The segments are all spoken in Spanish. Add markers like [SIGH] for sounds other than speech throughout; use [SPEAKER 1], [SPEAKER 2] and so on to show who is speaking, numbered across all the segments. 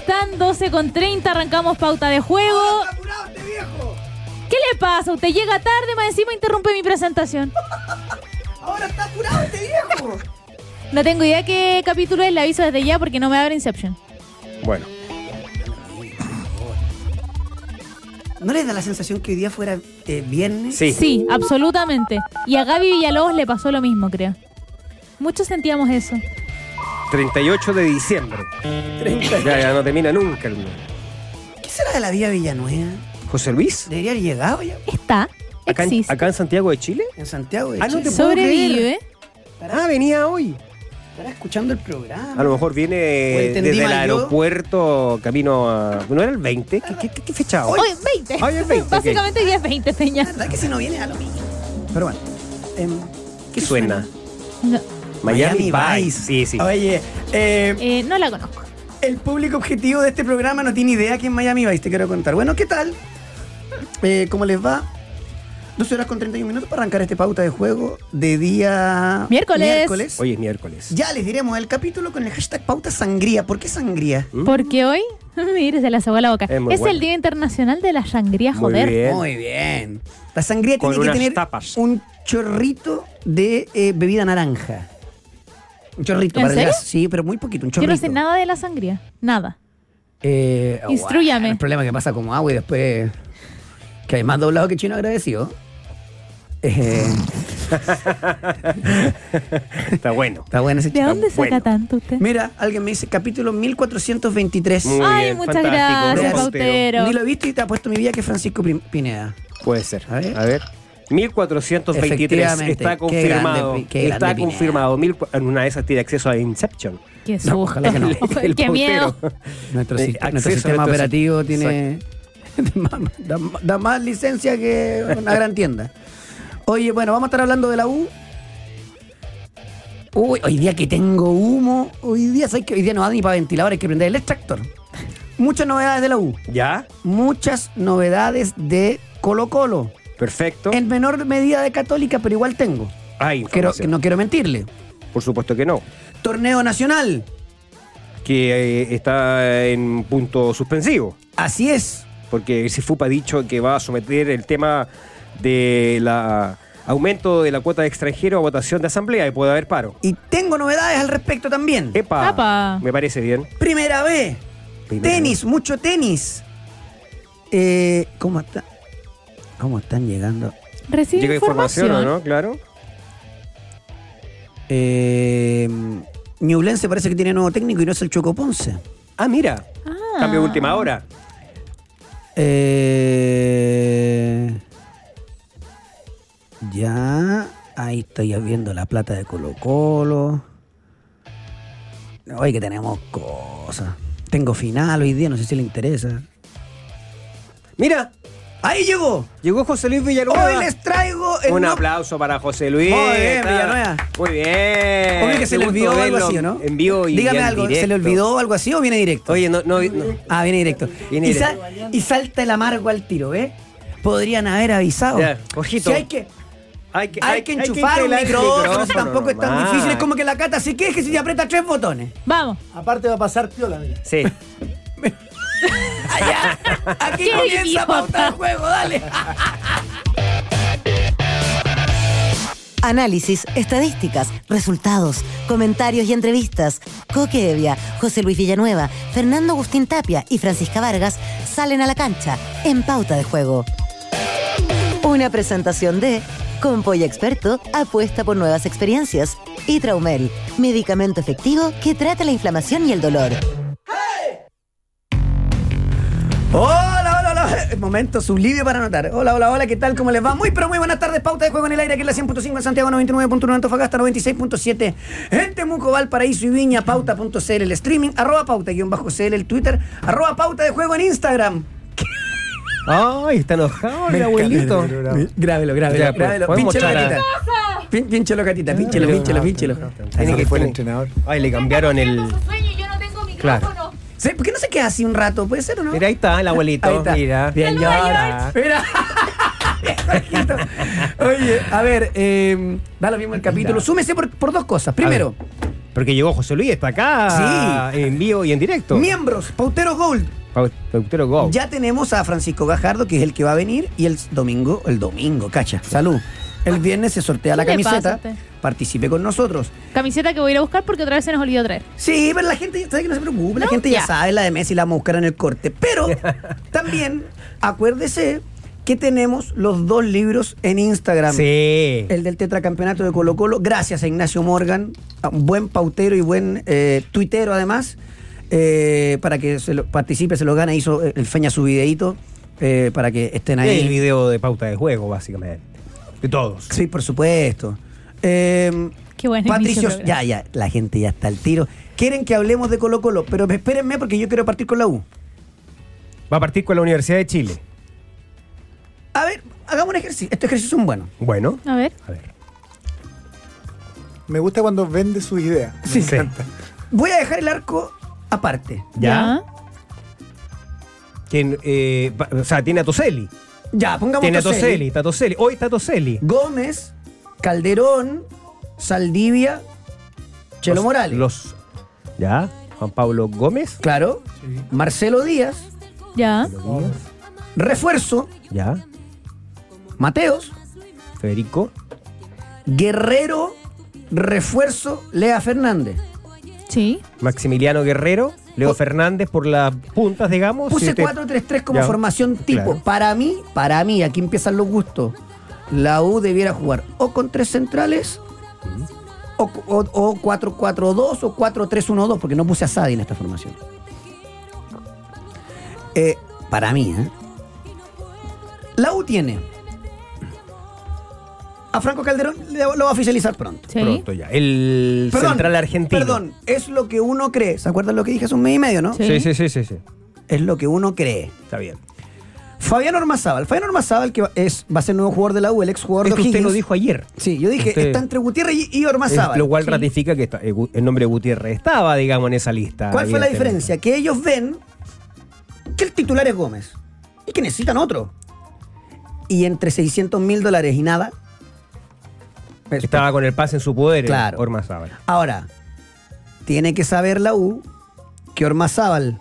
[SPEAKER 1] 14 con 30 arrancamos pauta de juego.
[SPEAKER 2] ¡Ahora está apurado este viejo!
[SPEAKER 1] ¿Qué le pasa? Usted llega tarde, más encima interrumpe mi presentación.
[SPEAKER 2] ¡Ahora está apurado este viejo!
[SPEAKER 1] No tengo idea qué capítulo es, le aviso desde ya porque no me abre Inception.
[SPEAKER 3] Bueno,
[SPEAKER 2] ¿No les da la sensación que hoy día fuera eh, viernes?
[SPEAKER 3] sí.
[SPEAKER 1] Sí, absolutamente. Y a Gaby Villalobos le pasó lo mismo, creo. Muchos sentíamos eso.
[SPEAKER 3] 38 de diciembre.
[SPEAKER 2] Treinta.
[SPEAKER 3] Ya, ya no termina nunca el mes.
[SPEAKER 2] ¿Qué será de la vida Villanueva?
[SPEAKER 3] José Luis,
[SPEAKER 2] Debería haber llegado ya
[SPEAKER 1] Está,
[SPEAKER 3] acá en,
[SPEAKER 1] existe,
[SPEAKER 3] acá en Santiago de Chile.
[SPEAKER 2] en Santiago de
[SPEAKER 3] Ah, no
[SPEAKER 2] Chile.
[SPEAKER 3] te puedo
[SPEAKER 1] sobrevive.
[SPEAKER 3] Ah, venía hoy.
[SPEAKER 2] Estará escuchando el programa.
[SPEAKER 3] A lo mejor viene
[SPEAKER 2] O entendí
[SPEAKER 3] desde el
[SPEAKER 2] mal yo.
[SPEAKER 3] aeropuerto camino a. ¿No era el 20? ¿Qué, qué- qué- qué fecha hoy?
[SPEAKER 1] Hoy es 20.
[SPEAKER 3] Hoy es 20, ok.
[SPEAKER 1] Básicamente hoy es 20,
[SPEAKER 2] La
[SPEAKER 1] señor.
[SPEAKER 2] verdad que si no viene a lo mismo. Pero bueno. em,
[SPEAKER 3] ¿Qué suena?
[SPEAKER 1] No,
[SPEAKER 3] Miami, Vice. Sí, sí.
[SPEAKER 2] Oye, eh,
[SPEAKER 1] eh, no la conozco.
[SPEAKER 2] el público objetivo de este programa no tiene idea que es Miami Vice, te quiero contar. Bueno, ¿qué tal? Eh, ¿Cómo les va? 12 horas con 31 minutos para arrancar este pauta de juego de día...
[SPEAKER 1] Miércoles.
[SPEAKER 2] miércoles.
[SPEAKER 3] Hoy es miércoles.
[SPEAKER 2] Ya les diremos el capítulo con el hashtag pauta sangría. ¿Por qué sangría?
[SPEAKER 3] ¿Mm?
[SPEAKER 1] Porque hoy, [LAUGHS] mire, se la sacó a la boca.
[SPEAKER 3] Es
[SPEAKER 1] Es,
[SPEAKER 3] muy buena.
[SPEAKER 1] el Día Internacional de la Sangría,
[SPEAKER 3] Muy
[SPEAKER 1] joder.
[SPEAKER 3] bien.
[SPEAKER 2] Muy bien. La sangría
[SPEAKER 3] Con
[SPEAKER 2] tiene que
[SPEAKER 3] unas
[SPEAKER 2] tener
[SPEAKER 3] tapas.
[SPEAKER 2] un chorrito de eh, bebida naranja. Un chorrito
[SPEAKER 1] ¿En
[SPEAKER 2] para el
[SPEAKER 1] serio?
[SPEAKER 2] gas. Sí, pero muy poquito, un
[SPEAKER 1] Yo
[SPEAKER 2] chorrito.
[SPEAKER 1] no sé nada de la sangría. Nada.
[SPEAKER 2] Eh, oh,
[SPEAKER 1] Instrúyame.
[SPEAKER 2] bueno, el problema es que pasa como agua y después que hay más doblado que chino agradecido. Eh,
[SPEAKER 3] Está bueno.
[SPEAKER 2] está bueno ese
[SPEAKER 1] ¿De
[SPEAKER 2] chiste.
[SPEAKER 1] dónde saca
[SPEAKER 3] bueno.
[SPEAKER 1] tanto usted?
[SPEAKER 2] Mira, alguien me dice capítulo 1423.
[SPEAKER 3] Muy
[SPEAKER 1] Ay,
[SPEAKER 3] bien,
[SPEAKER 1] muchas
[SPEAKER 3] fantástico.
[SPEAKER 1] gracias,
[SPEAKER 2] Don
[SPEAKER 1] Pautero.
[SPEAKER 2] Ni lo he visto y te ha puesto mi vida que Francisco Prim- Pineda.
[SPEAKER 3] Puede ser.
[SPEAKER 2] A
[SPEAKER 3] A
[SPEAKER 2] ver.
[SPEAKER 3] ver. 1423
[SPEAKER 2] Efectivamente.
[SPEAKER 3] está
[SPEAKER 2] Qué
[SPEAKER 3] confirmado.
[SPEAKER 2] grande, qué
[SPEAKER 3] está
[SPEAKER 2] grande
[SPEAKER 3] confirmado. Mil cua- en una de esas tiene acceso a Inception.
[SPEAKER 1] Qué susto.
[SPEAKER 2] ojalá que
[SPEAKER 1] [LAUGHS]
[SPEAKER 2] no.
[SPEAKER 1] Qué
[SPEAKER 3] [LAUGHS] pautero.
[SPEAKER 1] miedo.
[SPEAKER 2] Nuestro,
[SPEAKER 3] Eh,
[SPEAKER 2] sist- nuestro
[SPEAKER 3] acceso a
[SPEAKER 2] sistema
[SPEAKER 3] nuestro
[SPEAKER 2] operativo
[SPEAKER 3] si-
[SPEAKER 2] tiene [LAUGHS] da, ma- da más licencia que una gran tienda. Oye, bueno, vamos a estar hablando de la U. Uy, hoy día que tengo humo, hoy día sabes que hoy día no da ni para ventilador, hay que prender el extractor. Muchas novedades de la U,
[SPEAKER 3] ¿Ya?
[SPEAKER 2] muchas novedades de Colo Colo.
[SPEAKER 3] Perfecto.
[SPEAKER 2] En menor medida de Católica, pero igual tengo.
[SPEAKER 3] Hay
[SPEAKER 2] Quiero-
[SPEAKER 3] información.
[SPEAKER 2] no quiero mentirle.
[SPEAKER 3] Por supuesto que no.
[SPEAKER 2] Torneo Nacional,
[SPEAKER 3] Que eh, está en punto suspensivo.
[SPEAKER 2] así es.
[SPEAKER 3] Porque Sifupa ha dicho que va a someter el tema de la aumento de la cuota de extranjero a votación de asamblea y puede haber paro.
[SPEAKER 2] Y tengo novedades al respecto también.
[SPEAKER 3] Epa,
[SPEAKER 1] Apa.
[SPEAKER 3] me parece bien.
[SPEAKER 2] Primera vez.
[SPEAKER 3] Primera
[SPEAKER 2] Tenis, mucho tenis. Eh, ¿Cómo está? ¿Cómo están llegando?
[SPEAKER 1] Recibe
[SPEAKER 3] Llega información, ¿o ¿no? Claro.
[SPEAKER 2] Eh, Ñublense parece que tiene nuevo técnico y no es el Choco Ponce.
[SPEAKER 3] Ah, mira.
[SPEAKER 1] Ah.
[SPEAKER 3] Cambio de última hora.
[SPEAKER 2] Eh, ya, ahí estoy ya viendo la plata de Colo Colo. Hoy que tenemos cosas. Tengo final hoy día, no sé si le interesa.
[SPEAKER 3] Mira,
[SPEAKER 2] ¡Ahí llegó!
[SPEAKER 3] Llegó José Luis Villanueva.
[SPEAKER 2] Hoy les traigo el
[SPEAKER 3] Un
[SPEAKER 2] no-
[SPEAKER 3] aplauso para José Luis.
[SPEAKER 2] Muy bien,
[SPEAKER 3] Está-
[SPEAKER 2] Villanueva.
[SPEAKER 3] Muy bien.
[SPEAKER 2] Obvio que se
[SPEAKER 3] Qué
[SPEAKER 2] le
[SPEAKER 3] Eh, gusto
[SPEAKER 2] olvidó algo
[SPEAKER 3] verlo
[SPEAKER 2] así, ¿o ¿no?
[SPEAKER 3] En vivo y
[SPEAKER 2] Dígame
[SPEAKER 3] en
[SPEAKER 2] algo, ¿se
[SPEAKER 3] directo.
[SPEAKER 2] le olvidó algo así o viene directo?
[SPEAKER 3] Oye, no, no, no.
[SPEAKER 2] Ah, viene directo.
[SPEAKER 3] Viene
[SPEAKER 2] y,
[SPEAKER 3] directo.
[SPEAKER 2] sal- y salta el amargo al tiro, ¿ves? Podrían haber avisado.
[SPEAKER 3] Ya, ojito.
[SPEAKER 2] Si hay que, hay que enchufar un
[SPEAKER 3] instalar el
[SPEAKER 2] micrófono, si tampoco es tan
[SPEAKER 3] nomás.
[SPEAKER 2] difícil. Es como que la cata se queje si te aprieta tres botones.
[SPEAKER 1] Vamos.
[SPEAKER 4] Aparte va a pasar piola, mira.
[SPEAKER 3] Sí.
[SPEAKER 2] Allá,
[SPEAKER 1] [LAUGHS]
[SPEAKER 2] aquí
[SPEAKER 1] Qué
[SPEAKER 2] comienza
[SPEAKER 1] idiota.
[SPEAKER 2] pauta el juego, dale.
[SPEAKER 5] Análisis, estadísticas, resultados, comentarios y entrevistas. Coque Evia, José Luis Villanueva, Fernando Agustín Tapia y Francisca Vargas salen a la cancha en pauta de juego. Una presentación de Compoy Experto apuesta por nuevas experiencias y Traumel, medicamento efectivo que trata la inflamación y el dolor.
[SPEAKER 2] Hola, hola, hola. [LAUGHS] Momento sublivio para anotar. Hola, hola, hola, ¿qué tal? ¿Cómo les va? Muy, pero muy buenas tardes. Pauta de juego en el aire, que es la 100.5 en Santiago, 99.1 en Antofagasta, 96.7 en Temuco, Valparaíso y Viña, pauta.cl, el streaming, arroba pauta, guión bajo CL, el Twitter, arroba pauta de juego en Instagram.
[SPEAKER 3] Ay, está enojado el abuelito.
[SPEAKER 2] Grábelo, grábelo,
[SPEAKER 3] Ya, pues,
[SPEAKER 2] grábelo.
[SPEAKER 3] podemos
[SPEAKER 2] Pínchelo,
[SPEAKER 3] mostrar
[SPEAKER 2] gatita. Pín- Pínchelo, gatita, pínchelo, pínchelo, pínchelo.
[SPEAKER 3] Tiene que
[SPEAKER 4] fue el
[SPEAKER 3] poner-
[SPEAKER 4] entrenador.
[SPEAKER 3] Ay, le cambiaron el.
[SPEAKER 1] yo no tengo
[SPEAKER 3] micrófono.
[SPEAKER 2] Sí, ¿Por qué no se queda así un rato? ¿Puede ser o no?
[SPEAKER 3] Mira, ahí está el abuelito.
[SPEAKER 2] Ahí está.
[SPEAKER 3] Mira.
[SPEAKER 2] Bien,
[SPEAKER 3] llora.
[SPEAKER 2] Mira. [LAUGHS] em, Oye, a ver, eh, da lo mismo el capítulo. Súmese por, por dos cosas. Primero,
[SPEAKER 3] Porque llegó José Luis, está acá.
[SPEAKER 2] Sí.
[SPEAKER 3] En vivo y en directo.
[SPEAKER 2] Miembros, Pauteros Gold.
[SPEAKER 3] Pau- Pautero Go.
[SPEAKER 2] Ya tenemos a Francisco Gajardo, que es el que va a venir, y el domingo, el domingo, cacha, salud. El viernes se sortea la
[SPEAKER 1] ¿Qué le pasa a
[SPEAKER 2] camiseta,
[SPEAKER 1] usted?
[SPEAKER 2] participe con nosotros.
[SPEAKER 1] Camiseta que voy a ir a buscar porque otra vez se nos olvidó traer.
[SPEAKER 2] Sí, pero la gente, ¿sabe que no se preocupe? La
[SPEAKER 1] No,
[SPEAKER 2] gente ya.
[SPEAKER 1] ya.
[SPEAKER 2] sabe la de Messi, la vamos a buscar en el corte.
[SPEAKER 3] [LAUGHS]
[SPEAKER 2] Pero también acuérdese que tenemos los dos libros en Instagram.
[SPEAKER 3] Sí.
[SPEAKER 2] El del tetracampeonato de Colo Colo, gracias a Ignacio Morgan, a un buen pautero y buen eh, tuitero además, eh, para que se lo, participe, se lo gana, hizo eh, el Feña su videíto, eh, para que estén ahí.
[SPEAKER 3] El video de pauta de juego, básicamente. De todos.
[SPEAKER 2] Sí, por supuesto. Eh,
[SPEAKER 1] Qué buen
[SPEAKER 2] Patricio,
[SPEAKER 1] inicio de
[SPEAKER 2] ya,
[SPEAKER 1] programa.
[SPEAKER 2] ya, la gente ya está al tiro. Quieren que hablemos de Colo Colo, pero espérenme porque yo quiero partir con la U.
[SPEAKER 3] Va a partir con la Universidad de Chile.
[SPEAKER 2] A ver, hagamos un ejercicio. Estos ejercicios son buenos.
[SPEAKER 3] Bueno.
[SPEAKER 1] A ver.
[SPEAKER 3] A ver.
[SPEAKER 4] Me gusta cuando vende sus ideas. Me
[SPEAKER 3] Sí, sí.
[SPEAKER 4] encanta.
[SPEAKER 2] Voy a dejar el arco aparte.
[SPEAKER 3] Ya. Quien, eh, va- o sea, tiene a Toselli.
[SPEAKER 2] Ya, pongamos
[SPEAKER 3] Tiene a
[SPEAKER 2] Toselli.
[SPEAKER 3] Toselli. Está Toselli. Hoy está Toselli.
[SPEAKER 2] Gómez, Calderón, Saldivia, Chelo
[SPEAKER 3] Los-
[SPEAKER 2] Morales.
[SPEAKER 3] Los. Ya. Juan Pablo Gómez.
[SPEAKER 2] Claro. Marcelo Díaz,
[SPEAKER 1] Ya.
[SPEAKER 2] refuerzo,
[SPEAKER 3] Ya.
[SPEAKER 2] Mateos,
[SPEAKER 3] Federico.
[SPEAKER 2] Guerrero, refuerzo, Lea Fernández.
[SPEAKER 1] Sí.
[SPEAKER 3] Maximiliano Guerrero. Leo Fernández por las puntas, digamos.
[SPEAKER 2] Oh. Puse
[SPEAKER 3] este Si te-
[SPEAKER 2] 4-3-3 como
[SPEAKER 3] Ya.
[SPEAKER 2] formación tipo.
[SPEAKER 3] Claro.
[SPEAKER 2] Para mí, para mí, aquí empiezan los gustos. La U debiera jugar o con tres centrales, o, o- o 4-4-2, o 4-3-1-2, porque no puse a Sadi en esta formación. Eh, para mí, ¿eh? La U tiene. A Franco Calderón le- lo va a oficializar pronto.
[SPEAKER 1] Sí.
[SPEAKER 3] Pronto ya. El central argentino.
[SPEAKER 2] Perdón, es lo que uno cree. ¿Se acuerdan lo que dije hace un mes y medio, no?
[SPEAKER 1] Sí.
[SPEAKER 3] Sí, sí, sí, sí, sí.
[SPEAKER 2] Es lo que uno cree.
[SPEAKER 3] Está bien.
[SPEAKER 2] Fabián Ormazábal. Fabián Ormazábal, que va- es, va a ser nuevo jugador de la U, el ex jugador
[SPEAKER 3] Es
[SPEAKER 2] de
[SPEAKER 3] que usted
[SPEAKER 2] O'Higgins.
[SPEAKER 3] lo dijo ayer.
[SPEAKER 2] Sí, yo dije,
[SPEAKER 3] Usted-
[SPEAKER 2] está entre Gutiérrez y- y
[SPEAKER 3] Es-
[SPEAKER 2] Ormazábal.
[SPEAKER 3] lo cual ratifica que está- eh, Gu- el nombre de Gutiérrez estaba, digamos, en esa lista.
[SPEAKER 2] ¿Cuál fue la
[SPEAKER 3] evidentemente.
[SPEAKER 2] diferencia? Que ellos ven que el titular es Gómez y que necesitan otro. Y entre 600 mil dólares y nada. es-
[SPEAKER 3] Estaba con el pase en su poder, eh,
[SPEAKER 2] Claro.
[SPEAKER 3] Ormazábal.
[SPEAKER 2] Ahora, tiene que saber la U que Ormazábal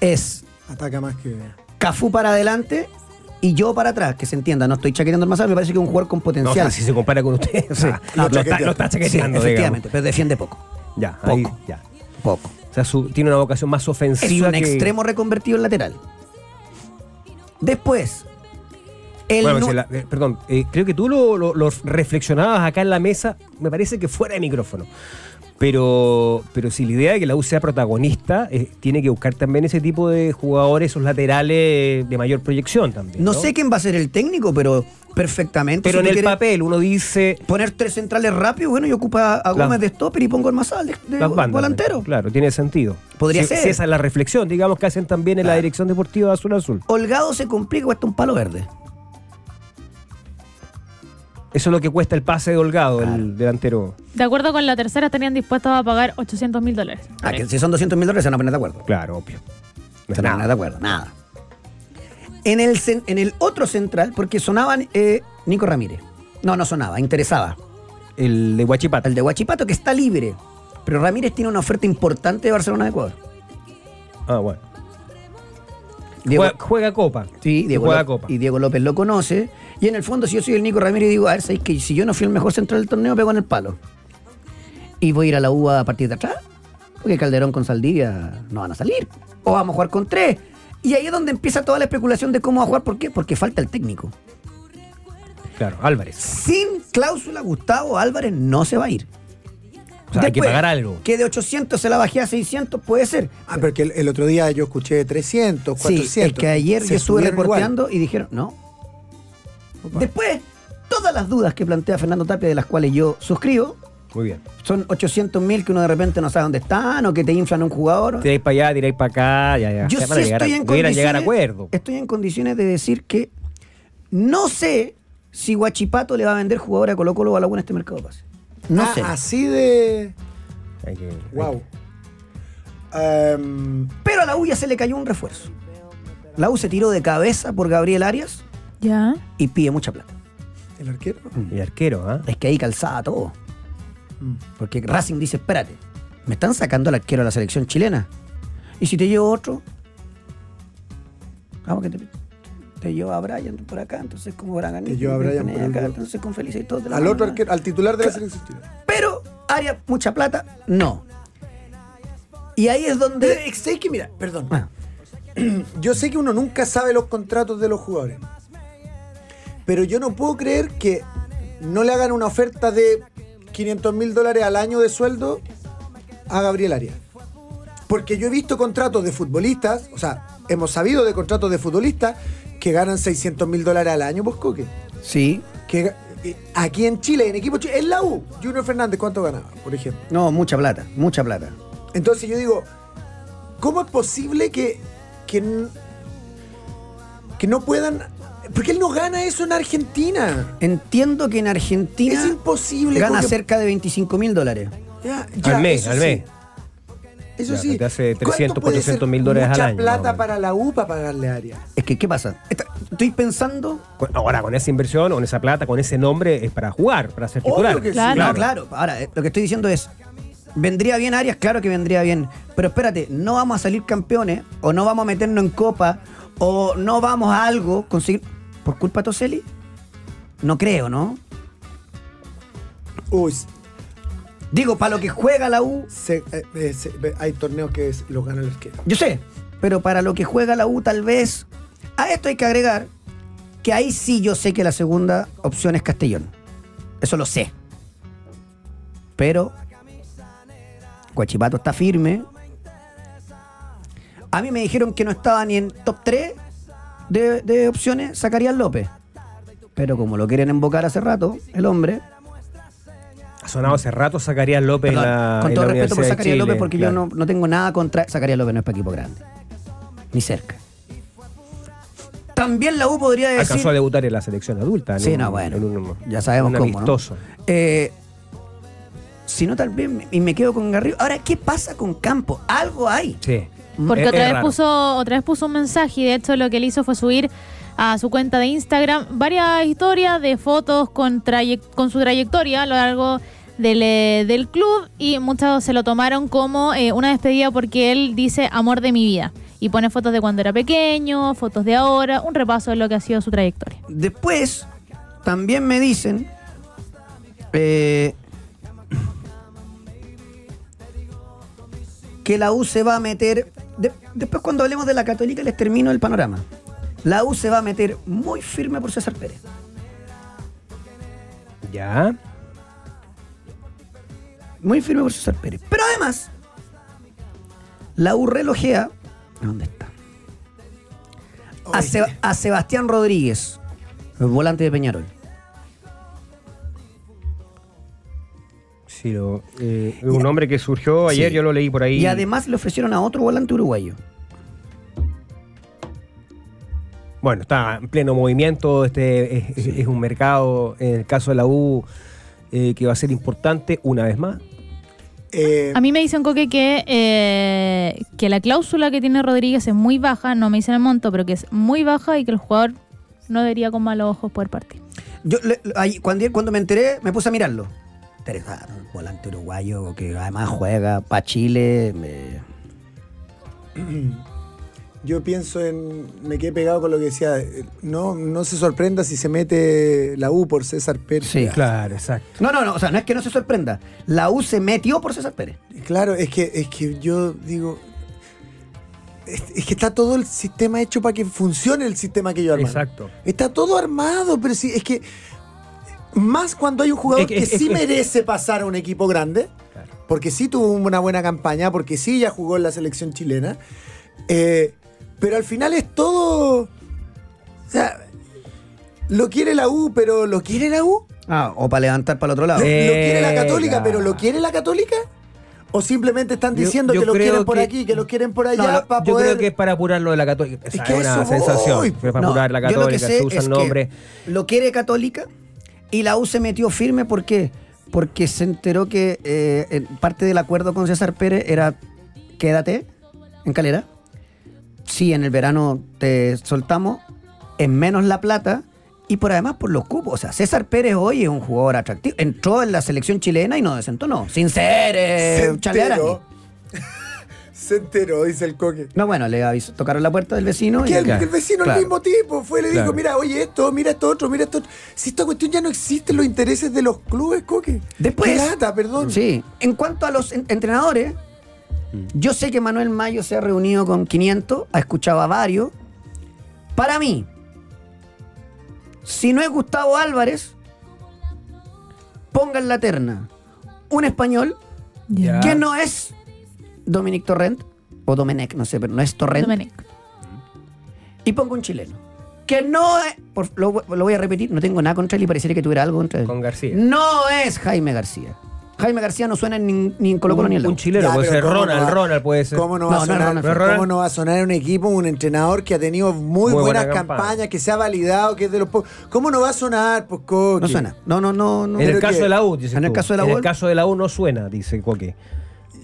[SPEAKER 2] es
[SPEAKER 4] Ataca más que.
[SPEAKER 2] Cafú para adelante y yo para atrás. Que se entienda, no estoy chaqueteando a Ormazábal, me parece que es un jugador con
[SPEAKER 3] No, o
[SPEAKER 2] potencial.
[SPEAKER 3] sea, si se compara con usted, o sea, [LAUGHS]
[SPEAKER 4] No,
[SPEAKER 3] lo, está,
[SPEAKER 4] chaquetea.
[SPEAKER 3] lo está chaqueteando,
[SPEAKER 2] Sí, efectivamente,
[SPEAKER 3] digamos.
[SPEAKER 2] pero defiende poco.
[SPEAKER 3] Ya,
[SPEAKER 2] Poco.
[SPEAKER 3] ahí, ya.
[SPEAKER 2] Poco.
[SPEAKER 3] O sea, su- tiene una vocación más
[SPEAKER 2] Es
[SPEAKER 3] ofensiva.
[SPEAKER 2] un
[SPEAKER 3] que-
[SPEAKER 2] extremo reconvertido en lateral. Después, el
[SPEAKER 3] Bueno,
[SPEAKER 2] nu-
[SPEAKER 3] Marcela, eh, perdón, eh, creo que tú lo, lo- lo reflexionabas acá en la mesa, me parece que fuera de micrófono. Pero, pero si la idea de que la U sea protagonista, eh, tiene que buscar también ese tipo de jugadores, esos laterales eh, de mayor proyección también.
[SPEAKER 2] no
[SPEAKER 3] No,
[SPEAKER 2] sé quién va a ser el técnico, pero perfectamente. si
[SPEAKER 3] Pero en
[SPEAKER 2] tú Eh,
[SPEAKER 3] el
[SPEAKER 2] quieres
[SPEAKER 3] papel uno dice.
[SPEAKER 2] Poner tres centrales rápido, bueno, yo ocupa a
[SPEAKER 3] Las-
[SPEAKER 2] Gómez de stopper y pongo el Mazal de, de
[SPEAKER 3] las bandas,
[SPEAKER 2] volantero.
[SPEAKER 3] Claro, tiene sentido.
[SPEAKER 2] Podría
[SPEAKER 3] Si-
[SPEAKER 2] ser.
[SPEAKER 3] si esa es la reflexión, digamos, que hacen también en la
[SPEAKER 2] Claro.
[SPEAKER 3] dirección deportiva de Azul Azul.
[SPEAKER 2] Holgado se complica, cuesta un palo verde.
[SPEAKER 3] Eso es lo que cuesta el pase de Holgado, el delantero.
[SPEAKER 1] De acuerdo con la tercera, estarían dispuestos a pagar 800 mil dólares.
[SPEAKER 2] Ah, que si son 200 mil dólares se van a poner de acuerdo.
[SPEAKER 3] Claro, obvio. No es
[SPEAKER 2] Se van a
[SPEAKER 3] nada.
[SPEAKER 2] poner de acuerdo, nada. En el, cen- en el otro central, porque sonaban eh, Nico Ramírez. No, no sonaba, interesaba.
[SPEAKER 3] El de Huachipato.
[SPEAKER 2] El de Huachipato que está libre. Pero Ramírez tiene una oferta importante de Barcelona de Ecuador.
[SPEAKER 3] Ah, bueno.
[SPEAKER 2] Diego-
[SPEAKER 3] juega, juega Copa.
[SPEAKER 2] Sí,
[SPEAKER 3] Y
[SPEAKER 2] Diego
[SPEAKER 3] juega
[SPEAKER 2] Ló-
[SPEAKER 3] Copa.
[SPEAKER 2] Y Diego López lo conoce. Y en el fondo, si yo soy el Nico Ramírez, digo, a ver, ¿sabes qué? si yo no fui el mejor central del torneo, pego en el palo. Y voy a ir a la UA a partir de atrás. Porque Calderón con Saldivia no van a salir. O vamos a jugar con tres. Y ahí es donde empieza toda la especulación de cómo va a jugar. ¿Por qué? Porque falta el técnico.
[SPEAKER 3] Claro, Álvarez.
[SPEAKER 2] Sin cláusula, Gustavo Álvarez no se va a ir.
[SPEAKER 3] O sea, hay que pagar algo.
[SPEAKER 2] Que de 800 se la bajé a 600, puede ser.
[SPEAKER 4] Ah, porque el, el otro día yo escuché 300, 400.
[SPEAKER 2] Sí, es que ayer
[SPEAKER 4] Se
[SPEAKER 2] yo estuve
[SPEAKER 4] estuvieron igual.
[SPEAKER 2] reporteando y dijeron, no. Después, todas las dudas que plantea Fernando Tapia, de las cuales yo suscribo,
[SPEAKER 3] Muy bien.
[SPEAKER 2] son 800 mil que uno de repente no sabe dónde están o que te inflan un jugador.
[SPEAKER 3] Tiráis para allá, tiráis para acá, ya, ya.
[SPEAKER 2] Yo
[SPEAKER 3] Ya
[SPEAKER 2] sí
[SPEAKER 3] van a llegar a-
[SPEAKER 2] estoy en
[SPEAKER 3] pudieran
[SPEAKER 2] condiciones.
[SPEAKER 3] llegar a acuerdo.
[SPEAKER 2] Estoy en condiciones de decir que no sé si Guachipato le va a vender jugador a Colo Colo o a la U en este mercado de pases. No
[SPEAKER 4] Ah,
[SPEAKER 2] sé.
[SPEAKER 4] Así de.
[SPEAKER 3] Hay que- hay que-
[SPEAKER 4] Wow. Em,
[SPEAKER 2] Pero a la U ya se le cayó un refuerzo. La U se tiró de cabeza por Gabriel Arias
[SPEAKER 1] Ya.
[SPEAKER 2] y pide mucha plata.
[SPEAKER 4] ¿El arquero?
[SPEAKER 3] Y arquero, ¿ah?
[SPEAKER 2] Es que ahí calzaba todo.
[SPEAKER 4] Mm.
[SPEAKER 2] Porque Racing dice, espérate, me están sacando al arquero de la selección chilena. Y si te llevo otro, vamos que te, te llevo a Brian por acá, entonces como Brian.
[SPEAKER 4] Te llevo a Brian por el-
[SPEAKER 2] entonces con Felice y todo. te la
[SPEAKER 4] Al
[SPEAKER 2] mando
[SPEAKER 4] otro
[SPEAKER 2] acá.
[SPEAKER 4] arquero, al titular de la selección chilena.
[SPEAKER 2] Pero, área, mucha plata, no. Y ahí es
[SPEAKER 4] Pero,
[SPEAKER 2] donde...
[SPEAKER 4] eh, sé que, mira, perdón.
[SPEAKER 2] Bueno,
[SPEAKER 4] [CLEARS THROAT] Yo sé que uno nunca sabe los contratos de los jugadores. Pero yo no puedo creer que no le hagan una oferta de 500 mil dólares al año de sueldo a Gabriel Arias. Porque yo he visto contratos de futbolistas, o sea, hemos sabido de contratos de futbolistas que ganan 600 mil dólares al año, pues Coque.
[SPEAKER 2] sí.
[SPEAKER 4] Que, ga- eh, aquí en Chile, en equipo Chile, en la U, Junior Fernández, ¿cuánto ganaba, por ejemplo?
[SPEAKER 2] No, mucha plata, mucha plata.
[SPEAKER 4] Entonces yo digo, ¿cómo es posible que, que, n- que no puedan... Porque él no gana eso en Argentina.
[SPEAKER 2] Entiendo que en Argentina
[SPEAKER 4] Es imposible.
[SPEAKER 2] gana
[SPEAKER 4] porque-
[SPEAKER 2] cerca de 25 mil dólares.
[SPEAKER 4] Ya, ya,
[SPEAKER 3] Al mes,
[SPEAKER 4] eso
[SPEAKER 3] al
[SPEAKER 4] sí.
[SPEAKER 3] mes.
[SPEAKER 4] Eso
[SPEAKER 3] Ya,
[SPEAKER 4] sí.
[SPEAKER 3] pero te hace
[SPEAKER 4] ¿Cuánto
[SPEAKER 3] 300,
[SPEAKER 4] puede
[SPEAKER 3] 400
[SPEAKER 4] ser
[SPEAKER 3] mil dólares al
[SPEAKER 4] mucha
[SPEAKER 3] año, más o
[SPEAKER 4] plata
[SPEAKER 3] menos?
[SPEAKER 4] para la U para pagarle a Arias.
[SPEAKER 2] Es que, ¿qué pasa? Está- estoy pensando...
[SPEAKER 3] Con- Ahora, con esa inversión, con esa plata, con ese nombre, es para jugar, para ser
[SPEAKER 4] Obvio
[SPEAKER 3] titular.
[SPEAKER 4] que sí.
[SPEAKER 1] Claro.
[SPEAKER 2] No, claro. Ahora, eh, lo que estoy diciendo es, vendría bien Arias, claro que vendría bien, pero espérate, no vamos a salir campeones, o no vamos a meternos en copa, o no vamos a algo conseguir... ¿Por culpa de Toselli? No creo, ¿no?
[SPEAKER 4] Uy,
[SPEAKER 2] Digo, para lo que juega la U,
[SPEAKER 4] se- eh, eh, se- ve- hay torneos que es- los gana el arquero.
[SPEAKER 2] yo sé, pero para lo que juega la U tal vez... A esto hay que agregar que ahí sí yo sé que la segunda opción es Castellón. Eso lo sé. Pero Guachipato está firme. A mí me dijeron que no estaba ni en top 3 de, de opciones, sacarían López. Pero como lo quieren embocar hace rato, el hombre,
[SPEAKER 3] Ha sonado hace rato Zacarías López en
[SPEAKER 2] Perdón,
[SPEAKER 3] la-
[SPEAKER 2] con
[SPEAKER 3] en
[SPEAKER 2] todo
[SPEAKER 3] la
[SPEAKER 2] respeto por
[SPEAKER 3] Universidad de
[SPEAKER 2] Zacarías
[SPEAKER 3] Chile,
[SPEAKER 2] López, porque
[SPEAKER 3] claro.
[SPEAKER 2] yo no, no tengo nada contra. Zacarías López no es para equipo grande. Ni cerca. También la U podría decir.
[SPEAKER 3] Alcanzó a debutar en la selección adulta. Ah, en
[SPEAKER 2] sí,
[SPEAKER 3] un-
[SPEAKER 2] no, bueno.
[SPEAKER 3] en un-
[SPEAKER 2] ya sabemos
[SPEAKER 3] un
[SPEAKER 2] cómo. ¿no?
[SPEAKER 3] amistoso.
[SPEAKER 2] Eh, si no, tal vez. me- y me quedo con Garrido. Ahora, ¿qué pasa con Campo? Algo hay.
[SPEAKER 3] Sí.
[SPEAKER 1] Porque
[SPEAKER 3] Es-
[SPEAKER 1] otra
[SPEAKER 3] es
[SPEAKER 1] vez,
[SPEAKER 3] raro.
[SPEAKER 1] puso, otra vez puso un mensaje y de hecho lo que él hizo fue subir a su cuenta de Instagram varias historias de fotos con, traye- con su trayectoria a lo largo del, eh, del club y muchos se lo tomaron como eh, una despedida porque él dice amor de mi vida y pone fotos de cuando era pequeño, fotos de ahora, un repaso de lo que ha sido su trayectoria.
[SPEAKER 2] Después, también me dicen. eh, que la U se va a meter. de- después, cuando hablemos de la Católica, les termino el panorama. La U se va a meter muy firme por César Pérez.
[SPEAKER 3] Ya.
[SPEAKER 2] Muy firme por César Pérez. Pero además, la U relojea. ¿Dónde está? A, Seb- a Sebastián Rodríguez, el volante de Peñarol.
[SPEAKER 3] Sí, lo- eh, un hombre que surgió ayer,
[SPEAKER 2] Sí.
[SPEAKER 3] yo lo leí por ahí.
[SPEAKER 2] Y además le ofrecieron a otro volante uruguayo.
[SPEAKER 3] Bueno, está en pleno movimiento, este es, es- es un mercado, en el caso de la U, eh, que va a ser importante una vez más.
[SPEAKER 4] Eh,
[SPEAKER 1] A mí me dicen, Coque, que, eh, que la cláusula que tiene Rodríguez es muy baja, no me dicen el monto, pero que es muy baja y que el jugador no debería con malos ojos poder partir.
[SPEAKER 2] Yo, le- le- ahí, cuando, cuando me enteré, me puse a mirarlo. Interesante, un volante uruguayo que además juega para Chile. me-
[SPEAKER 4] Yo pienso en. Me quedé pegado con lo que decía. eh, No, no se sorprenda si se mete la U por César Pérez.
[SPEAKER 2] Sí.
[SPEAKER 3] Claro, exacto.
[SPEAKER 2] No, no, no, o sea, no es que no se sorprenda. La U se metió por César Pérez.
[SPEAKER 4] Claro, es que, es que yo digo. Es, es que está todo el sistema hecho para que funcione el sistema que yo armé.
[SPEAKER 3] Exacto.
[SPEAKER 4] Está todo armado, pero sí, es que. Más cuando hay un jugador
[SPEAKER 3] Es que-
[SPEAKER 4] que
[SPEAKER 3] es que-
[SPEAKER 4] sí merece pasar a un equipo grande, porque sí tuvo una buena campaña, porque sí ya jugó en la selección chilena. eh, pero al final es todo. O sea, lo quiere la U, pero ¿lo quiere la U?
[SPEAKER 2] Ah, o para levantar para el otro
[SPEAKER 4] ¿Lo,
[SPEAKER 2] lado.
[SPEAKER 4] lo quiere la Católica,
[SPEAKER 3] Venga.
[SPEAKER 4] pero ¿lo quiere la Católica? ¿O simplemente están
[SPEAKER 3] Yo-
[SPEAKER 4] diciendo
[SPEAKER 3] yo
[SPEAKER 4] que lo
[SPEAKER 3] creo
[SPEAKER 4] quieren por
[SPEAKER 3] que-
[SPEAKER 4] aquí, que lo quieren por
[SPEAKER 3] No,
[SPEAKER 4] allá?
[SPEAKER 3] la-
[SPEAKER 4] para
[SPEAKER 3] yo
[SPEAKER 4] poder... eh,
[SPEAKER 3] creo que es para apurar lo de la católica.
[SPEAKER 4] Es
[SPEAKER 3] Esa Es
[SPEAKER 4] que a
[SPEAKER 3] una
[SPEAKER 4] eso voy.
[SPEAKER 3] sensación. Es para
[SPEAKER 2] No,
[SPEAKER 3] apurar la
[SPEAKER 2] yo lo que
[SPEAKER 3] católica,
[SPEAKER 2] sé
[SPEAKER 3] se usa
[SPEAKER 2] es
[SPEAKER 3] el
[SPEAKER 2] que
[SPEAKER 3] nombre.
[SPEAKER 2] Lo quiere Católica y la U se metió firme ¿por qué? porque se enteró que eh, en parte del acuerdo con César Pérez era quédate en Calera. Si en el verano te soltamos, es menos la plata Y por además por los cupos. O sea, César Pérez hoy es un jugador atractivo. Entró en la selección chilena y no desentonó. Sin ser eh,
[SPEAKER 4] se
[SPEAKER 2] chalear a mí.
[SPEAKER 4] enteró. [LAUGHS] se enteró, dice el coque.
[SPEAKER 2] No, bueno, le avisó, tocaron la puerta del vecino y
[SPEAKER 4] Que el, que el vecino
[SPEAKER 2] Claro.
[SPEAKER 4] al mismo tiempo fue y le dijo,
[SPEAKER 3] Claro.
[SPEAKER 4] mira, oye esto, mira esto otro, mira esto otro. Si esta cuestión ya no existe, los intereses de los clubes, Coque.
[SPEAKER 2] Después.
[SPEAKER 4] Qué lata, perdón.
[SPEAKER 2] Sí. En cuanto a los en- entrenadores, yo sé que Manuel Mayo se ha reunido con 500, ha escuchado a varios. Para mí, si no es Gustavo Álvarez, ponga en la terna un español
[SPEAKER 3] Ya.
[SPEAKER 2] que no es Dominic Torrent o Domenech, no sé, pero no es Torrent.
[SPEAKER 1] Domenico.
[SPEAKER 2] Y ponga un chileno. Que no es. por- lo, lo voy a repetir, no tengo nada contra él y parecería que tuviera algo contra él.
[SPEAKER 3] Con García.
[SPEAKER 2] No es Jaime García. Jaime García no suena ni, ni en Colo Colo
[SPEAKER 3] un,
[SPEAKER 2] ni en la
[SPEAKER 3] un
[SPEAKER 2] U.
[SPEAKER 3] chileno
[SPEAKER 4] Ya,
[SPEAKER 3] puede
[SPEAKER 4] pero
[SPEAKER 3] ser,
[SPEAKER 4] ¿cómo
[SPEAKER 3] Ronald,
[SPEAKER 4] no va-
[SPEAKER 3] Ronald puede ser.
[SPEAKER 4] ¿Cómo no, va
[SPEAKER 2] No,
[SPEAKER 4] a
[SPEAKER 2] no es
[SPEAKER 4] sonar,
[SPEAKER 2] Ronald
[SPEAKER 3] Fuentes.
[SPEAKER 4] ¿Cómo no va a sonar un equipo, un entrenador que ha tenido muy,
[SPEAKER 3] Muy buena
[SPEAKER 4] buenas
[SPEAKER 3] campaña.
[SPEAKER 4] campañas, que se ha validado, que es de los pocos? ¿Cómo no va a sonar, pues, Coque?
[SPEAKER 2] No suena. No, no, no. no.
[SPEAKER 3] en el
[SPEAKER 4] creo
[SPEAKER 3] caso
[SPEAKER 4] que-
[SPEAKER 3] de la U, dices
[SPEAKER 2] en el
[SPEAKER 3] tú.
[SPEAKER 2] caso de la
[SPEAKER 3] En
[SPEAKER 2] U-
[SPEAKER 3] el caso de la U no suena, dice Coque.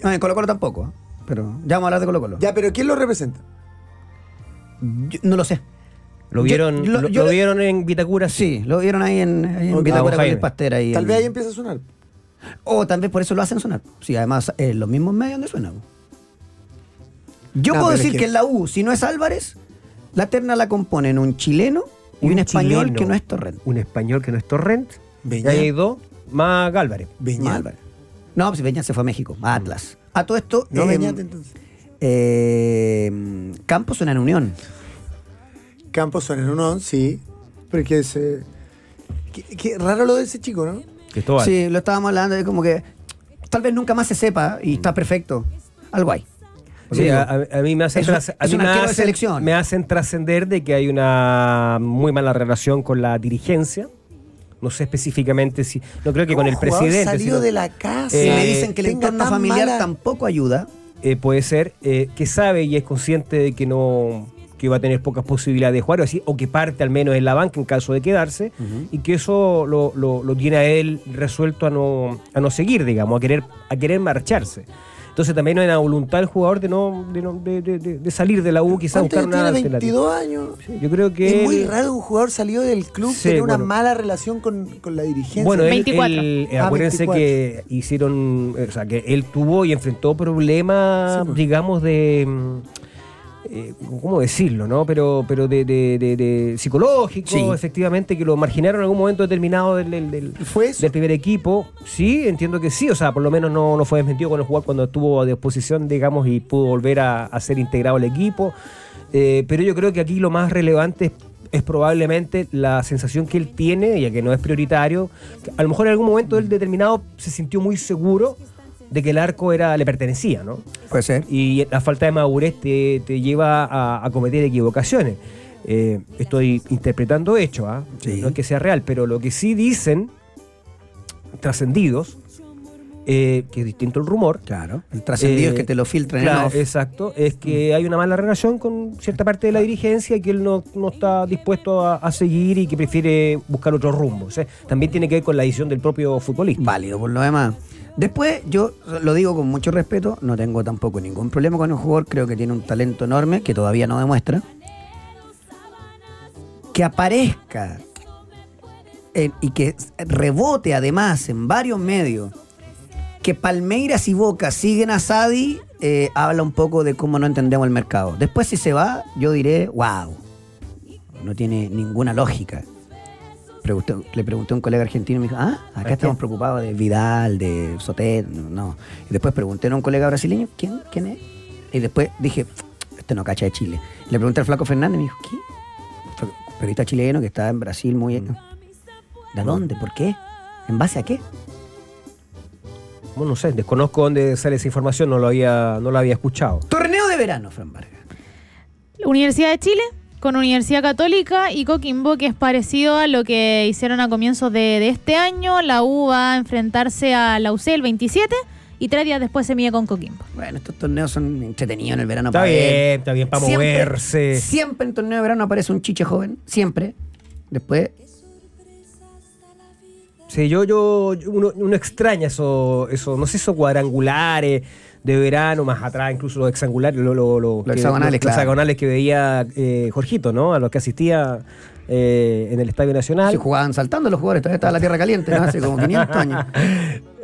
[SPEAKER 2] No, en Colo Colo tampoco. ¿eh? Pero ya vamos a hablar de Colo Colo.
[SPEAKER 4] Ya, pero ¿quién lo representa?
[SPEAKER 2] Yo- no lo sé.
[SPEAKER 3] Lo
[SPEAKER 2] Yo-
[SPEAKER 3] vieron,
[SPEAKER 2] lo-
[SPEAKER 3] lo,
[SPEAKER 2] yo-
[SPEAKER 3] lo vieron en Vitacura,
[SPEAKER 2] Sí, lo vieron ahí en, ahí en
[SPEAKER 4] Ok.
[SPEAKER 2] Vitacura
[SPEAKER 3] Ah,
[SPEAKER 2] con
[SPEAKER 3] Jaime.
[SPEAKER 2] el Pastera. Ahí
[SPEAKER 4] Tal
[SPEAKER 2] en-
[SPEAKER 4] vez ahí empieza a sonar.
[SPEAKER 2] O tal vez por eso lo hacen sonar. Sí, además, eh, los mismos medios donde suena. po. Yo
[SPEAKER 4] No,
[SPEAKER 2] puedo
[SPEAKER 4] pero es
[SPEAKER 2] decir
[SPEAKER 4] que-
[SPEAKER 2] que en la U, si no es Álvarez, la terna la componen un chileno y un, español
[SPEAKER 3] chileno.
[SPEAKER 2] que no es Torrent.
[SPEAKER 3] Un español que no es Torrent. Y
[SPEAKER 4] Beñat.
[SPEAKER 3] ahí hay dos, más Gálvarez.
[SPEAKER 2] No,
[SPEAKER 4] Beñat.
[SPEAKER 2] Álvarez. No, pues Beñat se fue a México, a Atlas. A todo esto,
[SPEAKER 4] Mm. No,
[SPEAKER 2] eh,
[SPEAKER 4] Beñat, entonces.
[SPEAKER 2] eh, Campos suena en Unión.
[SPEAKER 4] Campos suena en un on, sí. Porque es. eh, Qué, qué raro lo de ese chico, ¿no?
[SPEAKER 3] Cristóbal.
[SPEAKER 2] Sí, lo estábamos hablando, es como que tal vez nunca más se sepa y
[SPEAKER 4] Mm.
[SPEAKER 2] está perfecto. Algo hay.
[SPEAKER 3] Sí, a, a- a mí me hacen,
[SPEAKER 2] Es un-
[SPEAKER 3] tras- a
[SPEAKER 2] es
[SPEAKER 3] mí
[SPEAKER 2] un
[SPEAKER 3] me
[SPEAKER 2] arquero de
[SPEAKER 3] hacen-
[SPEAKER 2] selección.
[SPEAKER 3] me hacen trascender de que hay una muy mala relación con la dirigencia. No sé específicamente si. No creo que con
[SPEAKER 4] Un
[SPEAKER 3] el
[SPEAKER 4] jugador
[SPEAKER 3] presidente.
[SPEAKER 4] Salido
[SPEAKER 3] sino-
[SPEAKER 4] de la casa.
[SPEAKER 2] Si
[SPEAKER 3] Eh,
[SPEAKER 2] le dicen que el
[SPEAKER 4] tenga
[SPEAKER 2] entorno
[SPEAKER 4] tan
[SPEAKER 2] familiar
[SPEAKER 4] mala-
[SPEAKER 2] tampoco ayuda,
[SPEAKER 3] eh, puede ser eh, que sabe y es consciente de que no que va a tener pocas posibilidades de jugar o, así, o que parte al menos en la banca en caso de quedarse y que eso lo, lo- lo tiene a él resuelto a no, a no seguir, digamos, a querer, a querer marcharse. Entonces también hay una voluntad del jugador de no de, no- de- de- de- de salir de la U, quizás
[SPEAKER 4] ¿Cuántos
[SPEAKER 3] buscar
[SPEAKER 4] años
[SPEAKER 3] una
[SPEAKER 4] tiene?
[SPEAKER 3] alternativa.
[SPEAKER 4] 22 años.
[SPEAKER 3] Yo creo que
[SPEAKER 4] Es muy
[SPEAKER 3] él-
[SPEAKER 4] raro un jugador salido del club
[SPEAKER 3] Sí,
[SPEAKER 4] tener una
[SPEAKER 3] bueno.
[SPEAKER 4] mala relación con, con la dirigencia.
[SPEAKER 3] Bueno, él-
[SPEAKER 1] 24.
[SPEAKER 3] él- eh,
[SPEAKER 4] Ah,
[SPEAKER 3] acuérdense
[SPEAKER 4] 24.
[SPEAKER 3] que hicieron, eh, o sea, que él tuvo y enfrentó problemas,
[SPEAKER 4] Sí, pues.
[SPEAKER 3] digamos, de, mm, eh, ¿cómo decirlo, no? Pero, pero de, de, de- de psicológico,
[SPEAKER 2] Sí.
[SPEAKER 3] efectivamente, que lo marginaron en algún momento determinado del, del- del-
[SPEAKER 4] ¿Fue eso?
[SPEAKER 3] del primer equipo. Sí, entiendo que sí, o sea, por lo menos no, no fue desmentido con el jugador cuando estuvo a disposición, digamos, y pudo volver a, a ser integrado al equipo. Eh, pero yo creo que aquí lo más relevante es, es probablemente la sensación que él tiene, ya que no es prioritario. que a lo mejor en algún momento él determinado se sintió muy seguro de que el arco era, le pertenecía, ¿no?
[SPEAKER 2] puede ser.
[SPEAKER 3] y la falta de madurez te, te lleva a, a cometer equivocaciones. Eh, estoy interpretando hechos, ¿ah?
[SPEAKER 2] Sí.
[SPEAKER 3] no es que sea real, pero lo que sí dicen trascendidos, eh, que es distinto el rumor,
[SPEAKER 2] Claro. El trascendido
[SPEAKER 3] eh,
[SPEAKER 2] es que te lo filtran en
[SPEAKER 3] claro,
[SPEAKER 2] off.
[SPEAKER 3] exacto. Es que hay una mala relación con cierta parte de la dirigencia y que él no, no está dispuesto a, a seguir y que prefiere buscar otro rumbo. O sea, también tiene que ver con la decisión del propio futbolista.
[SPEAKER 2] Válido por lo demás. Después, yo lo digo con mucho respeto, no tengo tampoco ningún problema con el jugador, creo que tiene un talento enorme que todavía no demuestra. Que aparezca eh, y que rebote además en varios medios que Palmeiras y Boca siguen a Sadi, eh, habla un poco de cómo no entendemos el mercado. Después, si se va, yo diré, wow, no tiene ninguna lógica. Pregunté- le pregunté a un colega argentino y me dijo, ah, acá estamos preocupados de Vidal, de Sotet, no, no. Y después pregunté a un colega brasileño, ¿quién, quién es? Y después dije, este no cacha de Chile. Le pregunté al flaco Fernández y me dijo, ¿qué? Fue un Periodista chileno que está en Brasil muy... ¿De dónde? ¿Por qué? ¿En base a qué?
[SPEAKER 3] Bueno, no sé, desconozco dónde sale esa información, no, lo había, no la había escuchado.
[SPEAKER 2] Torneo de verano, Fran Vargas.
[SPEAKER 1] Universidad de Chile con Universidad Católica y Coquimbo, que es parecido a lo que hicieron a comienzos de, de este año. La U va a enfrentarse a la UC el 27 y tres días después se mide con Coquimbo.
[SPEAKER 2] Bueno, estos torneos son entretenidos en el verano.
[SPEAKER 3] Está
[SPEAKER 2] para ver.
[SPEAKER 3] bien, está bien, para
[SPEAKER 2] Siempre-
[SPEAKER 3] moverse.
[SPEAKER 2] Siempre en torneo de verano aparece un chiche joven, siempre. Después
[SPEAKER 3] Sí, yo, yo, yo- uno, uno extraña eso, eso, no sé, esos cuadrangulares de verano, más atrás, incluso los hexangulares, lo- lo- lo- que-
[SPEAKER 2] hexagonales,
[SPEAKER 3] los- los
[SPEAKER 2] claro.
[SPEAKER 3] hexagonales que veía eh, Jorgito, ¿no? A los que asistía eh, en el Estadio Nacional.
[SPEAKER 2] Si jugaban saltando los jugadores, todavía estaba la tierra caliente, ¿no?
[SPEAKER 3] [LAUGHS]
[SPEAKER 2] hace como 500 años.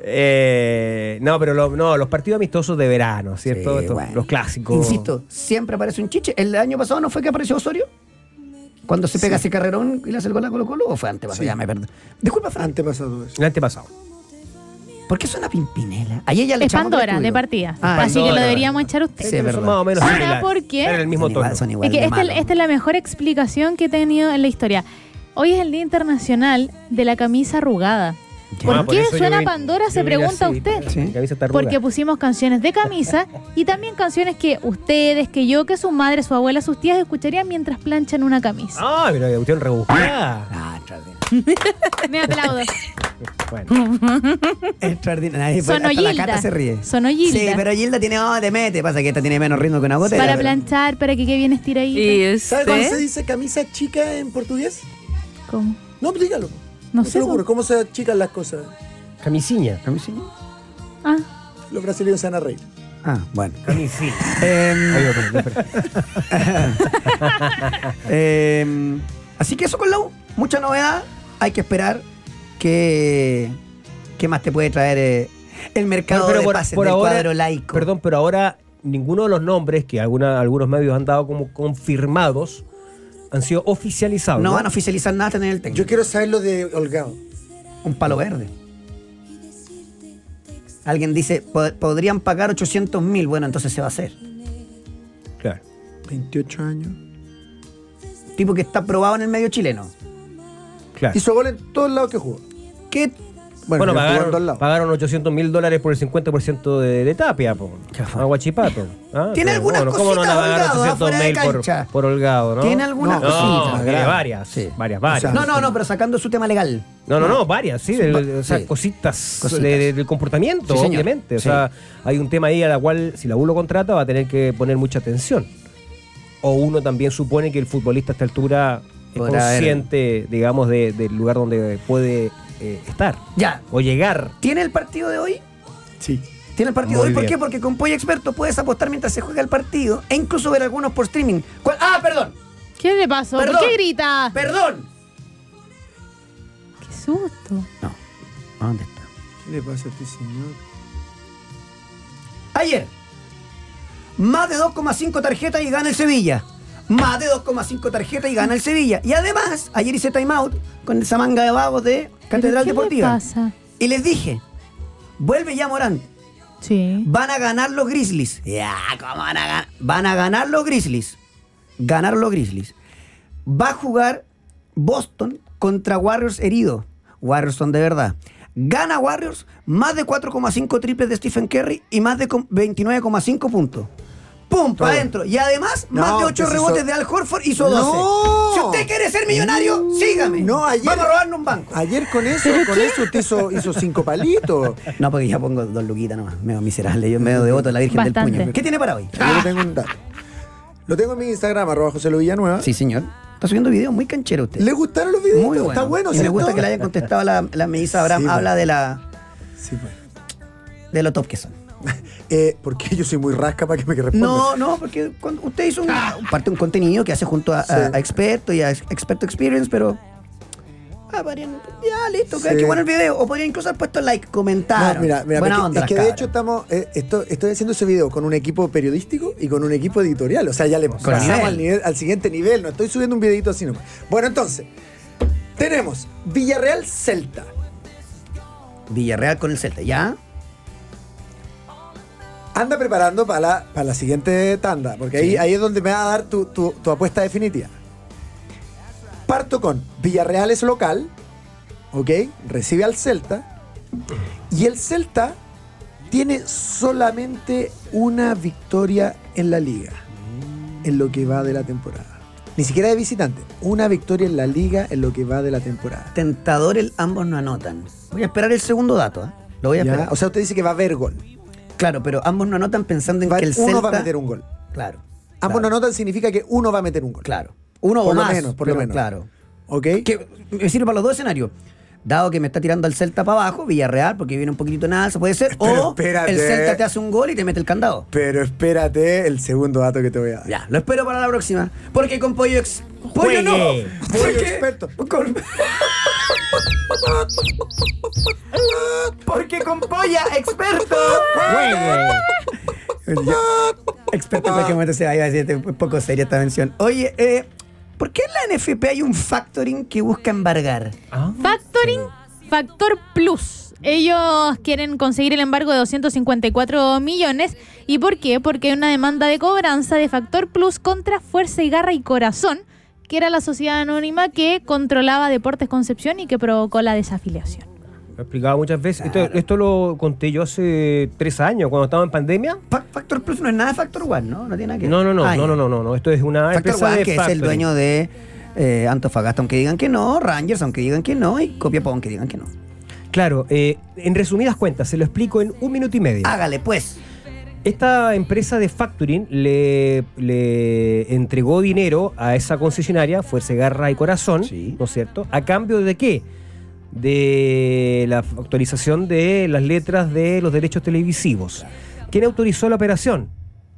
[SPEAKER 3] Eh, no, pero lo- no, los partidos amistosos de verano, ¿cierto?
[SPEAKER 2] Sí,
[SPEAKER 3] Estos-
[SPEAKER 2] bueno.
[SPEAKER 3] Los clásicos.
[SPEAKER 2] Insisto, siempre aparece un chiche. ¿El año pasado no fue que apareció Osorio? Cuando se pega ese carrerón y le hace el gol a Colo Colo, o fue antes,
[SPEAKER 4] Sí.
[SPEAKER 2] ya me perdí. Disculpa, Fran,
[SPEAKER 4] Antepasado eso.
[SPEAKER 3] El antepasado.
[SPEAKER 2] ¿por qué suena Pimpinela? Ayer ya le
[SPEAKER 1] Es
[SPEAKER 2] echamos del
[SPEAKER 1] Pandora, de
[SPEAKER 2] estudio.
[SPEAKER 1] partida.
[SPEAKER 2] Ah,
[SPEAKER 1] Así que
[SPEAKER 3] Pandora.
[SPEAKER 1] lo deberíamos echar usted.
[SPEAKER 2] Sí,
[SPEAKER 3] Pero
[SPEAKER 2] verdad.
[SPEAKER 3] son más o menos
[SPEAKER 1] Ahora,
[SPEAKER 3] similares.
[SPEAKER 1] ¿por qué?
[SPEAKER 3] Eran el mismo
[SPEAKER 2] Son igual,
[SPEAKER 3] tono.
[SPEAKER 2] son igual Ah,
[SPEAKER 1] Es que este,
[SPEAKER 2] de
[SPEAKER 1] esta,
[SPEAKER 2] malos.
[SPEAKER 1] esta es la mejor explicación que he tenido en la historia. Hoy es el Día Internacional de la Camisa Arrugada. ¿Por
[SPEAKER 2] pues.
[SPEAKER 3] Ah,
[SPEAKER 1] qué
[SPEAKER 3] eso yo
[SPEAKER 1] suena
[SPEAKER 3] vine-
[SPEAKER 1] Pandora?
[SPEAKER 3] yo
[SPEAKER 1] Se
[SPEAKER 3] vine
[SPEAKER 1] pregunta
[SPEAKER 3] así,
[SPEAKER 1] usted.
[SPEAKER 2] Sí.
[SPEAKER 3] Mi camisa está arrugada.
[SPEAKER 1] Porque pusimos canciones de camisa y también canciones que ustedes, que yo, que su madre, su abuela, sus tías escucharían mientras planchan una camisa.
[SPEAKER 3] Ah, pero la cuestión rebuscada.
[SPEAKER 2] Ah, extraordinario.
[SPEAKER 1] Me
[SPEAKER 2] [LAUGHS]
[SPEAKER 1] aplaudo.
[SPEAKER 3] Bueno,
[SPEAKER 2] Extraordinario. Ahí fue-
[SPEAKER 1] Sonó
[SPEAKER 2] hasta la
[SPEAKER 1] Gilda.
[SPEAKER 2] Cata se ríe.
[SPEAKER 1] Sonó
[SPEAKER 2] Sí,
[SPEAKER 1] Gilda.
[SPEAKER 2] pero Gilda tiene, oh, te mete. Pasa que esta tiene menos ritmo que una gota.
[SPEAKER 1] Para planchar, para que quede bien estiradita.
[SPEAKER 6] Y usted,
[SPEAKER 4] ¿Sabe cómo se dice camisa chica en portugués?
[SPEAKER 1] ¿Cómo?
[SPEAKER 4] No, pues dígalo.
[SPEAKER 1] No
[SPEAKER 4] se
[SPEAKER 1] sé,
[SPEAKER 4] lo
[SPEAKER 1] po.
[SPEAKER 4] juro, ¿Cómo se achican las cosas?
[SPEAKER 3] camisinha.
[SPEAKER 1] Ah,
[SPEAKER 4] Los brasileños se van a reír.
[SPEAKER 2] Ah, bueno. [LAUGHS]
[SPEAKER 3] Camisinha.
[SPEAKER 2] Em,
[SPEAKER 3] Ay, perdón, perdón.
[SPEAKER 2] em, así que eso con la U. Mucha novedad. Hay que esperar que... ¿Qué más te puede traer eh, el mercado de pases del cuadro laico?
[SPEAKER 3] Perdón, pero ahora ninguno de los nombres que alguna, algunos medios han dado como confirmados han sido oficializados.
[SPEAKER 2] No van a oficializar nada hasta tener el técnico.
[SPEAKER 4] Yo quiero saber lo de Holgado.
[SPEAKER 2] Un palo verde. Alguien dice, "Pod- podrían pagar 800 mil. Bueno, entonces se va a hacer.
[SPEAKER 3] Claro.
[SPEAKER 4] 28 años.
[SPEAKER 2] Tipo que está probado en el medio chileno. Ah.
[SPEAKER 3] claro.
[SPEAKER 4] Hizo gol en todos lados que jugó.
[SPEAKER 2] ¿Qué?
[SPEAKER 3] Bueno,
[SPEAKER 4] ya jugó en todos
[SPEAKER 3] pagaron,
[SPEAKER 4] lados.
[SPEAKER 3] pagaron 800 mil dólares por el 50% de, de tapia, po. a Guachipato. Ah,
[SPEAKER 2] [LAUGHS] Tiene
[SPEAKER 3] pero
[SPEAKER 2] algunas cositas, Holgado, afuera de cancha.
[SPEAKER 3] por, por Holgado, no?
[SPEAKER 2] Tiene algunas
[SPEAKER 3] no,
[SPEAKER 2] cositas.
[SPEAKER 3] tiene varias,
[SPEAKER 2] Sí.
[SPEAKER 3] varias, varias.
[SPEAKER 4] O sea,
[SPEAKER 2] No, no, no, pero sacando su tema legal.
[SPEAKER 3] No, no, no, varias, sí, de- de- o sea,
[SPEAKER 2] Ah. sí.
[SPEAKER 3] cositas,
[SPEAKER 2] Cositas.
[SPEAKER 3] de- de- del comportamiento,
[SPEAKER 2] Sí, señor.
[SPEAKER 3] obviamente. O
[SPEAKER 2] Sí.
[SPEAKER 3] sea, hay un tema ahí a la cual, si la U lo contrata, va a tener que poner mucha atención. O uno también supone que el futbolista a esta altura es
[SPEAKER 2] Podrá haber-
[SPEAKER 3] consciente, digamos, de- del lugar donde puede eh, estar
[SPEAKER 2] Ya.
[SPEAKER 3] o llegar.
[SPEAKER 2] ¿Tiene el partido de hoy?
[SPEAKER 4] Sí.
[SPEAKER 2] Tiene el partido
[SPEAKER 3] Muy
[SPEAKER 2] de hoy. ¿Por
[SPEAKER 3] bien.
[SPEAKER 2] qué? Porque con Pollo Experto puedes apostar mientras se juega el partido e incluso ver algunos por streaming. ¿Cuál- Ah, perdón.
[SPEAKER 1] ¿Qué le pasó?
[SPEAKER 2] Perdón.
[SPEAKER 1] ¿Por qué grita?
[SPEAKER 2] Perdón.
[SPEAKER 1] Qué susto.
[SPEAKER 2] ¿Dónde está?
[SPEAKER 4] ¿Qué le pasa a este señor?
[SPEAKER 2] Ayer, más de 2,5 tarjetas y gana el Sevilla. Más de 2,5 tarjetas y gana el Sevilla. Y además, ayer hice timeout con esa manga de babos de
[SPEAKER 1] ¿Pero
[SPEAKER 2] Catedral
[SPEAKER 1] qué
[SPEAKER 2] Deportiva.
[SPEAKER 1] le pasa?
[SPEAKER 2] Y les dije, vuelve ya Morán,
[SPEAKER 1] Sí.
[SPEAKER 2] van a ganar los Grizzlies. Ya, ¿cómo van a ganar? Van a ganar los Grizzlies. Ganar los Grizzlies. Va a jugar Boston contra Warriors herido. Warriors son de verdad. Gana Warriors más de 4,5 triples de Stephen Curry y más de com- 29,5 puntos. ¡Pum! Para adentro. Y además,
[SPEAKER 4] No,
[SPEAKER 2] más de 8
[SPEAKER 4] ¿qué es eso?
[SPEAKER 2] rebotes de Al Horford hizo 12.
[SPEAKER 4] ¡No!
[SPEAKER 2] Si usted quiere ser millonario, sígame.
[SPEAKER 4] No, ayer-
[SPEAKER 2] Vamos a robarnos un banco.
[SPEAKER 4] Ayer con
[SPEAKER 1] [LAUGHS]
[SPEAKER 4] eso, con eso usted hizo, hizo cinco palitos.
[SPEAKER 2] No, porque ya pongo dos luquitas nomás. Medio miserable. Yo
[SPEAKER 4] Mm.
[SPEAKER 2] medio devoto a la Virgen del
[SPEAKER 1] Bastante.
[SPEAKER 2] Puño. ¿Qué tiene para
[SPEAKER 4] [LAUGHS]
[SPEAKER 2] hoy?
[SPEAKER 4] Yo le tengo un dato. Lo tengo en mi Instagram, arroba José Luis Villanueva.
[SPEAKER 2] Sí, señor. Está subiendo videos muy canchero usted.
[SPEAKER 4] ¿Le gustaron los videos?
[SPEAKER 2] muy bueno.
[SPEAKER 4] Está bueno,
[SPEAKER 2] y me
[SPEAKER 4] ¿cierto?
[SPEAKER 2] gusta que le hayan contestado a la, la Melissa Abraham.
[SPEAKER 4] Sí,
[SPEAKER 2] habla
[SPEAKER 4] bueno.
[SPEAKER 2] de la
[SPEAKER 4] Sí, pues.
[SPEAKER 2] de lo top que son.
[SPEAKER 4] Eh, porque yo soy muy rasca para que me responda.
[SPEAKER 2] No, no, porque cuando usted hizo un, parte de un contenido que hace junto a, a-
[SPEAKER 4] Sí.
[SPEAKER 2] a Experto y a Ex- Experto Experience, pero... Ah, podrían- ya, listo.
[SPEAKER 4] Sí.
[SPEAKER 2] Qué bueno el video. O podrían incluso haber puesto like, comentar.
[SPEAKER 4] No, mira, mira,
[SPEAKER 2] Buena
[SPEAKER 4] porque-
[SPEAKER 2] onda
[SPEAKER 4] es
[SPEAKER 2] las
[SPEAKER 4] que de
[SPEAKER 2] cabras.
[SPEAKER 4] hecho estamos, eh, esto- estoy haciendo ese video con un equipo periodístico y con un equipo editorial. O sea, ya le pasamos
[SPEAKER 2] nivel.
[SPEAKER 4] al, nivel, al siguiente nivel. No estoy subiendo un videito así nomás. Bueno, entonces, tenemos Villarreal Celta.
[SPEAKER 2] Villarreal con el Celta, ¿ya?
[SPEAKER 4] Anda preparando para la, para la siguiente tanda, porque ahí, ahí es donde me va a dar tu, tu- tu apuesta definitiva. Parto con Villarreal es local, ¿ok? Recibe al Celta. Y el Celta tiene solamente una victoria en la liga, en lo que va de la temporada. Ni siquiera de visitante, una victoria en la liga en lo que va de la temporada.
[SPEAKER 2] Tentador el ambos no anotan. Voy a esperar el segundo dato, ¿ah? Lo voy a
[SPEAKER 4] ¿Ya?
[SPEAKER 2] esperar.
[SPEAKER 4] O sea, usted dice que va a haber gol.
[SPEAKER 2] Claro, pero ambos no anotan pensando en
[SPEAKER 4] Va-
[SPEAKER 2] que el
[SPEAKER 4] uno
[SPEAKER 2] Celta...
[SPEAKER 4] va a meter un gol.
[SPEAKER 2] Claro.
[SPEAKER 4] Ambos no
[SPEAKER 2] claro,
[SPEAKER 4] anotan significa que uno va a meter un gol.
[SPEAKER 2] Claro. Uno
[SPEAKER 4] Por
[SPEAKER 2] o
[SPEAKER 4] lo
[SPEAKER 2] más.
[SPEAKER 4] menos, por lo
[SPEAKER 2] pero
[SPEAKER 4] menos.
[SPEAKER 2] Claro.
[SPEAKER 4] ¿Ok?
[SPEAKER 2] Que me sirve para los dos escenarios. Dado que me está tirando al Celta para abajo, Villarreal, porque viene un poquitito en alza, puede ser.
[SPEAKER 4] [LAUGHS] Pero
[SPEAKER 2] o
[SPEAKER 4] espérate.
[SPEAKER 2] el Celta te hace un gol y te mete el candado.
[SPEAKER 4] Pero espérate el segundo dato que te voy a dar.
[SPEAKER 2] Ya, lo espero para la próxima. Porque con Pollo Ex. ¡Pollo no! [LAUGHS]
[SPEAKER 3] Juegue.
[SPEAKER 2] Porque-
[SPEAKER 4] Pollo experto.
[SPEAKER 2] con- porque con Polla
[SPEAKER 4] [LAUGHS]
[SPEAKER 2] Experto.
[SPEAKER 3] Juegue.
[SPEAKER 2] Experto en cualquier momento se va a decir "Este es poco seria esta mención. Oye, eh, ¿por qué en la NFP hay un factoring que busca embargar?
[SPEAKER 1] Factoring Factor Plus. Ellos quieren conseguir el embargo de 254 millones. ¿Y por qué? Porque hay una demanda de cobranza de Factor Plus contra Fuerza y Garra y Corazón, que era la sociedad anónima que controlaba Deportes Concepción y que provocó la desafiliación.
[SPEAKER 3] Lo he explicado muchas veces. Esto, esto lo conté yo hace tres años, cuando estaba en pandemia.
[SPEAKER 2] Fa- Factor Plus no es nada de Factor One, ¿no? No tiene nada que
[SPEAKER 3] No, no, no,
[SPEAKER 2] Ah,
[SPEAKER 3] no,
[SPEAKER 2] ya.
[SPEAKER 3] no, no, no, no. Esto es una
[SPEAKER 2] Factor
[SPEAKER 3] empresa
[SPEAKER 2] One,
[SPEAKER 3] de
[SPEAKER 2] que es el
[SPEAKER 3] factoring.
[SPEAKER 2] dueño de eh, Antofagasta, aunque digan que no, Rangers, aunque digan que no, y Copiapó, aunque digan que no.
[SPEAKER 3] Claro, eh, en resumidas cuentas, se lo explico en un minuto y medio.
[SPEAKER 2] Hágale, pues.
[SPEAKER 3] Esta empresa de factoring le, le entregó dinero a esa concesionaria, Fuerza Garra y Corazón,
[SPEAKER 2] Sí.
[SPEAKER 3] ¿no es cierto? ¿A cambio de qué? De la autorización de las letras de los derechos televisivos. ¿Quién autorizó la operación?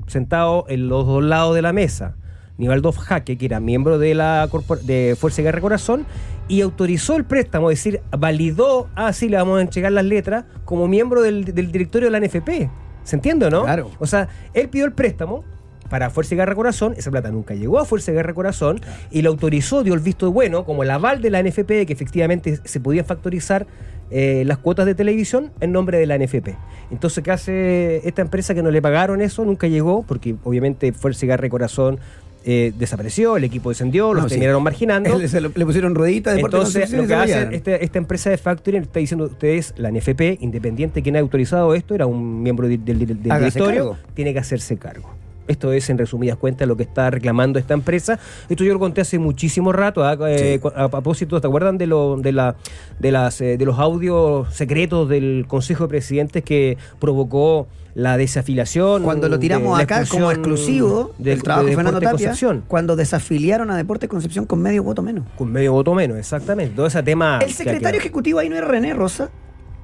[SPEAKER 3] Sentado en los dos lados de la mesa. Nivaldo Jaque, que era miembro de la corpor- de Fuerza Garra y Corazón, y autorizó el préstamo, es decir, validó, así le vamos a entregar las letras como miembro del, del directorio de la NFP. ¿Se entiende o no?
[SPEAKER 2] Claro.
[SPEAKER 3] O sea, él pidió el préstamo para Fuerza y Guerra Corazón, esa plata nunca llegó a Fuerza y Guerra Corazón, y lo autorizó, dio el visto bueno, como el aval de la NFP, de que efectivamente se podían factorizar eh, las cuotas de televisión en nombre de la NFP. Entonces, ¿qué hace esta empresa que no le pagaron eso? Nunca llegó, porque obviamente Fuerza y Guerra Corazón eh, desapareció, el equipo descendió, los
[SPEAKER 2] No, sí.
[SPEAKER 3] terminaron marginando.
[SPEAKER 2] Él [LAUGHS] se lo- le pusieron rueditas de Deportes
[SPEAKER 3] Entonces,
[SPEAKER 2] Concepción
[SPEAKER 3] lo
[SPEAKER 2] y
[SPEAKER 3] que
[SPEAKER 2] se
[SPEAKER 3] hace
[SPEAKER 2] rayaron.
[SPEAKER 3] este- esta empresa de factoring, está diciendo ustedes, la NFP, independiente, quien ha autorizado esto, era un miembro di- del, del- del
[SPEAKER 2] Hágase
[SPEAKER 3] directorio,
[SPEAKER 2] cargo.
[SPEAKER 3] tiene que hacerse cargo. Esto es, en resumidas cuentas, lo que está reclamando esta empresa. Esto yo lo conté hace muchísimo rato, ah, eh, cu- a, a propósito, ¿te acuerdan de, lo- de, la, de, las, eh, de los audios secretos del Consejo de Presidentes que provocó la desafiliación?
[SPEAKER 2] Cuando lo tiramos
[SPEAKER 3] de- la
[SPEAKER 2] acá como
[SPEAKER 3] expulsión
[SPEAKER 2] exclusivo
[SPEAKER 3] de-
[SPEAKER 2] del trabajo de, Fernando
[SPEAKER 3] Deportes
[SPEAKER 2] Tapia,
[SPEAKER 3] Concepción?
[SPEAKER 2] cuando desafiliaron a Deportes Concepción con medio voto menos.
[SPEAKER 3] Con medio voto menos, exactamente. Todo ese tema...
[SPEAKER 2] El
[SPEAKER 3] que ha
[SPEAKER 2] secretario
[SPEAKER 3] quedado.
[SPEAKER 2] ejecutivo ahí no era René Rosa.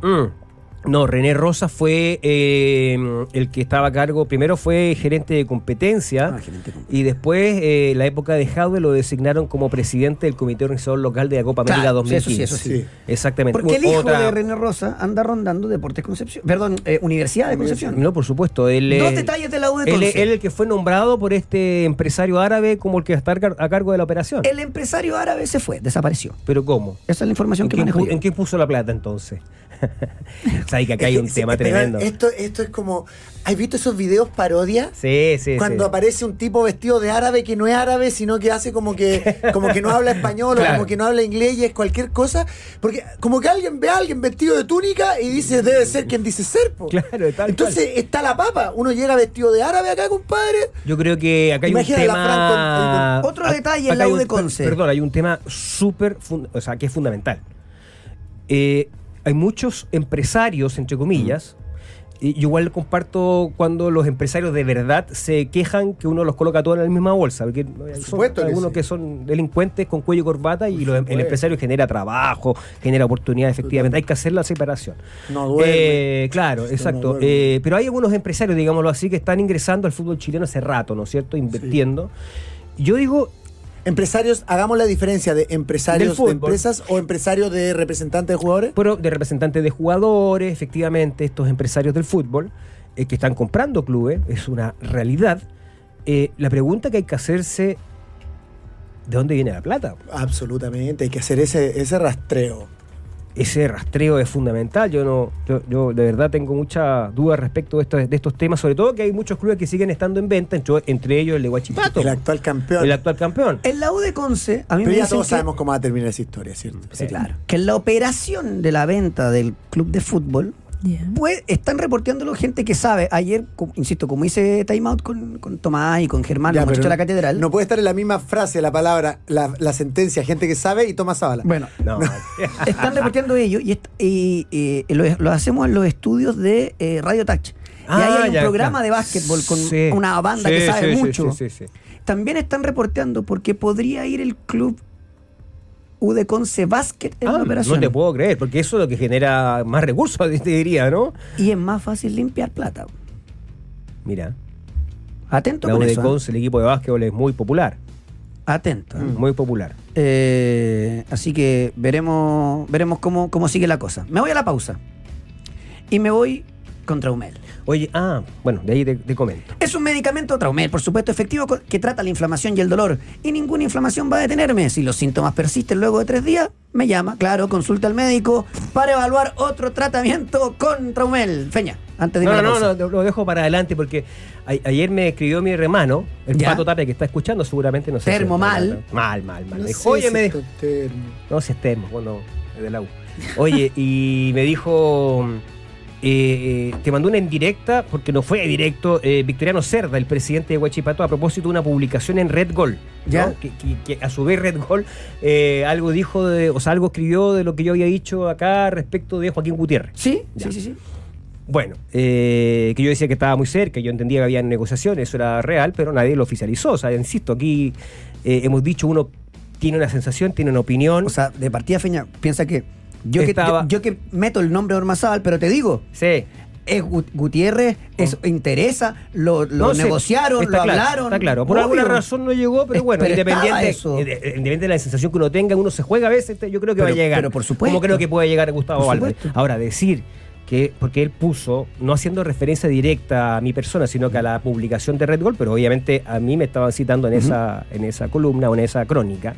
[SPEAKER 3] Mm. No, René Rosa fue eh, el que estaba a cargo. Primero fue gerente de competencia.
[SPEAKER 2] Ah, gerente de competencia.
[SPEAKER 3] y después, eh, en la época de Jadwe, lo designaron como presidente del comité organizador local de la Copa América
[SPEAKER 2] Claro, sí,
[SPEAKER 3] 2015.
[SPEAKER 2] eso sí, eso sí.
[SPEAKER 3] Exactamente.
[SPEAKER 2] Porque el
[SPEAKER 3] U-
[SPEAKER 2] hijo
[SPEAKER 3] otra-
[SPEAKER 2] de René Rosa anda rondando Deportes Concepción. Perdón, eh, Universidad de Concepción.
[SPEAKER 3] No, por supuesto. Él,
[SPEAKER 2] Dos
[SPEAKER 3] eh,
[SPEAKER 2] detalles de la U de
[SPEAKER 3] Él,
[SPEAKER 2] Conce.
[SPEAKER 3] él el que fue nombrado por este empresario árabe como el que va a estar car- a cargo de la operación.
[SPEAKER 2] El empresario árabe se fue, desapareció.
[SPEAKER 3] ¿Pero cómo?
[SPEAKER 2] Esa es la información
[SPEAKER 3] ¿En
[SPEAKER 2] que
[SPEAKER 3] quién,
[SPEAKER 2] manejo
[SPEAKER 3] pu-
[SPEAKER 2] yo.
[SPEAKER 3] en quién puso la plata entonces? [LAUGHS] Sabes que
[SPEAKER 2] [LAUGHS]
[SPEAKER 3] acá hay un
[SPEAKER 4] Sí,
[SPEAKER 3] tema
[SPEAKER 4] pero
[SPEAKER 3] tremendo.
[SPEAKER 4] Esto, esto es como. ¿Has visto esos videos parodias?
[SPEAKER 3] Sí, sí,
[SPEAKER 4] Cuando
[SPEAKER 3] sí.
[SPEAKER 4] aparece un tipo vestido de árabe que no es árabe, sino que hace como
[SPEAKER 3] [LAUGHS]
[SPEAKER 4] que, como que no habla español o
[SPEAKER 3] Claro.
[SPEAKER 4] como que no habla inglés y es cualquier cosa. Porque como que alguien ve a alguien vestido de túnica y dice, debe ser quien dice serpo.
[SPEAKER 3] Claro, tal
[SPEAKER 4] Entonces está la papa. Uno llega vestido de árabe acá, compadre.
[SPEAKER 3] Yo creo que acá hay
[SPEAKER 4] Imagina
[SPEAKER 3] un
[SPEAKER 4] la
[SPEAKER 3] tema.
[SPEAKER 2] con-
[SPEAKER 4] Fran
[SPEAKER 2] con otro
[SPEAKER 3] Ac-
[SPEAKER 2] detalle en
[SPEAKER 3] acá
[SPEAKER 2] la
[SPEAKER 3] hay
[SPEAKER 2] U
[SPEAKER 3] un-
[SPEAKER 2] de Conce.
[SPEAKER 3] per- Perdón, hay un tema súper. fun- O sea, que es fundamental. Eh, hay muchos empresarios, entre comillas. y yo igual comparto cuando los empresarios de verdad se quejan que uno los coloca todos en la misma bolsa. Porque son
[SPEAKER 4] supuesto que
[SPEAKER 3] algunos
[SPEAKER 4] sí.
[SPEAKER 3] que son delincuentes con cuello y corbata y los em- el
[SPEAKER 4] supuesto.
[SPEAKER 3] empresario genera trabajo, genera oportunidades, efectivamente. Hay que hacer la separación.
[SPEAKER 4] No duerme.
[SPEAKER 3] Eh, claro,
[SPEAKER 4] Esto no
[SPEAKER 3] exacto.
[SPEAKER 4] duerme.
[SPEAKER 3] Eh, eh, pero hay algunos empresarios, digámoslo así, que están ingresando al fútbol chileno hace rato, ¿no es cierto? Invirtiendo. Yo digo,
[SPEAKER 4] Empresarios, hagamos la diferencia de
[SPEAKER 3] Del
[SPEAKER 4] empresarios de
[SPEAKER 3] fútbol.
[SPEAKER 4] empresas o empresarios de representantes de jugadores.
[SPEAKER 3] pero de representantes de jugadores, efectivamente, estos empresarios del fútbol, eh, que están comprando clubes, es una realidad. Eh, la pregunta que hay que hacerse, ¿de dónde viene la plata?
[SPEAKER 4] Absolutamente, hay que hacer ese, ese rastreo.
[SPEAKER 3] ese rastreo es fundamental. Yo no, yo, yo de verdad tengo mucha duda respecto de estos, de estos temas, sobre todo que hay muchos clubes que siguen estando en venta, entre, entre ellos el de Huachipato,
[SPEAKER 4] El actual campeón. Eh,
[SPEAKER 3] el actual campeón.
[SPEAKER 2] En la U de Conce, a mí
[SPEAKER 4] Pero
[SPEAKER 2] me
[SPEAKER 4] ya
[SPEAKER 2] dicen
[SPEAKER 4] todos
[SPEAKER 2] que,
[SPEAKER 4] sabemos cómo va a terminar esa historia, ¿cierto?
[SPEAKER 2] Sí, claro, que en la operación de la venta del club de fútbol, pues están reporteándolo gente que sabe. Ayer, co- insisto, como hice Time Out con, con Tomás y con Germán,
[SPEAKER 4] Ya,
[SPEAKER 2] los muchachos
[SPEAKER 4] pero
[SPEAKER 2] de la catedral.
[SPEAKER 4] No puede estar en la misma frase la palabra, la, la sentencia, gente que sabe y toma sábala.
[SPEAKER 2] bueno,
[SPEAKER 3] No.
[SPEAKER 2] están reporteando ellos y, est- y, eh, lo, lo hacemos en los estudios de eh, Radio Touch. y ahí hay un
[SPEAKER 3] Ah, ya,
[SPEAKER 2] programa
[SPEAKER 3] claro.
[SPEAKER 2] de básquetbol con
[SPEAKER 3] Sí.
[SPEAKER 2] una banda
[SPEAKER 3] Sí,
[SPEAKER 2] que sabe
[SPEAKER 3] sí, sí,
[SPEAKER 2] mucho.
[SPEAKER 3] sí, sí, sí.
[SPEAKER 2] También están reporteando porque podría ir el club UD Conce Basket en
[SPEAKER 3] Ah,
[SPEAKER 2] la operación.
[SPEAKER 3] no te puedo creer, porque eso es lo que genera más recursos, [LAUGHS] te diría, ¿no?
[SPEAKER 2] Y es más fácil limpiar plata.
[SPEAKER 3] Mira,
[SPEAKER 2] Atento
[SPEAKER 3] la
[SPEAKER 2] con
[SPEAKER 3] de
[SPEAKER 2] eso. ¿eh?
[SPEAKER 3] Conce, el equipo de básquetbol es muy popular,
[SPEAKER 2] Atento. ¿eh?
[SPEAKER 3] muy popular.
[SPEAKER 2] Eh, así que veremos, veremos cómo, cómo sigue la cosa. Me voy a la pausa. Y me voy con Traumel.
[SPEAKER 3] Oye, ah, bueno, de ahí te, te comento.
[SPEAKER 2] Es un medicamento Traumel, por supuesto, efectivo co- que trata la inflamación y el dolor. Y ninguna inflamación va a detenerme. Si los síntomas persisten luego de tres días, me llama, claro, consulta al médico para evaluar otro tratamiento con Traumel. Feña, antes de irme
[SPEAKER 3] No,
[SPEAKER 2] a la
[SPEAKER 3] no,
[SPEAKER 2] pausa.
[SPEAKER 3] no, lo- lo dejo para adelante porque a- ayer me escribió mi hermano, el
[SPEAKER 2] ¿Ya?
[SPEAKER 3] Pato Tapia, que está escuchando seguramente, no sé.
[SPEAKER 2] Termo mal.
[SPEAKER 3] Mal, mal, mal.
[SPEAKER 4] No
[SPEAKER 3] Dijo,
[SPEAKER 4] sé
[SPEAKER 3] Oye,
[SPEAKER 4] si
[SPEAKER 3] me dijo,
[SPEAKER 4] esto termo.
[SPEAKER 3] No, si es termo, bueno, es de la U.
[SPEAKER 2] [LAUGHS]
[SPEAKER 3] Oye, y me dijo, eh, eh, te mandó una indirecta, porque no fue directo, eh, Victoriano Cerda, el presidente de Huachipato, a propósito de una publicación en Red Gol. ¿no?
[SPEAKER 2] ¿Ya?
[SPEAKER 3] Que, que- que a su vez Red Gol eh, algo dijo, de, o sea, algo escribió de lo que yo había dicho acá respecto de Joaquín Gutiérrez.
[SPEAKER 2] ¿Sí?
[SPEAKER 3] Ya.
[SPEAKER 2] Sí, sí, sí.
[SPEAKER 3] Bueno, eh, que yo decía que estaba muy cerca, yo entendía que había negociaciones, eso era real, pero nadie lo oficializó. O sea, insisto, aquí eh, hemos dicho uno tiene una sensación, tiene una opinión.
[SPEAKER 2] O sea, de partida, Feña, piensa que yo,
[SPEAKER 3] Estaba-
[SPEAKER 2] que, yo, yo que meto el nombre de Ormazábal, pero te digo,
[SPEAKER 3] sí.
[SPEAKER 2] es Gu- Gutiérrez, es, interesa, lo, lo
[SPEAKER 3] Oh. No sé,
[SPEAKER 2] negociaron,
[SPEAKER 3] está
[SPEAKER 2] lo
[SPEAKER 3] claro,
[SPEAKER 2] hablaron.
[SPEAKER 3] Está claro, por alguna
[SPEAKER 2] obvio.
[SPEAKER 3] razón no llegó, pero
[SPEAKER 2] Es-
[SPEAKER 3] bueno,
[SPEAKER 2] pero estaba
[SPEAKER 3] independiente,
[SPEAKER 2] eso.
[SPEAKER 3] eh, eh, independiente de la sensación que uno tenga, uno se juega a veces, te- yo creo que va a
[SPEAKER 2] Pero-
[SPEAKER 3] llegar.
[SPEAKER 2] pero por supuesto.
[SPEAKER 3] Como creo que puede llegar Gustavo
[SPEAKER 2] Por
[SPEAKER 3] Álvarez.
[SPEAKER 2] supuesto.
[SPEAKER 3] Ahora, decir que, porque él puso, no haciendo referencia directa a mi persona, sino que a la publicación de Red Gol, pero obviamente a mí me estaban citando en, esa, en esa columna o en esa crónica.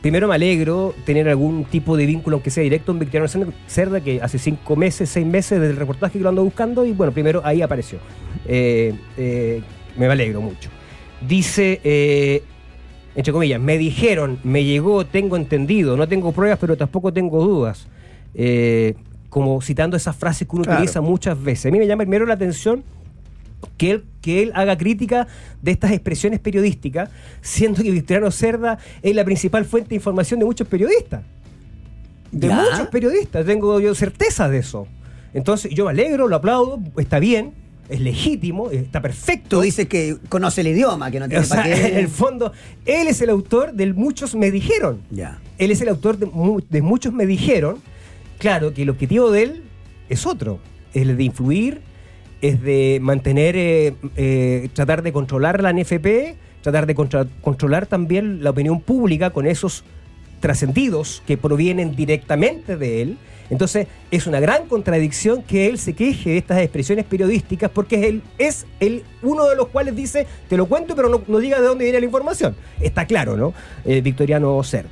[SPEAKER 3] Primero me alegro tener algún tipo de vínculo, aunque sea directo, en Victoriano Cer- Cerda, que hace cinco meses, seis meses desde el reportaje que lo ando buscando, y bueno, primero ahí apareció. Eh, eh, me alegro mucho. Dice, eh, entre comillas, me dijeron, me llegó, tengo entendido, no tengo pruebas, pero tampoco tengo dudas. Eh, como citando esas frases que uno
[SPEAKER 2] Claro.
[SPEAKER 3] utiliza muchas veces. A mí me llama primero la atención que él, que él haga crítica de estas expresiones periodísticas, siendo que Victoriano Cerda es la principal fuente de información de muchos periodistas. De
[SPEAKER 2] Ya.
[SPEAKER 3] muchos periodistas, tengo yo certeza de eso. Entonces, yo me alegro, lo aplaudo, está bien, es legítimo, está perfecto.
[SPEAKER 2] Tú dices que conoce el idioma, que no
[SPEAKER 3] O
[SPEAKER 2] tiene
[SPEAKER 3] sea,
[SPEAKER 2] para qué.
[SPEAKER 3] [LAUGHS] en el fondo, él es el autor del Muchos me dijeron.
[SPEAKER 2] Ya.
[SPEAKER 3] Él es el autor de, mu- de Muchos me dijeron. Claro que el objetivo de él es otro. Es el de influir, es de mantener, eh, eh, tratar de controlar la NFP, tratar de contra- controlar también la opinión pública con esos trascendidos que provienen directamente de él. Entonces, es una gran contradicción que él se queje de estas expresiones periodísticas porque es él es el uno de los cuales dice, te lo cuento, pero no, no digas de dónde viene la información. Está claro, ¿no? Eh, Victoriano Cerda.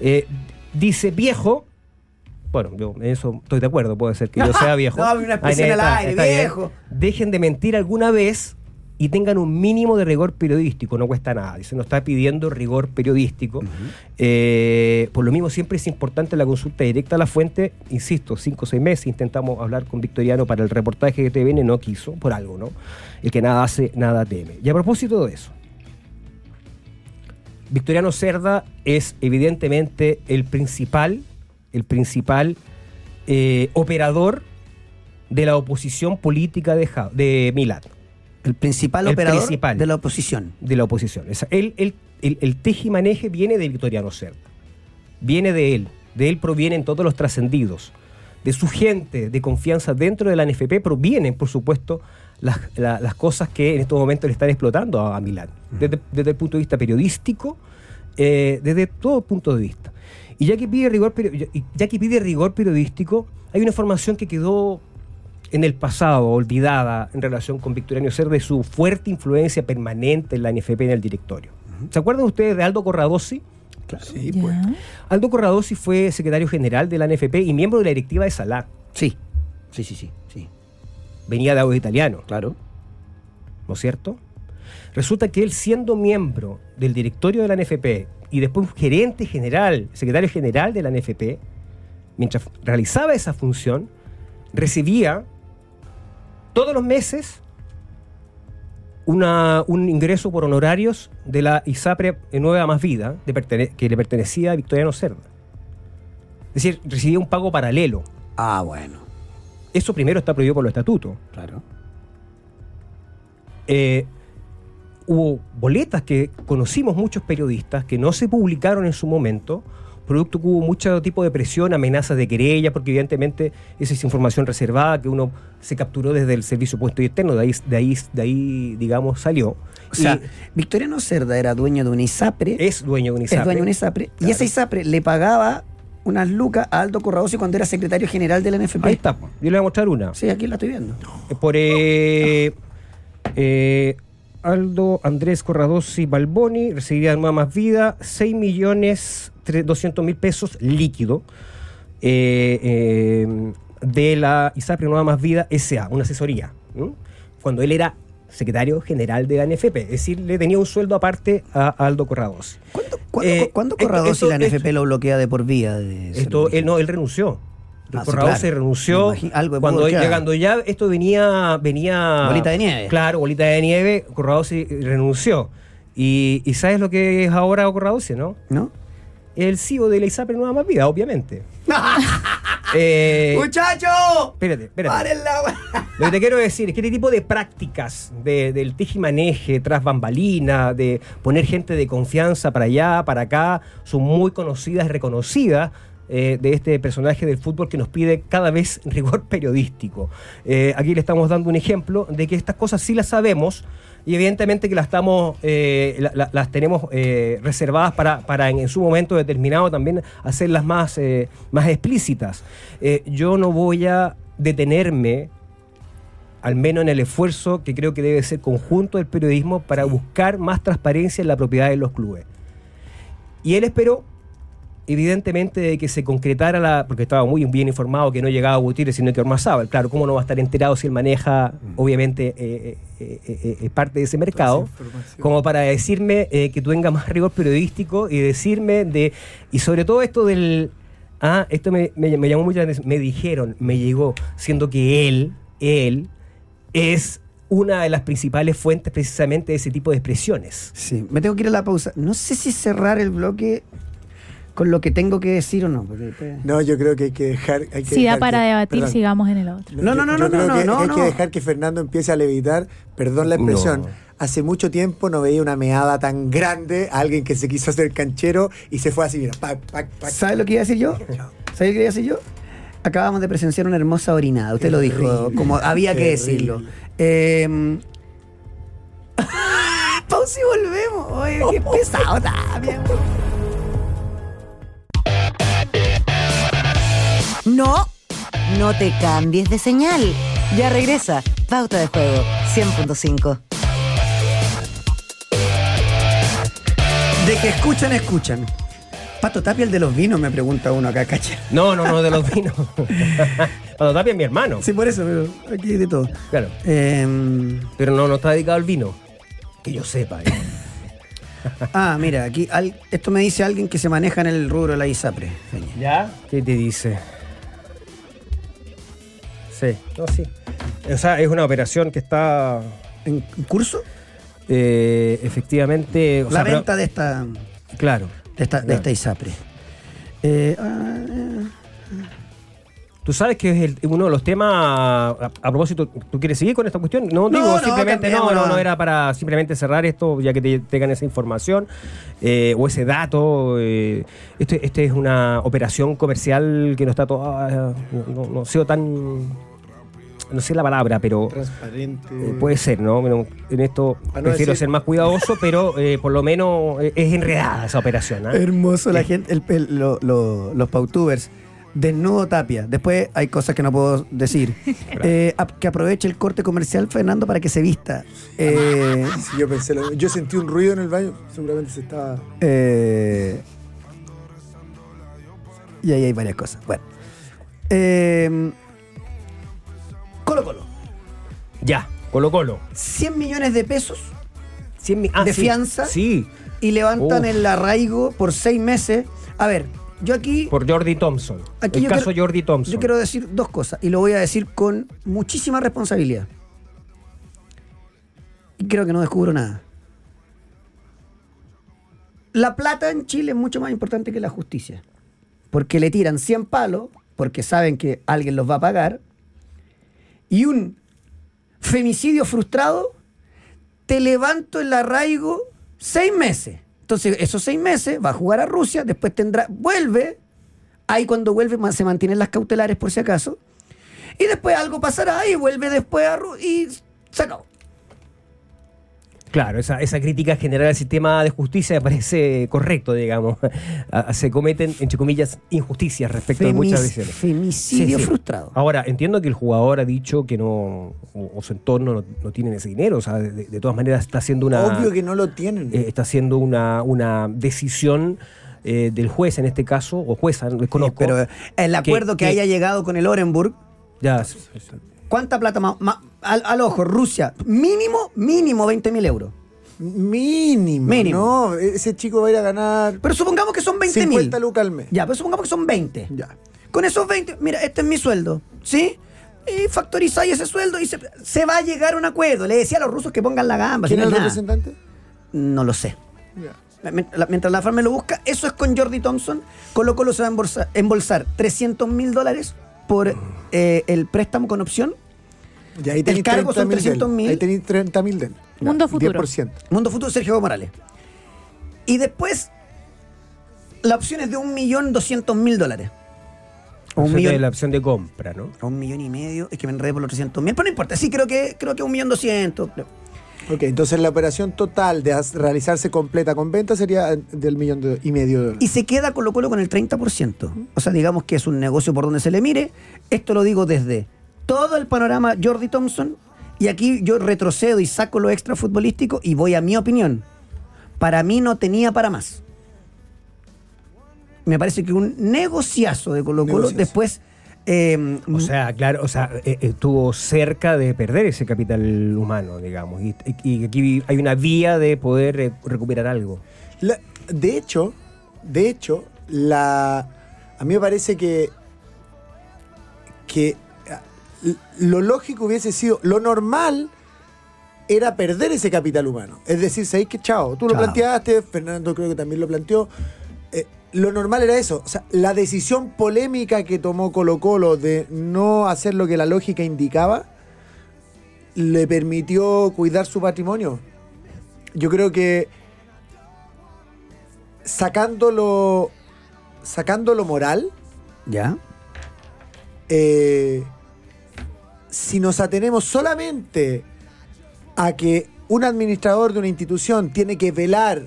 [SPEAKER 3] Eh, dice viejo. Bueno, yo en eso estoy de acuerdo, puede ser que
[SPEAKER 2] [LAUGHS]
[SPEAKER 3] yo sea viejo.
[SPEAKER 2] No, una expresión
[SPEAKER 3] Ahí
[SPEAKER 2] al
[SPEAKER 3] está,
[SPEAKER 2] aire,
[SPEAKER 3] está bien.
[SPEAKER 2] viejo.
[SPEAKER 3] Dejen de mentir alguna vez y tengan un mínimo de rigor periodístico, no cuesta nada. Dice, no está pidiendo rigor periodístico. Eh, por lo mismo, siempre es importante la consulta directa a la fuente. Insisto, cinco o seis meses intentamos hablar con Victoriano para el reportaje de TVN, no quiso, por algo, ¿no? El que nada hace, nada teme. Y a propósito de eso, Victoriano Cerda es evidentemente el principal, el principal eh, operador de la oposición política de, Ja- de Milán,
[SPEAKER 2] El principal
[SPEAKER 3] El
[SPEAKER 2] operador
[SPEAKER 3] principal.
[SPEAKER 2] de la oposición.
[SPEAKER 3] de la oposición. Esa- él, él- el, el teje y maneje viene de Victoriano Cerda, viene de él, de él provienen todos los trascendidos, de su gente de confianza dentro de la NFP provienen, por supuesto, las, la- las cosas que en estos momentos le están explotando a, a Milán, desde, desde el punto de vista periodístico, eh, desde todo punto de vista. Y ya que pide rigor, peri- y ya que pide rigor periodístico, hay una información que quedó en el pasado olvidada en relación con Victoriano Ser de su fuerte influencia permanente en la NFP en el directorio. ¿Se acuerdan ustedes de Aldo Corradosi?
[SPEAKER 4] Sí,
[SPEAKER 1] Ya.
[SPEAKER 4] pues.
[SPEAKER 3] Aldo Corradosi fue secretario general de la NFP y miembro de la directiva de Salat.
[SPEAKER 2] Sí. Sí, sí, sí, sí.
[SPEAKER 3] Venía de Agua Italiano,
[SPEAKER 2] Claro.
[SPEAKER 3] ¿no es cierto? Resulta que él, siendo miembro del directorio de la NFP y después gerente general, secretario general de la NFP, mientras realizaba esa función, recibía todos los meses una- un ingreso por honorarios de la ISAPRE Nueva Más Vida, de pertene- que le pertenecía a Victoriano Cerda. Es decir, recibía un pago paralelo.
[SPEAKER 2] Ah, bueno.
[SPEAKER 3] Eso primero está prohibido por los estatutos.
[SPEAKER 2] Claro.
[SPEAKER 3] Eh, hubo boletas que conocimos muchos periodistas que no se publicaron en su momento producto que hubo mucho tipo de presión, amenazas de querella, porque evidentemente esa es información reservada que uno se capturó desde el servicio puesto y externo, de ahí, de ahí, de ahí digamos, salió.
[SPEAKER 2] O sea,
[SPEAKER 3] Y
[SPEAKER 2] Victoriano Cerda era dueño de una ISAPRE.
[SPEAKER 3] es dueño de un ISAPRE.
[SPEAKER 2] Es dueño de una ISAPRE. Y
[SPEAKER 3] Claro.
[SPEAKER 2] esa ISAPRE le pagaba unas lucas a Aldo Corradosi cuando era secretario general del NFP.
[SPEAKER 3] Ahí está, yo le voy a mostrar una.
[SPEAKER 2] Sí, aquí la estoy viendo.
[SPEAKER 3] por eh, eh, Aldo Andrés Corradosi Balboni recibiría nueva más vida 6 millones tre- 200 mil pesos líquido eh, eh, de la ISAPRE Nueva Más Vida SA, una asesoría, ¿m? cuando él era secretario general de la NFP, es decir, le tenía un sueldo aparte a Aldo Corradosi.
[SPEAKER 2] ¿Cuándo, cuándo-
[SPEAKER 3] Eh,
[SPEAKER 2] cuándo
[SPEAKER 3] esto-
[SPEAKER 2] Corradosi
[SPEAKER 3] esto-
[SPEAKER 2] la NFP
[SPEAKER 3] esto-
[SPEAKER 2] lo bloquea de por vía? de ser
[SPEAKER 3] Esto,
[SPEAKER 2] dirigente?
[SPEAKER 3] él no, él renunció.
[SPEAKER 2] Ah, sí,
[SPEAKER 3] Corrado
[SPEAKER 2] claro.
[SPEAKER 3] se
[SPEAKER 2] Me
[SPEAKER 3] renunció
[SPEAKER 2] imagino, algo de
[SPEAKER 3] cuando,
[SPEAKER 2] bloqueada.
[SPEAKER 3] llegando ya esto venía venía
[SPEAKER 2] Bolita de nieve.
[SPEAKER 3] Claro, bolita de nieve, Corrado se renunció. Y, y ¿sabes lo que es ahora Corrado, no?
[SPEAKER 2] ¿No?
[SPEAKER 3] El CEO de la ISAPRE Nueva Más
[SPEAKER 2] [LAUGHS]
[SPEAKER 3] Vida, obviamente. Eh,
[SPEAKER 2] ¡Muchacho!
[SPEAKER 3] espérate, espérate.
[SPEAKER 2] ¡Paren la wea!
[SPEAKER 3] Lo que te quiero decir es que este tipo de prácticas de- del tejimaneje tras bambalina, de poner gente de confianza para allá, para acá, son muy conocidas y reconocidas eh, de este personaje del fútbol que nos pide cada vez [LAUGHS] rigor periodístico. Eh, aquí le estamos dando un ejemplo de que estas cosas sí las sabemos y evidentemente que las, estamos, eh, la- la- las tenemos eh, reservadas para, para en, en su momento determinado también hacerlas más, eh, más explícitas. Eh, yo no voy a detenerme al menos en el esfuerzo que creo que debe ser conjunto del periodismo para buscar más transparencia en la propiedad de los clubes. Y él esperó, evidentemente, de que se concretara la. porque estaba muy bien informado que no llegaba Gutiérrez, sino que Ormazábal. Claro, ¿cómo no va a estar enterado si él maneja, obviamente, eh, eh, eh, eh, eh, parte de ese mercado? Como para decirme eh, que tenga más rigor periodístico y decirme de. y sobre todo esto del. Ah, esto me, me- me llamó mucho la atención. Me dijeron, me llegó, siendo que él, él, es una de las principales fuentes precisamente de ese tipo de expresiones.
[SPEAKER 2] Sí, me tengo que ir a la pausa. No sé si cerrar el bloque con lo que tengo que decir o no. porque te-
[SPEAKER 4] No, yo creo que hay que dejar. Hay que
[SPEAKER 1] Si da
[SPEAKER 4] dejar
[SPEAKER 1] para
[SPEAKER 4] que-
[SPEAKER 1] debatir,
[SPEAKER 4] perdón.
[SPEAKER 1] sigamos en el otro.
[SPEAKER 2] No, no, no,
[SPEAKER 4] yo
[SPEAKER 2] no,
[SPEAKER 4] creo
[SPEAKER 2] no,
[SPEAKER 4] que
[SPEAKER 2] no,
[SPEAKER 4] Hay
[SPEAKER 2] no.
[SPEAKER 4] que dejar que Fernando empiece a levitar. Perdón la expresión.
[SPEAKER 3] No.
[SPEAKER 4] Hace mucho tiempo no veía una meada tan grande a alguien que se quiso hacer canchero y se fue así, mira, pac, pac, pac.
[SPEAKER 2] ¿Sabes lo que iba a decir yo? ¿Sabes lo que iba a decir yo? Acabamos de presenciar una hermosa orinada. Usted lo dijo,
[SPEAKER 4] Terrible,
[SPEAKER 2] como había que
[SPEAKER 4] terrible.
[SPEAKER 2] decirlo. Eh, [LAUGHS] pausa y volvemos. Oye, qué pesado también.
[SPEAKER 5] No, no te cambies de señal. Ya regresa. Pauta de juego 100.5.
[SPEAKER 2] De que escuchan, escuchan. Pato Tapia, el de los vinos, me pregunta uno acá, cacha.
[SPEAKER 3] No, no, no, de los [LAUGHS] vinos. Cuando Tapia es mi hermano.
[SPEAKER 2] Sí, por eso, pero aquí hay de todo.
[SPEAKER 3] Claro.
[SPEAKER 2] Eh,
[SPEAKER 3] Pero no, no está dedicado al vino. Que yo sepa. ¿eh?
[SPEAKER 2] ah, mira, aquí al- esto me dice alguien que se maneja en el rubro de la ISAPRE. Peña.
[SPEAKER 3] ¿Ya? ¿Qué te dice? Sí. No, sí. O sea, es una operación que está
[SPEAKER 2] ¿En curso?
[SPEAKER 3] eh, efectivamente. o
[SPEAKER 2] la
[SPEAKER 3] sea, pero-
[SPEAKER 2] venta de esta
[SPEAKER 3] Claro.
[SPEAKER 2] de esta, de
[SPEAKER 3] Claro.
[SPEAKER 2] esta ISAPRE. Eh, ah,
[SPEAKER 3] Tú sabes que es el- uno de los temas. A, a propósito, ¿tú quieres seguir con esta cuestión? No,
[SPEAKER 2] No,
[SPEAKER 3] digo,
[SPEAKER 2] no,
[SPEAKER 3] simplemente no, no,
[SPEAKER 2] cambiémosla.
[SPEAKER 3] no era para simplemente cerrar esto, ya que te, tengan esa información eh, o ese dato. eh, este, este es una operación comercial que no está toda. No, no- no sé tan. No sé la palabra, pero.
[SPEAKER 4] Transparente.
[SPEAKER 3] eh,
[SPEAKER 2] pues,
[SPEAKER 3] puede ser, ¿no? Bueno, en esto
[SPEAKER 4] Para no
[SPEAKER 3] prefiero
[SPEAKER 4] decir-
[SPEAKER 3] ser más cuidadoso, pero eh, por lo menos eh, es enredada esa operación. ¿ah?
[SPEAKER 2] hermoso la gente, el- el- lo- lo- los pautubers. Desnudo Tapia. Después hay cosas que no puedo [LAUGHS] decir. Eh, ap- que aproveche el corte comercial, Fernando, para que se vista. Eh,
[SPEAKER 4] Sí, yo pensé, lo- yo sentí un ruido en el baño, seguramente se estaba.
[SPEAKER 2] Eh, y ahí hay varias cosas. Bueno. Eh, Colo Colo.
[SPEAKER 3] Ya, Colo Colo.
[SPEAKER 2] 100 millones de pesos
[SPEAKER 3] Cien mi- ah,
[SPEAKER 2] ¿De
[SPEAKER 3] sí,
[SPEAKER 2] fianza?
[SPEAKER 3] Sí,
[SPEAKER 2] y levantan
[SPEAKER 3] Uf.
[SPEAKER 2] el arraigo por seis meses. A ver, yo aquí...
[SPEAKER 3] por Jordi Thompson.
[SPEAKER 2] aquí
[SPEAKER 3] el
[SPEAKER 2] yo
[SPEAKER 3] caso
[SPEAKER 2] quiero-
[SPEAKER 3] Jordi Thompson.
[SPEAKER 2] Yo quiero decir dos cosas y lo voy a decir con muchísima responsabilidad. Y creo que no descubro nada. La plata en Chile es mucho más importante que la justicia. Porque le tiran 100 palos, porque saben que alguien los va a pagar. Y un femicidio frustrado, te levanto el arraigo seis meses. Entonces, esos seis meses va a jugar a Rusia, después tendrá, vuelve, ahí cuando vuelve ma- se mantienen las cautelares por si acaso, y después algo pasará y vuelve después a Rusia y se acabó.
[SPEAKER 3] Claro, esa, esa crítica general al sistema de justicia me parece correcto, digamos. [LAUGHS] Ah, Se cometen, entre comillas, injusticias respecto a muchas
[SPEAKER 2] Femis-
[SPEAKER 3] veces.
[SPEAKER 2] Femicidio
[SPEAKER 3] Sí, Ah, sí.
[SPEAKER 2] frustrado.
[SPEAKER 3] Ahora, entiendo que el jugador ha dicho que no, o, o su entorno no, no tienen ese dinero, o sea, de, de todas maneras está haciendo una...
[SPEAKER 4] Obvio que no lo tienen.
[SPEAKER 3] eh, está haciendo una, una decisión eh, del juez en este caso, o jueza, no
[SPEAKER 2] Sí,
[SPEAKER 3] desconozco.
[SPEAKER 2] pero eh, el acuerdo que,
[SPEAKER 3] que-
[SPEAKER 2] haya llegado con el Orenburg,
[SPEAKER 3] Ya, s- s-
[SPEAKER 2] ¿cuánta plata más? más- al, al ojo, Rusia, mínimo, mínimo 20 mil euros.
[SPEAKER 4] Mínimo,
[SPEAKER 2] Mínimo.
[SPEAKER 4] No, ese chico va a ir a ganar
[SPEAKER 2] Pero supongamos que son 20 mil.
[SPEAKER 4] 50 lucas al mes.
[SPEAKER 2] Ya, pero supongamos que son 20.
[SPEAKER 4] Ya.
[SPEAKER 2] Con esos 20, mira, este es mi sueldo, ¿sí? Y factorizáis ese sueldo y se, se va a llegar a un acuerdo. Le decía a los rusos que pongan la gamba.
[SPEAKER 4] ¿Quién
[SPEAKER 2] si
[SPEAKER 4] es
[SPEAKER 2] no
[SPEAKER 4] el
[SPEAKER 2] es nada.
[SPEAKER 4] representante?
[SPEAKER 2] No lo sé.
[SPEAKER 4] Ya.
[SPEAKER 2] La- la- Mientras la farma lo busca, eso es con Jordi Thompson. Colo Colo se va a embolsa- embolsar, 300 mil dólares por eh, el préstamo con opción.
[SPEAKER 4] Y ahí tenéis
[SPEAKER 2] cargo son
[SPEAKER 4] 30.000
[SPEAKER 2] 300.000.
[SPEAKER 4] del. Ahí tenéis 30 mil del.
[SPEAKER 1] Mundo futuro.
[SPEAKER 4] 10%.
[SPEAKER 2] Mundo Futuro, Sergio Morales. Y después, la opción es de 1.200.000 dólares. O un
[SPEAKER 3] opción de
[SPEAKER 2] millón,
[SPEAKER 3] la opción de compra, ¿no?
[SPEAKER 2] o un millón y medio. Es que me enredé por los 300.000. Pero no importa, sí, creo que creo que 1.200.000.
[SPEAKER 4] Ok, entonces la operación total de as- realizarse completa con venta sería eh, del millón de- y medio de dólares.
[SPEAKER 2] Y se queda Colo Colo con el 30%. O sea, digamos que es un negocio por donde se le mire. Esto lo digo desde todo el panorama Jordi Thompson. Y aquí yo retrocedo y saco lo extra futbolístico y voy a mi opinión. Para mí no tenía para más. Me parece que un negociazo de Colo Colo
[SPEAKER 4] Negociazo.
[SPEAKER 2] después... eh,
[SPEAKER 3] O sea, claro, o sea, eh, eh, estuvo cerca de perder ese capital humano, digamos, y, y aquí hay una vía de poder eh, recuperar algo.
[SPEAKER 4] La- de hecho, de hecho, la, a mí me parece que, que ah, l- lo lógico hubiese sido, lo normal era perder ese capital humano. Es decir, sabéis que chao, tú lo
[SPEAKER 2] Chao.
[SPEAKER 4] planteaste, Fernando creo que también lo planteó. eh, lo normal era eso, o sea, la decisión polémica que tomó Colo Colo de no hacer lo que la lógica indicaba, le permitió cuidar su patrimonio. Yo creo que sacando lo, sacando lo moral,
[SPEAKER 2] ¿Ya?
[SPEAKER 4] eh, si nos atenemos solamente a que un administrador de una institución tiene que velar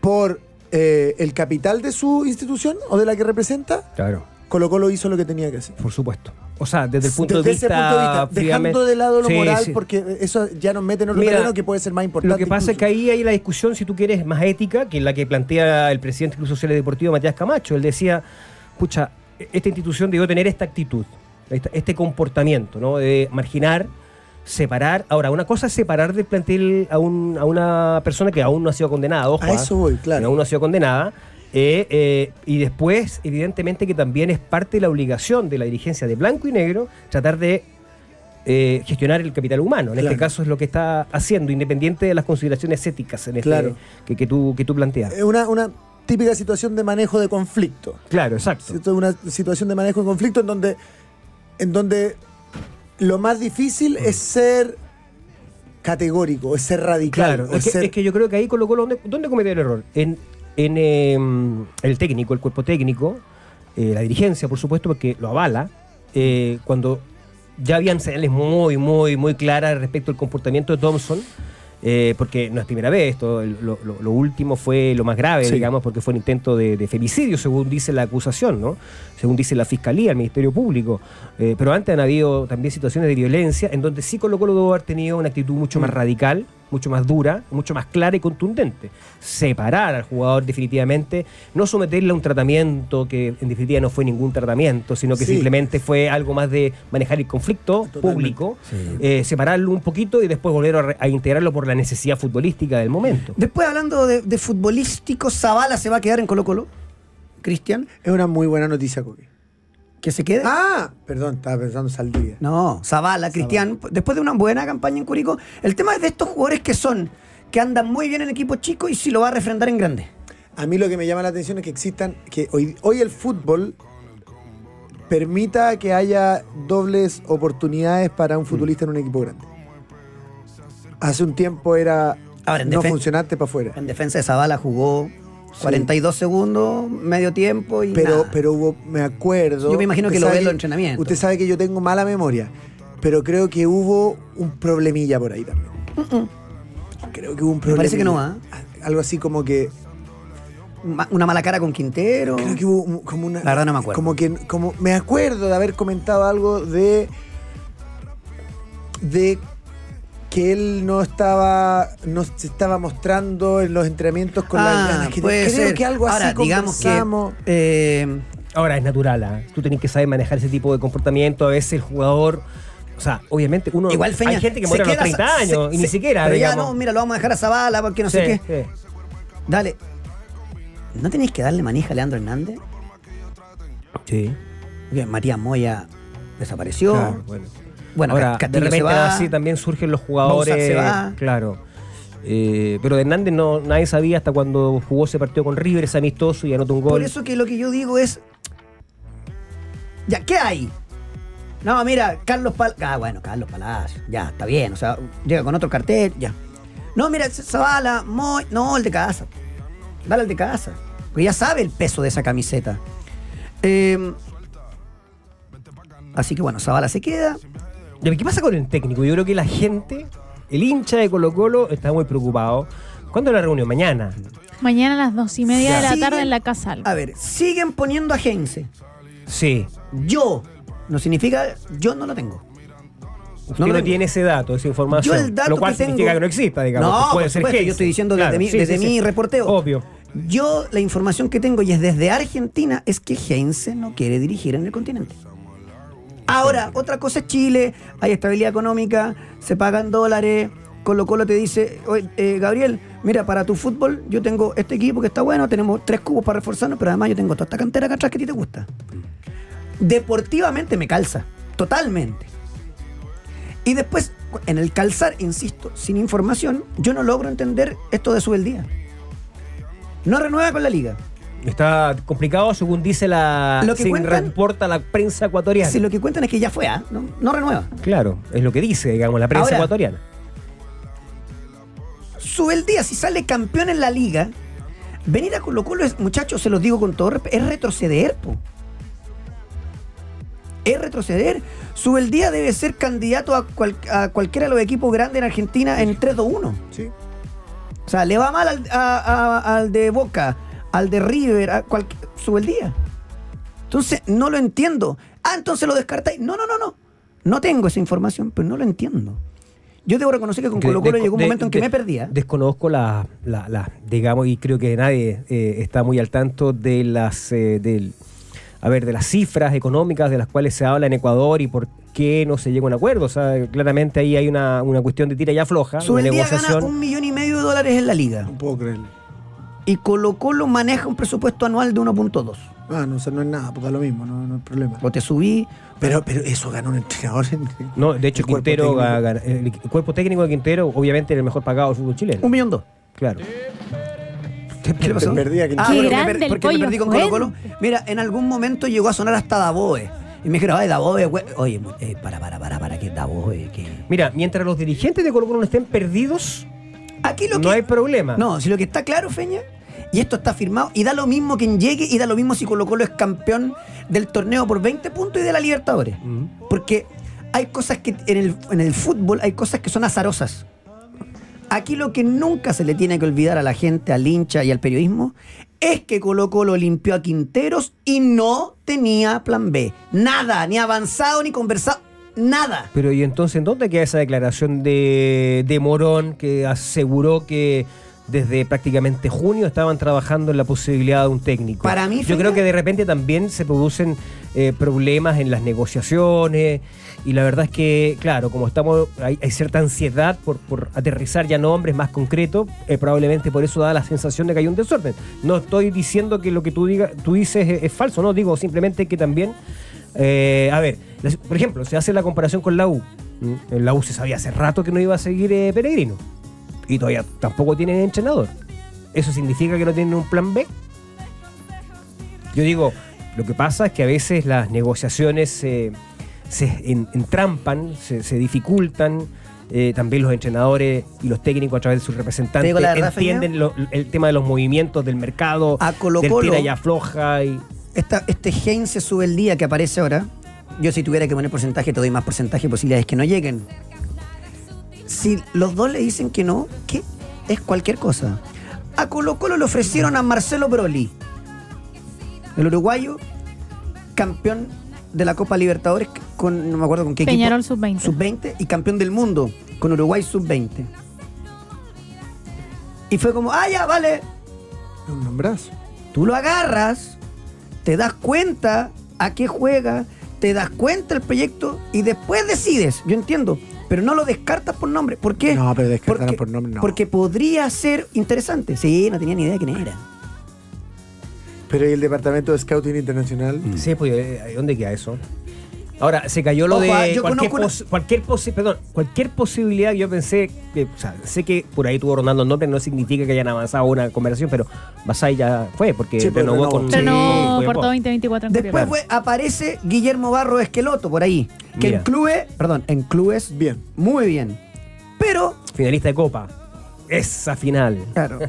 [SPEAKER 4] por eh, el capital de su institución o de la que representa,
[SPEAKER 3] Claro,
[SPEAKER 4] Colo Colo hizo lo que tenía que hacer.
[SPEAKER 3] por supuesto. O sea, desde el punto,
[SPEAKER 4] Desde
[SPEAKER 3] de,
[SPEAKER 4] ese
[SPEAKER 3] vista,
[SPEAKER 4] punto de vista, dejando
[SPEAKER 3] fríamente-
[SPEAKER 4] de lado lo
[SPEAKER 3] Sí,
[SPEAKER 4] moral,
[SPEAKER 3] sí.
[SPEAKER 4] porque eso ya nos mete en otro
[SPEAKER 3] Mira,
[SPEAKER 4] terreno que puede ser más importante.
[SPEAKER 3] Lo que pasa es
[SPEAKER 4] incluso.
[SPEAKER 3] que ahí hay la discusión, si tú quieres, es más ética que la que plantea el presidente del Club Social y Deportivo, Matías Camacho. Él decía, pucha, esta institución debió tener esta actitud, esta- este comportamiento, ¿no? De marginar, separar. Ahora, una cosa es separar del plantel a, un- a una persona que aún no ha sido condenada, ojo.
[SPEAKER 4] A
[SPEAKER 3] ¿ah?
[SPEAKER 4] eso voy,
[SPEAKER 3] que
[SPEAKER 4] claro.
[SPEAKER 3] aún no ha sido condenada. eh, eh, y después, evidentemente, que también es parte de la obligación de la dirigencia de Blanco y Negro tratar de eh, gestionar el capital humano. En este
[SPEAKER 4] Claro.
[SPEAKER 3] caso es lo que está haciendo, independiente de las consideraciones éticas en este-
[SPEAKER 4] Claro.
[SPEAKER 3] que, que tú, que tú planteas.
[SPEAKER 4] Es una, una típica situación de manejo de conflicto.
[SPEAKER 3] Claro, exacto.
[SPEAKER 4] ¿cierto? Una situación de manejo de conflicto en donde, en donde lo más difícil es ser categórico, es ser radical.
[SPEAKER 3] Claro,
[SPEAKER 4] es
[SPEAKER 3] es que,
[SPEAKER 4] ser-
[SPEAKER 3] es que yo creo que ahí Colo Colo, ¿dónde, dónde cometió el error? En, en em, el técnico, el cuerpo técnico, eh, la dirigencia, por supuesto, porque lo avala, eh, cuando ya habían señales muy, muy, muy claras respecto al comportamiento de Thompson, eh, porque no es primera vez, esto, el- lo, lo- lo último fue lo más grave,
[SPEAKER 4] Sí.
[SPEAKER 3] digamos, porque fue un intento de, de femicidio, según dice la acusación, ¿no? Según dice la Fiscalía, el Ministerio Público. Eh, pero antes han habido también situaciones de violencia en donde sí Colo Colo debe haber tenido una actitud mucho más radical, mucho más dura, mucho más clara y contundente. Separar al jugador definitivamente, no someterle a un tratamiento que en definitiva no fue ningún tratamiento, sino que
[SPEAKER 4] Sí.
[SPEAKER 3] simplemente fue algo más de manejar el conflicto
[SPEAKER 4] Totalmente.
[SPEAKER 3] público, eh, separarlo un poquito y después volver a, re- a integrarlo por la necesidad futbolística del momento.
[SPEAKER 2] Después, hablando de, de futbolístico, Zavala se va a quedar en Colo Colo. Cristian,
[SPEAKER 4] Es una muy buena noticia, Coqui.
[SPEAKER 2] que se quede.
[SPEAKER 4] Ah, perdón, estaba pensando en Saldivia.
[SPEAKER 2] No, Zavala, Cristian, después de una buena campaña en Curicó, el tema es de estos jugadores que son, que andan muy bien en equipo chico y si lo va a refrendar en grande.
[SPEAKER 4] A mí lo que me llama la atención es que existan, que hoy, hoy el fútbol permita que haya dobles
[SPEAKER 3] Mm.
[SPEAKER 4] oportunidades para un futbolista en un equipo grande. Hace un tiempo era
[SPEAKER 2] Ahora, en,
[SPEAKER 4] no
[SPEAKER 2] defen-
[SPEAKER 4] funcionaste para afuera.
[SPEAKER 2] en defensa de Zavala jugó 42 segundos, medio tiempo y.
[SPEAKER 4] Pero,
[SPEAKER 2] nada.
[SPEAKER 4] pero hubo, me acuerdo.
[SPEAKER 2] Yo me imagino
[SPEAKER 4] usted
[SPEAKER 2] que lo
[SPEAKER 4] sabe
[SPEAKER 2] ve en los entrenamientos.
[SPEAKER 4] Usted sabe que yo tengo mala memoria, pero creo que hubo un problemilla por ahí también. Creo que hubo un
[SPEAKER 2] Me
[SPEAKER 4] problemilla.
[SPEAKER 2] parece que no,
[SPEAKER 4] Algo así como que.
[SPEAKER 2] Ma- Una mala cara con Quintero.
[SPEAKER 4] Creo que hubo un- como una.
[SPEAKER 2] La verdad no me acuerdo.
[SPEAKER 4] Como que. Como, me acuerdo de haber comentado algo de. de que él no estaba. no se estaba mostrando en los entrenamientos con las
[SPEAKER 2] Ah,
[SPEAKER 4] ganas que
[SPEAKER 2] puede
[SPEAKER 4] Creo
[SPEAKER 2] ser.
[SPEAKER 4] que algo
[SPEAKER 2] Ahora,
[SPEAKER 4] así
[SPEAKER 2] digamos que.
[SPEAKER 4] conversamos.
[SPEAKER 2] eh,
[SPEAKER 3] Ahora es natural, ¿ah? tú tenés que saber manejar ese tipo de comportamiento. A veces el jugador, o sea, obviamente uno.
[SPEAKER 2] igual Feña.
[SPEAKER 3] Hay gente que
[SPEAKER 2] se
[SPEAKER 3] muere a los
[SPEAKER 2] queda-
[SPEAKER 3] 30
[SPEAKER 2] se-
[SPEAKER 3] años y
[SPEAKER 2] se-
[SPEAKER 3] ni siquiera.
[SPEAKER 2] Pero ya
[SPEAKER 3] digamos.
[SPEAKER 2] no, mira, lo vamos a dejar a Zavala porque no sé
[SPEAKER 3] Sí,
[SPEAKER 2] qué.
[SPEAKER 3] sí.
[SPEAKER 2] Dale. ¿No tenéis que darle manija a Leandro Hernández?
[SPEAKER 3] Sí.
[SPEAKER 2] Porque María Moya desapareció.
[SPEAKER 3] Claro, bueno.
[SPEAKER 2] Bueno,
[SPEAKER 3] Ahora,
[SPEAKER 2] Castillo
[SPEAKER 3] de repente
[SPEAKER 2] se va.
[SPEAKER 3] así también surgen los jugadores.
[SPEAKER 2] Bausá se va.
[SPEAKER 3] Claro. Eh, pero de Hernández no, nadie sabía hasta cuando jugó ese partido con River, ese amistoso, y anotó un
[SPEAKER 2] Por
[SPEAKER 3] gol.
[SPEAKER 2] eso que lo que yo digo es. Ya, ¿qué hay? No, mira, Carlos Palacios. Ah, bueno, Carlos Palacios. Ya, está bien. O sea, llega con otro cartel, ya. No, mira, Zavala, Moy. No, el de casa. Dale al de casa. Porque ya sabe el peso de esa camiseta. Eh, así que bueno, Zavala se queda.
[SPEAKER 3] Ya, ¿Qué pasa con el técnico? Yo creo que la gente, el hincha de Colo Colo, está muy preocupado. ¿Cuándo es la reunión? Mañana.
[SPEAKER 1] Mañana a las dos y media de la
[SPEAKER 2] Siguen-
[SPEAKER 1] tarde en la casa Alba.
[SPEAKER 2] A ver, siguen poniendo a Gense.
[SPEAKER 3] Sí.
[SPEAKER 2] Yo. No significa yo no lo tengo.
[SPEAKER 3] Usted
[SPEAKER 2] No
[SPEAKER 3] no,
[SPEAKER 2] lo tengo.
[SPEAKER 3] tiene ese dato, esa información.
[SPEAKER 2] Yo el dato
[SPEAKER 3] lo cual
[SPEAKER 2] que tengo-
[SPEAKER 3] significa que no exista, digamos.
[SPEAKER 2] No,
[SPEAKER 3] Puede
[SPEAKER 2] por
[SPEAKER 3] ser
[SPEAKER 2] supuesto,
[SPEAKER 3] Heinze.
[SPEAKER 2] yo estoy diciendo desde mi- desde mi reporteo.
[SPEAKER 3] Obvio.
[SPEAKER 2] Yo, la información que tengo, y es desde Argentina, es que Heinze no quiere dirigir en el continente. Ahora, otra cosa es Chile, hay estabilidad económica, se pagan dólares. Colo Colo te dice, "Oye, eh, Gabriel, mira, para tu fútbol yo tengo este equipo que está bueno, tenemos tres cubos para reforzarnos, pero además yo tengo toda esta cantera acá atrás que a ti te gusta. Deportivamente me calza, totalmente. Y después, en el calzar, insisto, sin información, yo no logro entender esto de su el día. No renueva con la liga.
[SPEAKER 3] Está complicado, según dice la.
[SPEAKER 2] Lo que
[SPEAKER 3] según
[SPEAKER 2] cuentan-
[SPEAKER 3] reporta la prensa ecuatoriana.
[SPEAKER 2] Si lo que cuentan es que ya fue, ¿ah? no, no renueva.
[SPEAKER 3] Claro, es lo que dice, digamos, la prensa
[SPEAKER 2] Ahora-
[SPEAKER 3] ecuatoriana.
[SPEAKER 2] Sube el día, si sale campeón en la liga, venir a Colo Colo es, muchachos, se los digo con todo respeto, es retroceder, po. Es retroceder. Sube el día debe ser candidato a, cual- a cualquiera de los equipos grandes en Argentina en 3-2-1.
[SPEAKER 4] Sí.
[SPEAKER 2] O sea, le va mal al, a- a- al de Boca, al de River, a cual, sube el día. Entonces, no lo entiendo. Ah, entonces lo descartáis. No, no, no, no. No tengo esa información, pero no lo entiendo. Yo debo reconocer que con
[SPEAKER 3] Que
[SPEAKER 2] Colo Colo
[SPEAKER 3] desco-
[SPEAKER 2] llegó un
[SPEAKER 3] de-
[SPEAKER 2] momento en que
[SPEAKER 3] de-
[SPEAKER 2] me perdía.
[SPEAKER 3] Desconozco la, la- la- digamos, y creo que nadie eh, está muy al tanto de las, eh, del, a ver, de las cifras económicas de las cuales se habla en Ecuador y por qué no se llega a un acuerdo. O sea, claramente ahí hay una, una cuestión de tira y afloja,
[SPEAKER 2] Sube
[SPEAKER 3] una
[SPEAKER 2] el día gana
[SPEAKER 3] negociación.
[SPEAKER 2] un millón y medio de dólares en la liga.
[SPEAKER 4] No puedo creerlo.
[SPEAKER 2] Y Colo Colo maneja un presupuesto anual de 1.2.
[SPEAKER 4] Ah, no, o sea, no es nada, porque es lo mismo, no, no hay problema.
[SPEAKER 2] O te subí.
[SPEAKER 4] Pero, pero eso ganó un entrenador. en-
[SPEAKER 3] No, de hecho,
[SPEAKER 4] el cuerpo
[SPEAKER 3] Quintero,
[SPEAKER 4] técnico.
[SPEAKER 3] ga- ga- el, cuerpo técnico de Quintero, obviamente, era el mejor pagado del fútbol chileno.
[SPEAKER 2] Un millón dos.
[SPEAKER 3] Claro.
[SPEAKER 2] ¿Qué
[SPEAKER 4] Te perdí a Quintero.
[SPEAKER 2] Ah,
[SPEAKER 1] Qué
[SPEAKER 2] bueno, me
[SPEAKER 1] grande
[SPEAKER 2] per-
[SPEAKER 1] el
[SPEAKER 2] porque me
[SPEAKER 1] pollo
[SPEAKER 2] perdí con Colo
[SPEAKER 1] Fuente.
[SPEAKER 2] Colo. Mira, en algún momento llegó a sonar hasta Daboe. Y me dijeron, ay, Daboe, güey. Oye, mu- eh, para, para, para, para, que Daboe, que.
[SPEAKER 3] Mira, mientras los dirigentes de Colo Colo no estén perdidos,
[SPEAKER 2] Aquí lo que.
[SPEAKER 3] no hay problema.
[SPEAKER 2] No, si lo que está claro, Feña, y esto está firmado, y da lo mismo quien llegue, y da lo mismo si Colo Colo es campeón del torneo por 20 puntos y de la Libertadores.
[SPEAKER 3] Mm.
[SPEAKER 2] Porque hay cosas que en el, en el fútbol hay cosas que son azarosas. Aquí lo que nunca se le tiene que olvidar a la gente, al hincha y al periodismo, es que Colo Colo limpió a Quinteros y no tenía plan B. Nada, ni avanzado, ni conversado, nada.
[SPEAKER 3] Pero y entonces, ¿en dónde queda esa declaración de, de Morón que aseguró que desde prácticamente junio estaban trabajando en la posibilidad de un técnico?
[SPEAKER 2] Para mí,
[SPEAKER 3] Yo
[SPEAKER 2] Feña-
[SPEAKER 3] creo que de repente también se producen eh, problemas en las negociaciones y la verdad es que, claro, como estamos, hay, hay cierta ansiedad por, por aterrizar ya nombres más concretos, eh, probablemente por eso da la sensación de que hay un desorden. No estoy diciendo que lo que tú, diga, tú dices es, es falso, no, digo simplemente que también... Eh, a ver, las- por ejemplo, se hace la comparación con la U. ¿m? En la U se sabía hace rato que no iba a seguir eh, Peregrino. Y todavía tampoco tienen entrenador. ¿Eso significa que no tienen un plan B? Yo digo, lo que pasa es que a veces las negociaciones se, se en- entrampan, se, se dificultan. eh, también los entrenadores y los técnicos a través de sus
[SPEAKER 2] Te
[SPEAKER 3] representantes
[SPEAKER 2] digo la verdad,
[SPEAKER 3] entienden lo- el tema de los movimientos del mercado,
[SPEAKER 2] A Colo
[SPEAKER 3] del
[SPEAKER 2] Colo.
[SPEAKER 3] tira y afloja y
[SPEAKER 2] Esta, este Heinz se sube el día que aparece ahora. Yo si tuviera que poner porcentaje, te doy más porcentaje de posibilidades que no lleguen. Si los dos le dicen que no, ¿qué? Es cualquier cosa. A Colo Colo le ofrecieron a Marcelo Broly, el uruguayo, campeón de la Copa Libertadores con, no me acuerdo con qué equipo.
[SPEAKER 1] Peñarol sub-20.
[SPEAKER 2] Sub-20 y campeón del mundo con Uruguay sub-20. Y fue como, ah, ya, vale,
[SPEAKER 4] Es un nombrazo.
[SPEAKER 2] Tú lo agarras, te das cuenta a qué juega, te das cuenta el proyecto y después decides. Yo entiendo, pero no lo descartas por nombre. ¿Por qué?
[SPEAKER 4] No, pero descartarlo
[SPEAKER 2] Porque-
[SPEAKER 4] por nombre, no.
[SPEAKER 2] Porque podría ser interesante. Sí, no tenía ni idea de quién era.
[SPEAKER 4] Pero ¿y el departamento de Scouting Internacional?
[SPEAKER 2] Mm.
[SPEAKER 3] Sí, pues, eh, ¿dónde queda eso? Ahora, se cayó lo
[SPEAKER 2] Ojo, ah,
[SPEAKER 3] de
[SPEAKER 2] yo
[SPEAKER 3] cualquier,
[SPEAKER 2] conozco una-
[SPEAKER 3] pos- cualquier, posi- perdón, cualquier posibilidad que yo pensé, que, o sea, sé que por ahí tuvo Ronaldo el nombre, no significa que hayan avanzado una conversación, pero Basay ya fue, porque
[SPEAKER 4] Sí, pero
[SPEAKER 3] renovó
[SPEAKER 4] renovó.
[SPEAKER 3] con...
[SPEAKER 1] Pero no
[SPEAKER 3] con
[SPEAKER 1] por todo
[SPEAKER 3] Copiapó.
[SPEAKER 1] 2024 en
[SPEAKER 2] Después
[SPEAKER 1] Copiapó.
[SPEAKER 2] fue- aparece Guillermo Barro Esqueloto por ahí. Que
[SPEAKER 3] Mira.
[SPEAKER 2] en clubes, perdón, en clubes,
[SPEAKER 4] Bien.
[SPEAKER 2] muy bien. Pero,
[SPEAKER 3] Finalista de Copa. Esa final.
[SPEAKER 2] claro.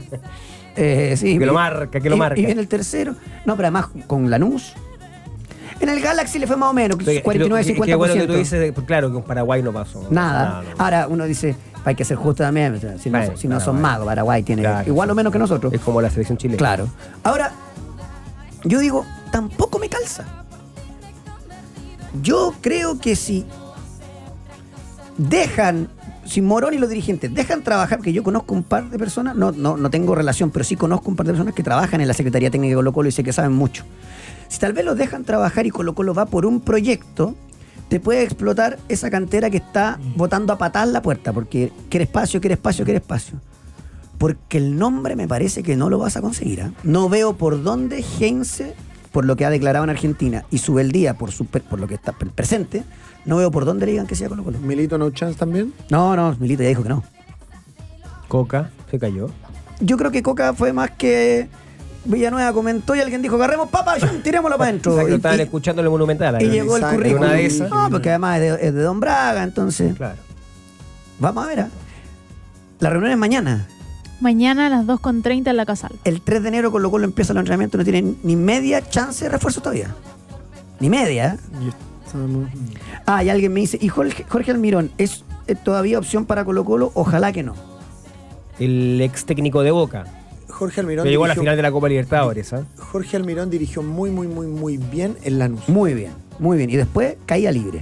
[SPEAKER 2] eh, sí,
[SPEAKER 3] Que lo
[SPEAKER 2] y-
[SPEAKER 3] marca, que lo
[SPEAKER 2] y-
[SPEAKER 3] marca.
[SPEAKER 2] Y viene el tercero. No, pero además con Lanús. En el Galaxy le fue más o menos,
[SPEAKER 3] Oye, creo que-
[SPEAKER 2] 49-50%.
[SPEAKER 3] Qué bueno que tú dices, pues, claro, que con Paraguay no pasó. No
[SPEAKER 2] Nada. Ah,
[SPEAKER 3] pasó no.
[SPEAKER 2] Ahora uno dice, hay que ser justo también. o sea, Si no,
[SPEAKER 3] Bueno,
[SPEAKER 2] si no son
[SPEAKER 3] Paraguay.
[SPEAKER 2] magos, Paraguay tiene
[SPEAKER 3] Claro,
[SPEAKER 2] eh, igual o
[SPEAKER 3] sí.
[SPEAKER 2] menos que nosotros.
[SPEAKER 3] Es como la selección chilena.
[SPEAKER 2] Claro. Ahora, yo digo, tampoco me calza. Yo creo que si dejan, si Morón y los dirigentes dejan trabajar, que yo conozco un par de personas, no, no, no tengo relación, pero sí conozco un par de personas que trabajan en la Secretaría Técnica de Colo Colo y sé que saben mucho. Si tal vez los dejan trabajar y Colo Colo va por un proyecto, te puede explotar esa cantera que está botando a patar la puerta, porque quiere espacio, quiere espacio, quiere espacio. Porque el nombre me parece que no lo vas a conseguir. ¿ah? No veo por dónde Gense, por lo que ha declarado en Argentina, y Subeldía, por, su, per- por lo que está per- presente, no veo por dónde le digan que sea Colo Colo.
[SPEAKER 4] Milito No Chance también.
[SPEAKER 2] No, no, Milito ya dijo que no.
[SPEAKER 3] Coca se cayó.
[SPEAKER 2] Yo creo que Coca fue más que Villanueva comentó y alguien dijo, agarremos papa, shum, tirémoslo para adentro.
[SPEAKER 3] Exacto,
[SPEAKER 2] Y-
[SPEAKER 3] estaban
[SPEAKER 2] y-
[SPEAKER 3] escuchando el Monumental.
[SPEAKER 2] Y
[SPEAKER 3] ahí.
[SPEAKER 2] llegó el
[SPEAKER 4] Exacto.
[SPEAKER 2] currículum.
[SPEAKER 3] Una de esas.
[SPEAKER 2] No, porque además es de, es de Don Braga, entonces.
[SPEAKER 3] Claro.
[SPEAKER 2] Vamos a ver. ¿ah? La reunión es mañana.
[SPEAKER 1] Mañana a las 2.30 en la Casal.
[SPEAKER 2] El 3 de enero, con lo cual empieza el entrenamiento. No tienen ni media chance de refuerzo todavía. Ni media.
[SPEAKER 4] Y estamos-
[SPEAKER 2] Ah, y alguien me dice, ¿y Jorge, Jorge Almirón es eh, todavía opción para Colo Colo? Ojalá que no.
[SPEAKER 3] El ex técnico de Boca.
[SPEAKER 4] Jorge Almirón.
[SPEAKER 3] Que llegó a la
[SPEAKER 4] dirigió-
[SPEAKER 3] final de la Copa Libertadores, ¿ah?
[SPEAKER 4] Jorge Almirón dirigió muy, muy, muy, muy bien en Lanús.
[SPEAKER 2] Muy bien, muy bien. Y después caía libre.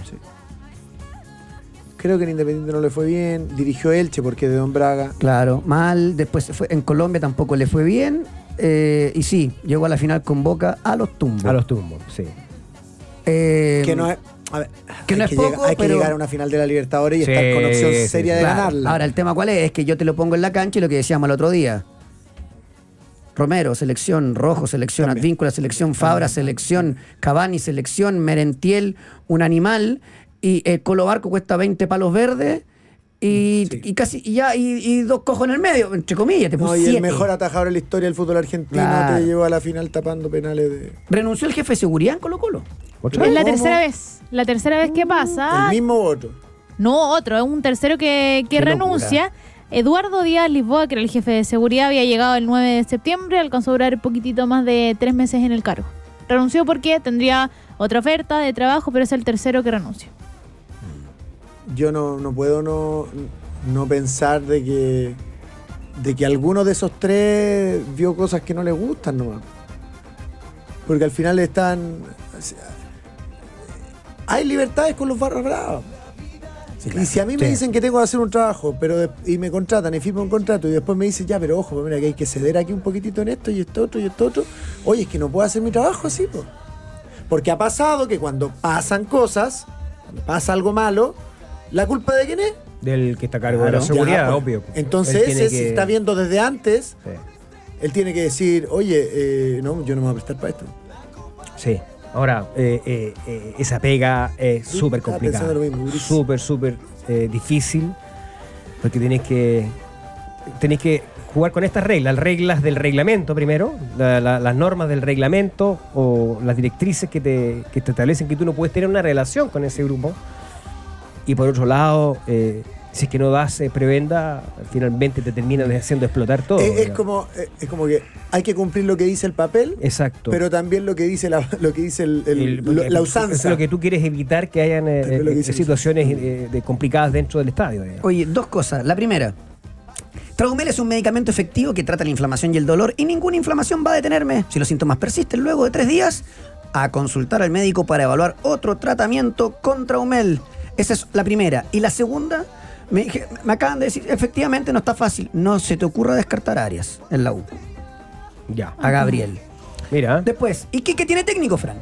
[SPEAKER 4] Creo que en Independiente no le fue bien. Dirigió Elche porque de Don Braga.
[SPEAKER 2] Claro, mal. Después se fue, en Colombia tampoco le fue bien. Eh, y sí, llegó a la final con Boca a los tumbos.
[SPEAKER 3] A los tumbos, sí.
[SPEAKER 2] Eh,
[SPEAKER 4] Que no es. A ver,
[SPEAKER 2] Que
[SPEAKER 4] hay
[SPEAKER 2] no es
[SPEAKER 4] llega-
[SPEAKER 2] poco,
[SPEAKER 4] hay que
[SPEAKER 2] pero-
[SPEAKER 4] llegar a una final de la Libertadores y
[SPEAKER 3] Sí,
[SPEAKER 4] estar con opción
[SPEAKER 3] sí,
[SPEAKER 4] seria
[SPEAKER 3] sí.
[SPEAKER 4] de
[SPEAKER 2] Claro.
[SPEAKER 4] ganarla.
[SPEAKER 2] Ahora, el tema cuál es, es que yo te lo pongo en la cancha y lo que decíamos el otro día. Romero, selección, Rojo, selección, Advíncula, selección, Fabra, selección, Cavani, selección, Merentiel, un animal, y eh, Colo Barco cuesta 20 palos verdes, y, y casi, y ya, y, y dos cojos en el medio, entre comillas, te
[SPEAKER 4] No,
[SPEAKER 2] puse
[SPEAKER 4] y el
[SPEAKER 2] siete.
[SPEAKER 4] mejor atajador de la historia del fútbol argentino
[SPEAKER 2] Claro.
[SPEAKER 4] te llevó a la final tapando penales de.
[SPEAKER 2] Renunció el jefe de seguridad en Colo Colo.
[SPEAKER 3] ¿Otra?
[SPEAKER 1] Es la
[SPEAKER 4] ¿Cómo?
[SPEAKER 1] tercera vez. La tercera vez que
[SPEAKER 2] Ah.
[SPEAKER 1] pasa.
[SPEAKER 4] El mismo voto.
[SPEAKER 1] No, otro, es un tercero que, que
[SPEAKER 2] Qué
[SPEAKER 1] renuncia. Eduardo Díaz Lisboa, que era el jefe de seguridad, había llegado el 9 de septiembre, alcanzó a durar un poquitito más de tres meses en el cargo. Renunció porque tendría otra oferta de trabajo, pero es el tercero que renuncia.
[SPEAKER 4] Yo no, no puedo no, no pensar de que. de que alguno de esos tres vio cosas que no le gustan nomás. Porque al final están. o sea, hay libertades con los barras bravas. Y si a mí me
[SPEAKER 3] Sí.
[SPEAKER 4] dicen que tengo que hacer un trabajo pero de- y me contratan y firmo un contrato y después me dicen, ya, pero ojo, pues mira que hay que ceder aquí un poquitito en esto y esto otro y esto otro, oye, es que no puedo hacer mi trabajo así, po. Porque ha pasado que cuando pasan cosas, cuando pasa algo malo, ¿la culpa de quién es?
[SPEAKER 3] Del que está a cargo de
[SPEAKER 2] Claro.
[SPEAKER 3] la seguridad,
[SPEAKER 4] Ya, pues.
[SPEAKER 3] obvio. Él
[SPEAKER 4] Entonces,
[SPEAKER 3] tiene
[SPEAKER 4] ese
[SPEAKER 3] que-
[SPEAKER 4] si está viendo desde antes,
[SPEAKER 3] Sí.
[SPEAKER 4] él tiene que decir, oye, eh, no, yo no me voy a prestar para esto.
[SPEAKER 3] Sí. Ahora, eh, eh, eh, esa pega es
[SPEAKER 4] Sí,
[SPEAKER 3] súper
[SPEAKER 4] estaba pensando
[SPEAKER 3] complicada.
[SPEAKER 4] lo mismo, Gris.
[SPEAKER 3] Súper, súper eh, difícil. Porque tenés que. Tenés que jugar con estas reglas. Las reglas del reglamento primero. la- la- las normas del reglamento. O las directrices que te, que te establecen que tú no puedes tener una relación con ese grupo. Y por otro lado, eh, si es que no das eh, prebenda, finalmente te terminan haciendo explotar todo.
[SPEAKER 4] Es- es,
[SPEAKER 3] digamos.
[SPEAKER 4] como, es, es como que hay que cumplir lo que dice el papel,
[SPEAKER 3] Exacto.
[SPEAKER 4] pero también lo que dice la, [LAUGHS] lo que dice el, el-
[SPEAKER 3] El-
[SPEAKER 4] lo-
[SPEAKER 3] porque
[SPEAKER 4] la
[SPEAKER 3] Es
[SPEAKER 4] usanza.
[SPEAKER 3] lo que tú quieres evitar que hayan eh,
[SPEAKER 4] Es lo que
[SPEAKER 3] eh,
[SPEAKER 4] dice-
[SPEAKER 3] situaciones eh, de complicadas dentro del estadio. digamos.
[SPEAKER 2] Oye, dos cosas. La primera. Tragomel es un medicamento efectivo que trata la inflamación y el dolor y ninguna inflamación va a detenerme. Si los síntomas persisten luego de tres días, a consultar al médico para evaluar otro tratamiento con Traumel. Esa es la primera. Y la segunda, me, dije- me acaban de decir, efectivamente no está fácil. No se te ocurra descartar áreas en la U.
[SPEAKER 3] Ya.
[SPEAKER 2] A Gabriel.
[SPEAKER 3] Mira.
[SPEAKER 2] Después, ¿y qué, qué tiene técnico, Fran?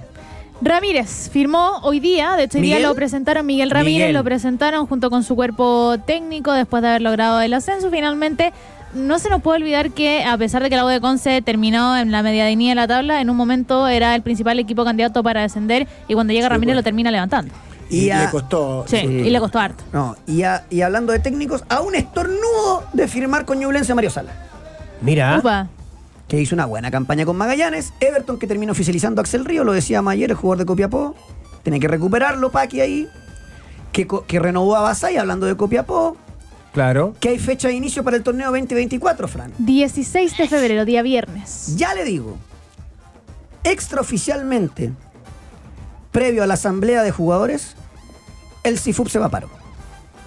[SPEAKER 1] Ramírez firmó hoy día, de hecho hoy día
[SPEAKER 2] ¿Miguel?
[SPEAKER 1] lo presentaron Miguel Ramírez,
[SPEAKER 3] Miguel.
[SPEAKER 1] lo presentaron junto con su cuerpo técnico después de haber logrado el ascenso. Finalmente, no se nos puede olvidar que a pesar de que la U de Conce terminó en la medianía de la tabla, en un momento era el principal equipo candidato para descender y cuando llega Ramírez lo termina levantando.
[SPEAKER 4] y
[SPEAKER 2] Y a-
[SPEAKER 4] le costó.
[SPEAKER 1] Sí, y le costó harto.
[SPEAKER 2] No, y, a- y hablando de técnicos, a un estornudo de firmar con Ñublense a Mario Sala.
[SPEAKER 3] Mira.
[SPEAKER 1] Upa.
[SPEAKER 2] que hizo una buena campaña con Magallanes. Everton, que terminó oficializando a Axel Río, lo decíamos ayer, el jugador de Copiapó. Tiene que recuperarlo, Paqui, ahí. Que, co- que renovó a Basay, hablando de Copiapó.
[SPEAKER 3] Claro.
[SPEAKER 2] Que hay fecha de inicio para el torneo 2024, Fran.
[SPEAKER 1] 16 de febrero, día viernes.
[SPEAKER 2] Ya le digo, extraoficialmente, previo a la asamblea de jugadores, el CIFUP se va a paro.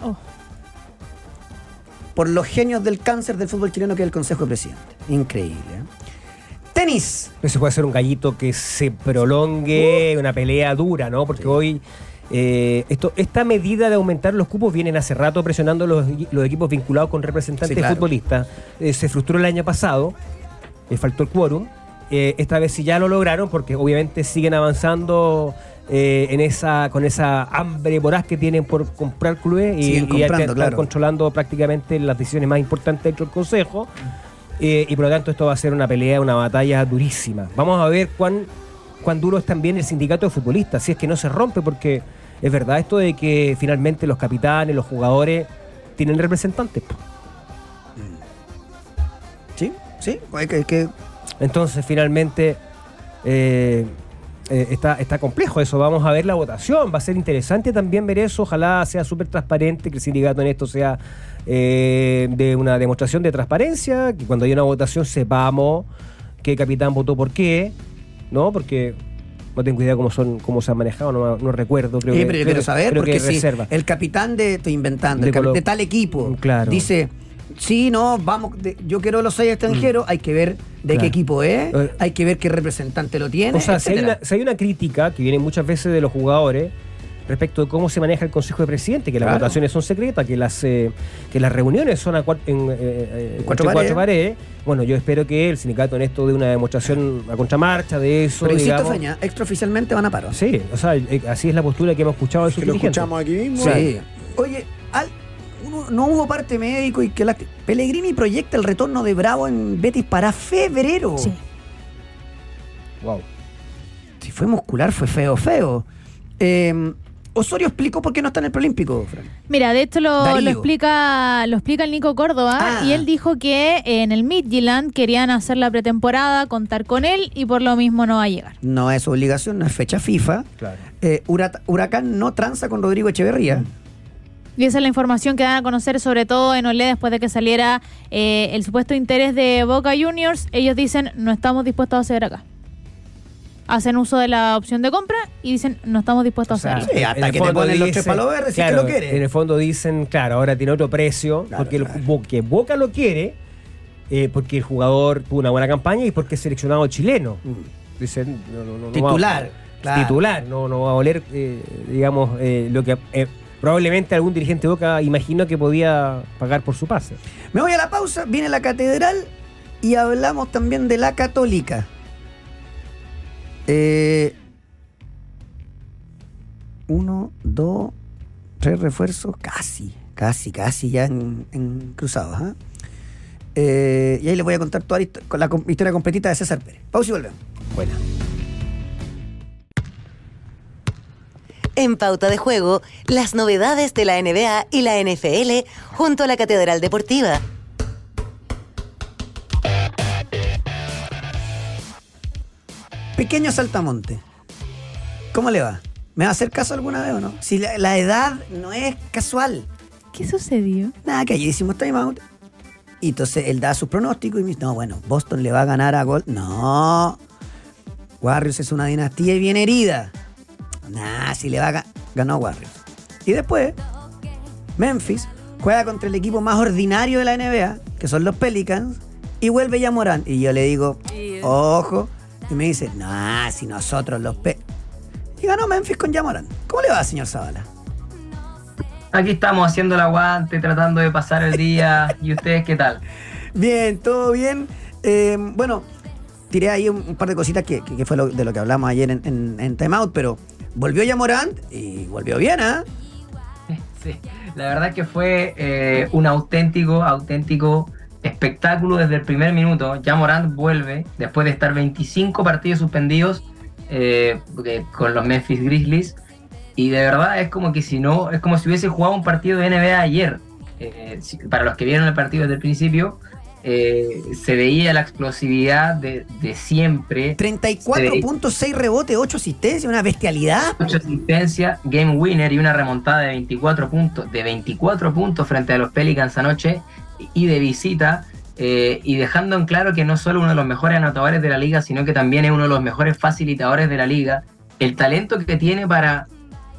[SPEAKER 1] Oh.
[SPEAKER 2] por los genios del cáncer del fútbol chileno que es el Consejo de Presidentes. Increíble. ¿eh? Tenis.
[SPEAKER 3] Eso puede ser un gallito que se prolongue, una pelea dura, ¿no? Porque hoy eh, esto, esta medida de aumentar los cupos vienen hace rato presionando los, equi- los equipos vinculados con
[SPEAKER 2] Sí,
[SPEAKER 3] representantes
[SPEAKER 2] claro.
[SPEAKER 3] futbolistas. Eh, se frustró el año pasado, eh, faltó el quórum. Eh, esta vez sí ya lo lograron porque obviamente siguen avanzando eh, en esa con esa hambre voraz que tienen por comprar clubes y,
[SPEAKER 2] Siguen
[SPEAKER 3] y ya
[SPEAKER 2] comprando,
[SPEAKER 3] están
[SPEAKER 2] claro.
[SPEAKER 3] controlando prácticamente las decisiones más importantes dentro del Consejo.
[SPEAKER 2] Mm.
[SPEAKER 3] Eh, y por lo tanto esto va a ser una pelea, una batalla durísima. Vamos a ver cuán, cuán duro es también el sindicato de futbolistas, si es que no se rompe, porque es verdad esto de que finalmente los capitanes, los jugadores tienen representantes. po.
[SPEAKER 2] Sí, sí. Hay que- hay que
[SPEAKER 3] Entonces finalmente eh, eh, está, está complejo eso, vamos a ver la votación, va a ser interesante también ver eso, ojalá sea súper transparente, que el sindicato en esto sea eh, de una demostración de transparencia, que cuando hay una votación sepamos qué capitán votó por qué, ¿no? Porque no tengo idea cómo son cómo se han manejado, no, no recuerdo, creo
[SPEAKER 2] Eh,
[SPEAKER 3] que...
[SPEAKER 2] pero,
[SPEAKER 3] creo
[SPEAKER 2] pero
[SPEAKER 3] que-
[SPEAKER 2] saber,
[SPEAKER 3] creo que
[SPEAKER 2] porque si
[SPEAKER 3] reserva.
[SPEAKER 2] el capitán de, estoy inventando, el
[SPEAKER 3] De
[SPEAKER 2] capi-
[SPEAKER 3] Colo- Mm,
[SPEAKER 2] de tal equipo,
[SPEAKER 3] Claro.
[SPEAKER 2] dice, sí, no, vamos, de- yo quiero los seis extranjeros, hay que ver de
[SPEAKER 3] Mm. Claro.
[SPEAKER 2] qué equipo es,
[SPEAKER 3] Eh,
[SPEAKER 2] hay que ver qué representante lo tiene,
[SPEAKER 3] O sea, si hay,
[SPEAKER 2] etcétera.
[SPEAKER 3] una, si hay una crítica que viene muchas veces de los jugadores respecto de cómo se maneja el Consejo de Presidente, que las
[SPEAKER 2] Claro.
[SPEAKER 3] votaciones son secretas, que las eh, que las reuniones son a cuat- en, eh, eh,
[SPEAKER 2] Cuatro
[SPEAKER 3] entre
[SPEAKER 2] paredes.
[SPEAKER 3] paredes. Bueno, yo espero que el sindicato en esto dé una demostración a contramarcha de eso.
[SPEAKER 2] Pero insisto,
[SPEAKER 3] digamos.
[SPEAKER 2] Feña, extraoficialmente van a paro.
[SPEAKER 3] Sí, o sea, eh, así es la postura que hemos escuchado de sus
[SPEAKER 4] que lo
[SPEAKER 3] dirigentes.
[SPEAKER 4] escuchamos aquí mismo.
[SPEAKER 2] Sí. Oye, al- uno- no hubo parte médico y que la, Pellegrini proyecta el retorno de Bravo en Betis para febrero.
[SPEAKER 1] Sí.
[SPEAKER 3] Wow.
[SPEAKER 2] Si fue muscular, fue feo, feo. Eh, Osorio explicó por qué no está en el Prolímpico, Fran.
[SPEAKER 1] Mira, de esto lo,
[SPEAKER 2] Darío.
[SPEAKER 1] lo explica lo explica el Nico Córdoba
[SPEAKER 2] Ah.
[SPEAKER 1] y él dijo que en el Midland querían hacer la pretemporada, contar con él y por lo mismo no va a llegar.
[SPEAKER 2] No es obligación, no es fecha FIFA.
[SPEAKER 3] Claro.
[SPEAKER 2] Eh, Hurat- Huracán no tranza con Rodrigo
[SPEAKER 3] Mm,
[SPEAKER 2] Echeverría.
[SPEAKER 1] Y esa es la información que dan a conocer, sobre todo en Olé, después de que saliera eh, el supuesto interés de Boca Juniors. Ellos dicen, no estamos dispuestos a ceder acá. Hacen uso de la opción de compra y dicen, no estamos dispuestos a ceder.
[SPEAKER 2] sí, hasta
[SPEAKER 3] en el
[SPEAKER 2] que te
[SPEAKER 3] fondo
[SPEAKER 2] ponen los tres
[SPEAKER 3] dicen-
[SPEAKER 2] palos verdes, si es que
[SPEAKER 3] claro,
[SPEAKER 2] lo quieres.
[SPEAKER 3] En el fondo dicen, claro, ahora tiene otro precio,
[SPEAKER 2] Claro,
[SPEAKER 3] porque, el-
[SPEAKER 2] claro.
[SPEAKER 3] porque Boca lo quiere, eh, porque el jugador tuvo una buena campaña y porque es seleccionado chileno. Dicen, no, no, no, no
[SPEAKER 2] Mm. Titular,
[SPEAKER 3] va-
[SPEAKER 2] claro.
[SPEAKER 3] Titular, no, no va a oler, eh, digamos, eh, lo que eh, probablemente algún dirigente de Boca imaginó que podía pagar por su pase.
[SPEAKER 2] Me voy a la pausa, viene la catedral y hablamos también de la católica. Eh, uno, dos, tres refuerzos, casi, casi, casi ya en, en cruzados. ¿ah? Eh, y ahí les voy a contar toda la, histo- con la com- historia completita de César Pérez. Pausa y volvemos.
[SPEAKER 3] Buena.
[SPEAKER 5] En pauta de juego, las novedades de la NBA y la NFL junto a la Catedral Deportiva.
[SPEAKER 2] Pequeño Saltamonte. ¿Cómo le va? ¿Me va a hacer caso alguna vez o no? Si la, la edad no es casual.
[SPEAKER 1] ¿Qué sucedió?
[SPEAKER 2] Nada, que allí hicimos timeout. Y entonces él da sus pronósticos y me dice, no, bueno, Boston le va a ganar a Gold. No. Warriors es una dinastía y bien herida. Nah, si le va a ga- ganó Warriors. Y después, Memphis juega contra el equipo más ordinario de la NBA, que son los Pelicans, y vuelve ya Morán. Y yo le digo, ojo. Y me dice, nah, si nosotros los Pe... Y ganó Memphis con Yamoran. ¿Cómo le va, señor Zavala?
[SPEAKER 6] Aquí estamos haciendo el aguante, tratando de pasar el día. ¿Y ustedes qué tal?
[SPEAKER 2] Bien, todo bien. Eh, bueno, tiré ahí un, un par de cositas que, que- que fue lo- de lo que hablamos ayer en, en, en Time Out, pero volvió ya Morant y volvió bien, ¿ah?
[SPEAKER 6] Sí, la verdad es que fue eh, un auténtico, auténtico espectáculo desde el primer minuto. Ya Morant vuelve después de estar 25 partidos suspendidos eh, eh, con los Memphis Grizzlies. Y de verdad es como que si no, es como si hubiese jugado un partido de NBA ayer. Eh, si- para los que vieron el partido desde el principio, eh, se veía la explosividad de, de siempre.
[SPEAKER 2] 34.6 rebote, 8 asistencias, una bestialidad.
[SPEAKER 6] Mucha asistencia, game winner y una remontada de 24 puntos, de 24 puntos frente a los Pelicans anoche y de visita, eh, y dejando en claro que no solo uno de los mejores anotadores de la liga, sino que también es uno de los mejores facilitadores de la liga. El talento que tiene para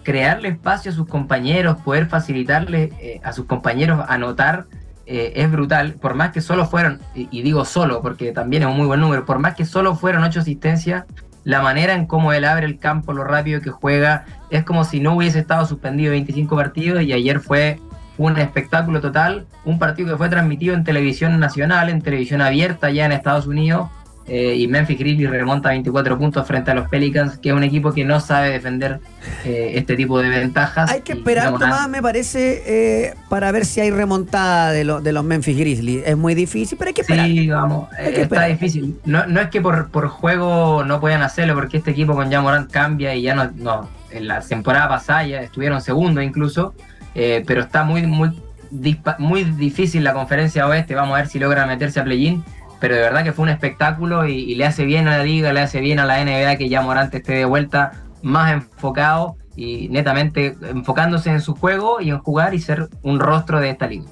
[SPEAKER 6] crearle espacio a sus compañeros, poder facilitarle eh, a sus compañeros anotar, eh, es brutal. Por más que solo fueron, y, y digo solo porque también es un muy buen número, por más que solo fueron ocho asistencias, la manera en cómo él abre el campo, lo rápido que juega, es como si no hubiese estado suspendido 25 partidos y ayer fue un espectáculo total, un partido que fue transmitido en televisión nacional, en televisión abierta ya en Estados Unidos eh, y Memphis Grizzlies remonta 24 puntos frente a los Pelicans, que es un equipo que no sabe defender eh, este tipo de ventajas.
[SPEAKER 2] Hay que
[SPEAKER 6] Y
[SPEAKER 2] esperar,
[SPEAKER 6] digamos, nada,
[SPEAKER 2] Tomás, me parece, eh, para ver si hay remontada de, lo- de los Memphis Grizzlies. Es muy difícil, pero hay que esperar.
[SPEAKER 6] Sí, vamos,
[SPEAKER 2] Hay que
[SPEAKER 6] eh, está
[SPEAKER 2] esperar.
[SPEAKER 6] difícil. No, no es que por, por juego no puedan hacerlo, porque este equipo con Morant cambia y ya no, no. En la temporada pasada ya estuvieron segundo incluso, eh, pero está muy, muy, dispa- muy difícil la conferencia oeste. Vamos a ver si logra meterse a play-in. Pero de verdad que fue un espectáculo y, y le hace bien a la liga, le hace bien a la NBA que ya Morant esté de vuelta más enfocado y netamente enfocándose en su juego y en jugar y ser un rostro de esta liga.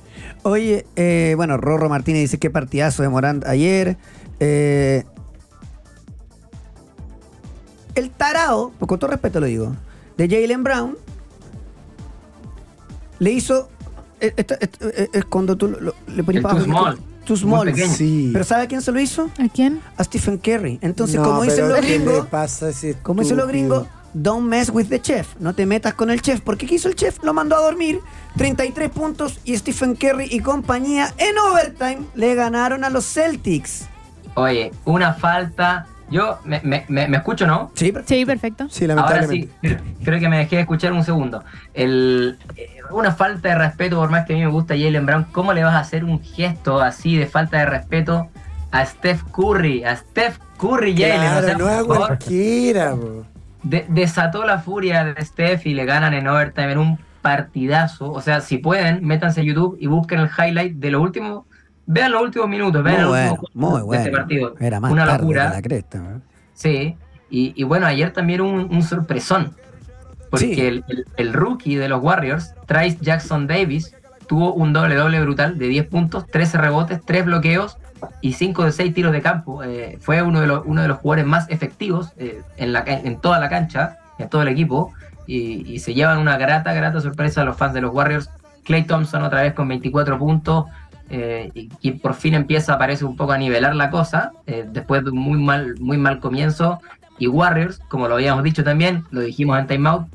[SPEAKER 2] Oye, eh, bueno, Rorro Martínez dice qué partidazo de Morant ayer. Eh, el tarao, pues, con todo respeto lo digo, de Jalen Brown le hizo. eh, esto- esto, eh, es cuando tú lo- lo- le pones
[SPEAKER 6] El
[SPEAKER 2] para
[SPEAKER 6] too
[SPEAKER 2] abajo,
[SPEAKER 6] small.
[SPEAKER 2] Too
[SPEAKER 6] Muy
[SPEAKER 2] small.
[SPEAKER 6] pequeño.
[SPEAKER 4] Sí.
[SPEAKER 2] Pero ¿sabe a quién se lo hizo?
[SPEAKER 1] ¿A quién?
[SPEAKER 2] A Stephen Curry. Entonces,
[SPEAKER 4] No,
[SPEAKER 2] como dicen
[SPEAKER 4] pero
[SPEAKER 2] los
[SPEAKER 4] ¿qué le
[SPEAKER 2] gringos,
[SPEAKER 4] pasa a ese
[SPEAKER 2] como dicen los
[SPEAKER 4] estúpido?
[SPEAKER 2] gringos, don't mess with the chef. No te metas con el chef. Porque ¿qué hizo el chef? Lo mandó a dormir. 33 puntos y Stephen Curry y compañía en overtime le ganaron a los Celtics.
[SPEAKER 6] Oye, una falta. Yo me, me- me- me escucho, ¿no?
[SPEAKER 2] Sí,
[SPEAKER 1] Sí, perfecto.
[SPEAKER 4] Sí,
[SPEAKER 6] Ahora
[SPEAKER 4] lamentablemente.
[SPEAKER 6] sí, creo- creo que me dejé de escuchar un segundo. El, eh, una falta de respeto, por más que a mí me gusta Jalen Brown, ¿cómo le vas a hacer un gesto así de falta de respeto a Steph Curry? A Steph Curry, Jalen. O
[SPEAKER 4] Claro,
[SPEAKER 6] sea,
[SPEAKER 4] no es a
[SPEAKER 6] por favor,
[SPEAKER 4] cualquiera, bro.
[SPEAKER 6] de- desató la furia de Steph y le ganan en overtime en un partidazo. O sea, si pueden, métanse a YouTube y busquen el highlight de los últimos. Vean los últimos minutos, vean
[SPEAKER 2] Muy
[SPEAKER 6] los
[SPEAKER 2] bueno,
[SPEAKER 6] últimos
[SPEAKER 2] muy
[SPEAKER 6] minutos de
[SPEAKER 2] bueno.
[SPEAKER 6] este partido.
[SPEAKER 2] Era más
[SPEAKER 6] una
[SPEAKER 2] tarde
[SPEAKER 6] locura.
[SPEAKER 2] que la cresta. ¿no?
[SPEAKER 6] Sí, y, y bueno, ayer también un, un sorpresón, porque
[SPEAKER 2] Sí.
[SPEAKER 6] el, el- el rookie de los Warriors, Trace Jackson Davis, tuvo un doble doble brutal de 10 puntos, 13 rebotes, 3 bloqueos y 5 de 6 tiros de campo. Eh, fue uno de, los, uno de los jugadores más efectivos eh, en, la, ca- en toda la cancha, en todo el equipo, y, y se llevan una grata, grata sorpresa a los fans de los Warriors. Clay Thompson otra vez con 24 puntos, eh, y, y por fin empieza, parece un poco a nivelar la cosa, eh, después de un muy mal, muy mal comienzo. Y Warriors, como lo habíamos dicho también, lo dijimos en Time Out,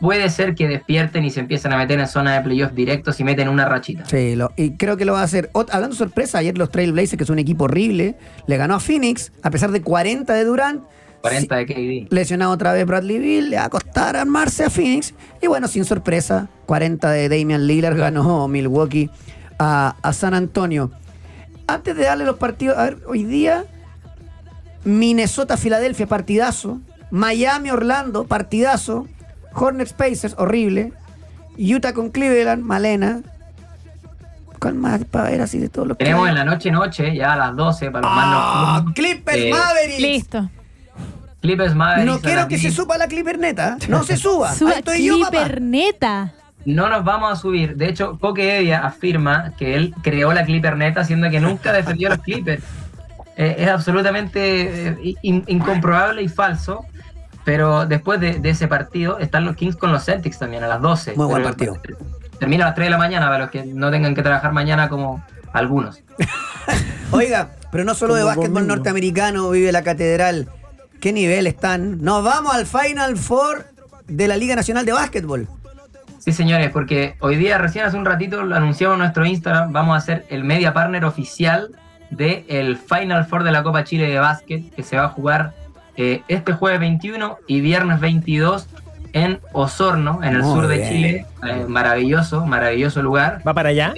[SPEAKER 6] puede ser que despierten y se empiecen a meter en zona de playoffs directos y meten una rachita.
[SPEAKER 2] Sí, lo- y creo que lo va a hacer. Ot- hablando de sorpresa, ayer los Trailblazers, que es un equipo horrible, le ganó a Phoenix, a pesar de 40 de Durant.
[SPEAKER 6] 40 de KD.
[SPEAKER 2] Lesionado otra vez Bradley Bill, le va a costar armarse a Phoenix. Y bueno, sin sorpresa, 40 de Damian Lillard ganó Milwaukee a, a San Antonio. Antes de darle los partidos, a ver, hoy día Minnesota-Filadelfia, partidazo. Miami-Orlando, partidazo. Hornets Pacers, horrible. Utah con Cleveland, Malena. ¿Cuál más para ver así de todo lo que
[SPEAKER 6] Tenemos
[SPEAKER 2] hay?
[SPEAKER 6] en la noche noche, ya a las 12, para los
[SPEAKER 2] Ah,
[SPEAKER 6] más nocturnos,
[SPEAKER 2] Clippers
[SPEAKER 6] eh,
[SPEAKER 2] Mavericks.
[SPEAKER 1] Listo.
[SPEAKER 6] Clippers Mavericks.
[SPEAKER 2] No
[SPEAKER 6] a las
[SPEAKER 2] quiero que se
[SPEAKER 6] 10.
[SPEAKER 2] suba la cliperneta. No se suba. Ahí
[SPEAKER 1] Suba
[SPEAKER 2] estoy yo, papá.
[SPEAKER 1] Cliperneta.
[SPEAKER 6] No nos vamos a subir. De hecho, Coque Evia afirma que él creó la Clipper neta, siendo que nunca defendió a los Clippers. Eh, es absolutamente eh, in- incomprobable y falso. Pero después de, de ese partido están los Kings con los Celtics también a las 12.
[SPEAKER 2] Muy buen
[SPEAKER 6] Pero
[SPEAKER 2] partido.
[SPEAKER 6] Termina a las 3 de la mañana para los que no tengan que trabajar mañana como algunos.
[SPEAKER 2] Oiga, pero no solo de
[SPEAKER 4] Como
[SPEAKER 2] básquetbol
[SPEAKER 4] domingo.
[SPEAKER 2] norteamericano vive la catedral. ¿Qué nivel están? Nos vamos al Final Four de la Liga Nacional de Básquetbol.
[SPEAKER 6] Sí, señores, porque hoy día, recién hace un ratito, lo anunciamos en nuestro Instagram, vamos a hacer el media partner oficial del Final Four de la Copa Chile de Básquet, que se va a jugar eh, este jueves 21 y viernes 22 en Osorno, en el
[SPEAKER 2] Muy
[SPEAKER 6] sur de
[SPEAKER 2] bien.
[SPEAKER 6] Chile. Eh, maravilloso, maravilloso lugar.
[SPEAKER 3] ¿Va para allá?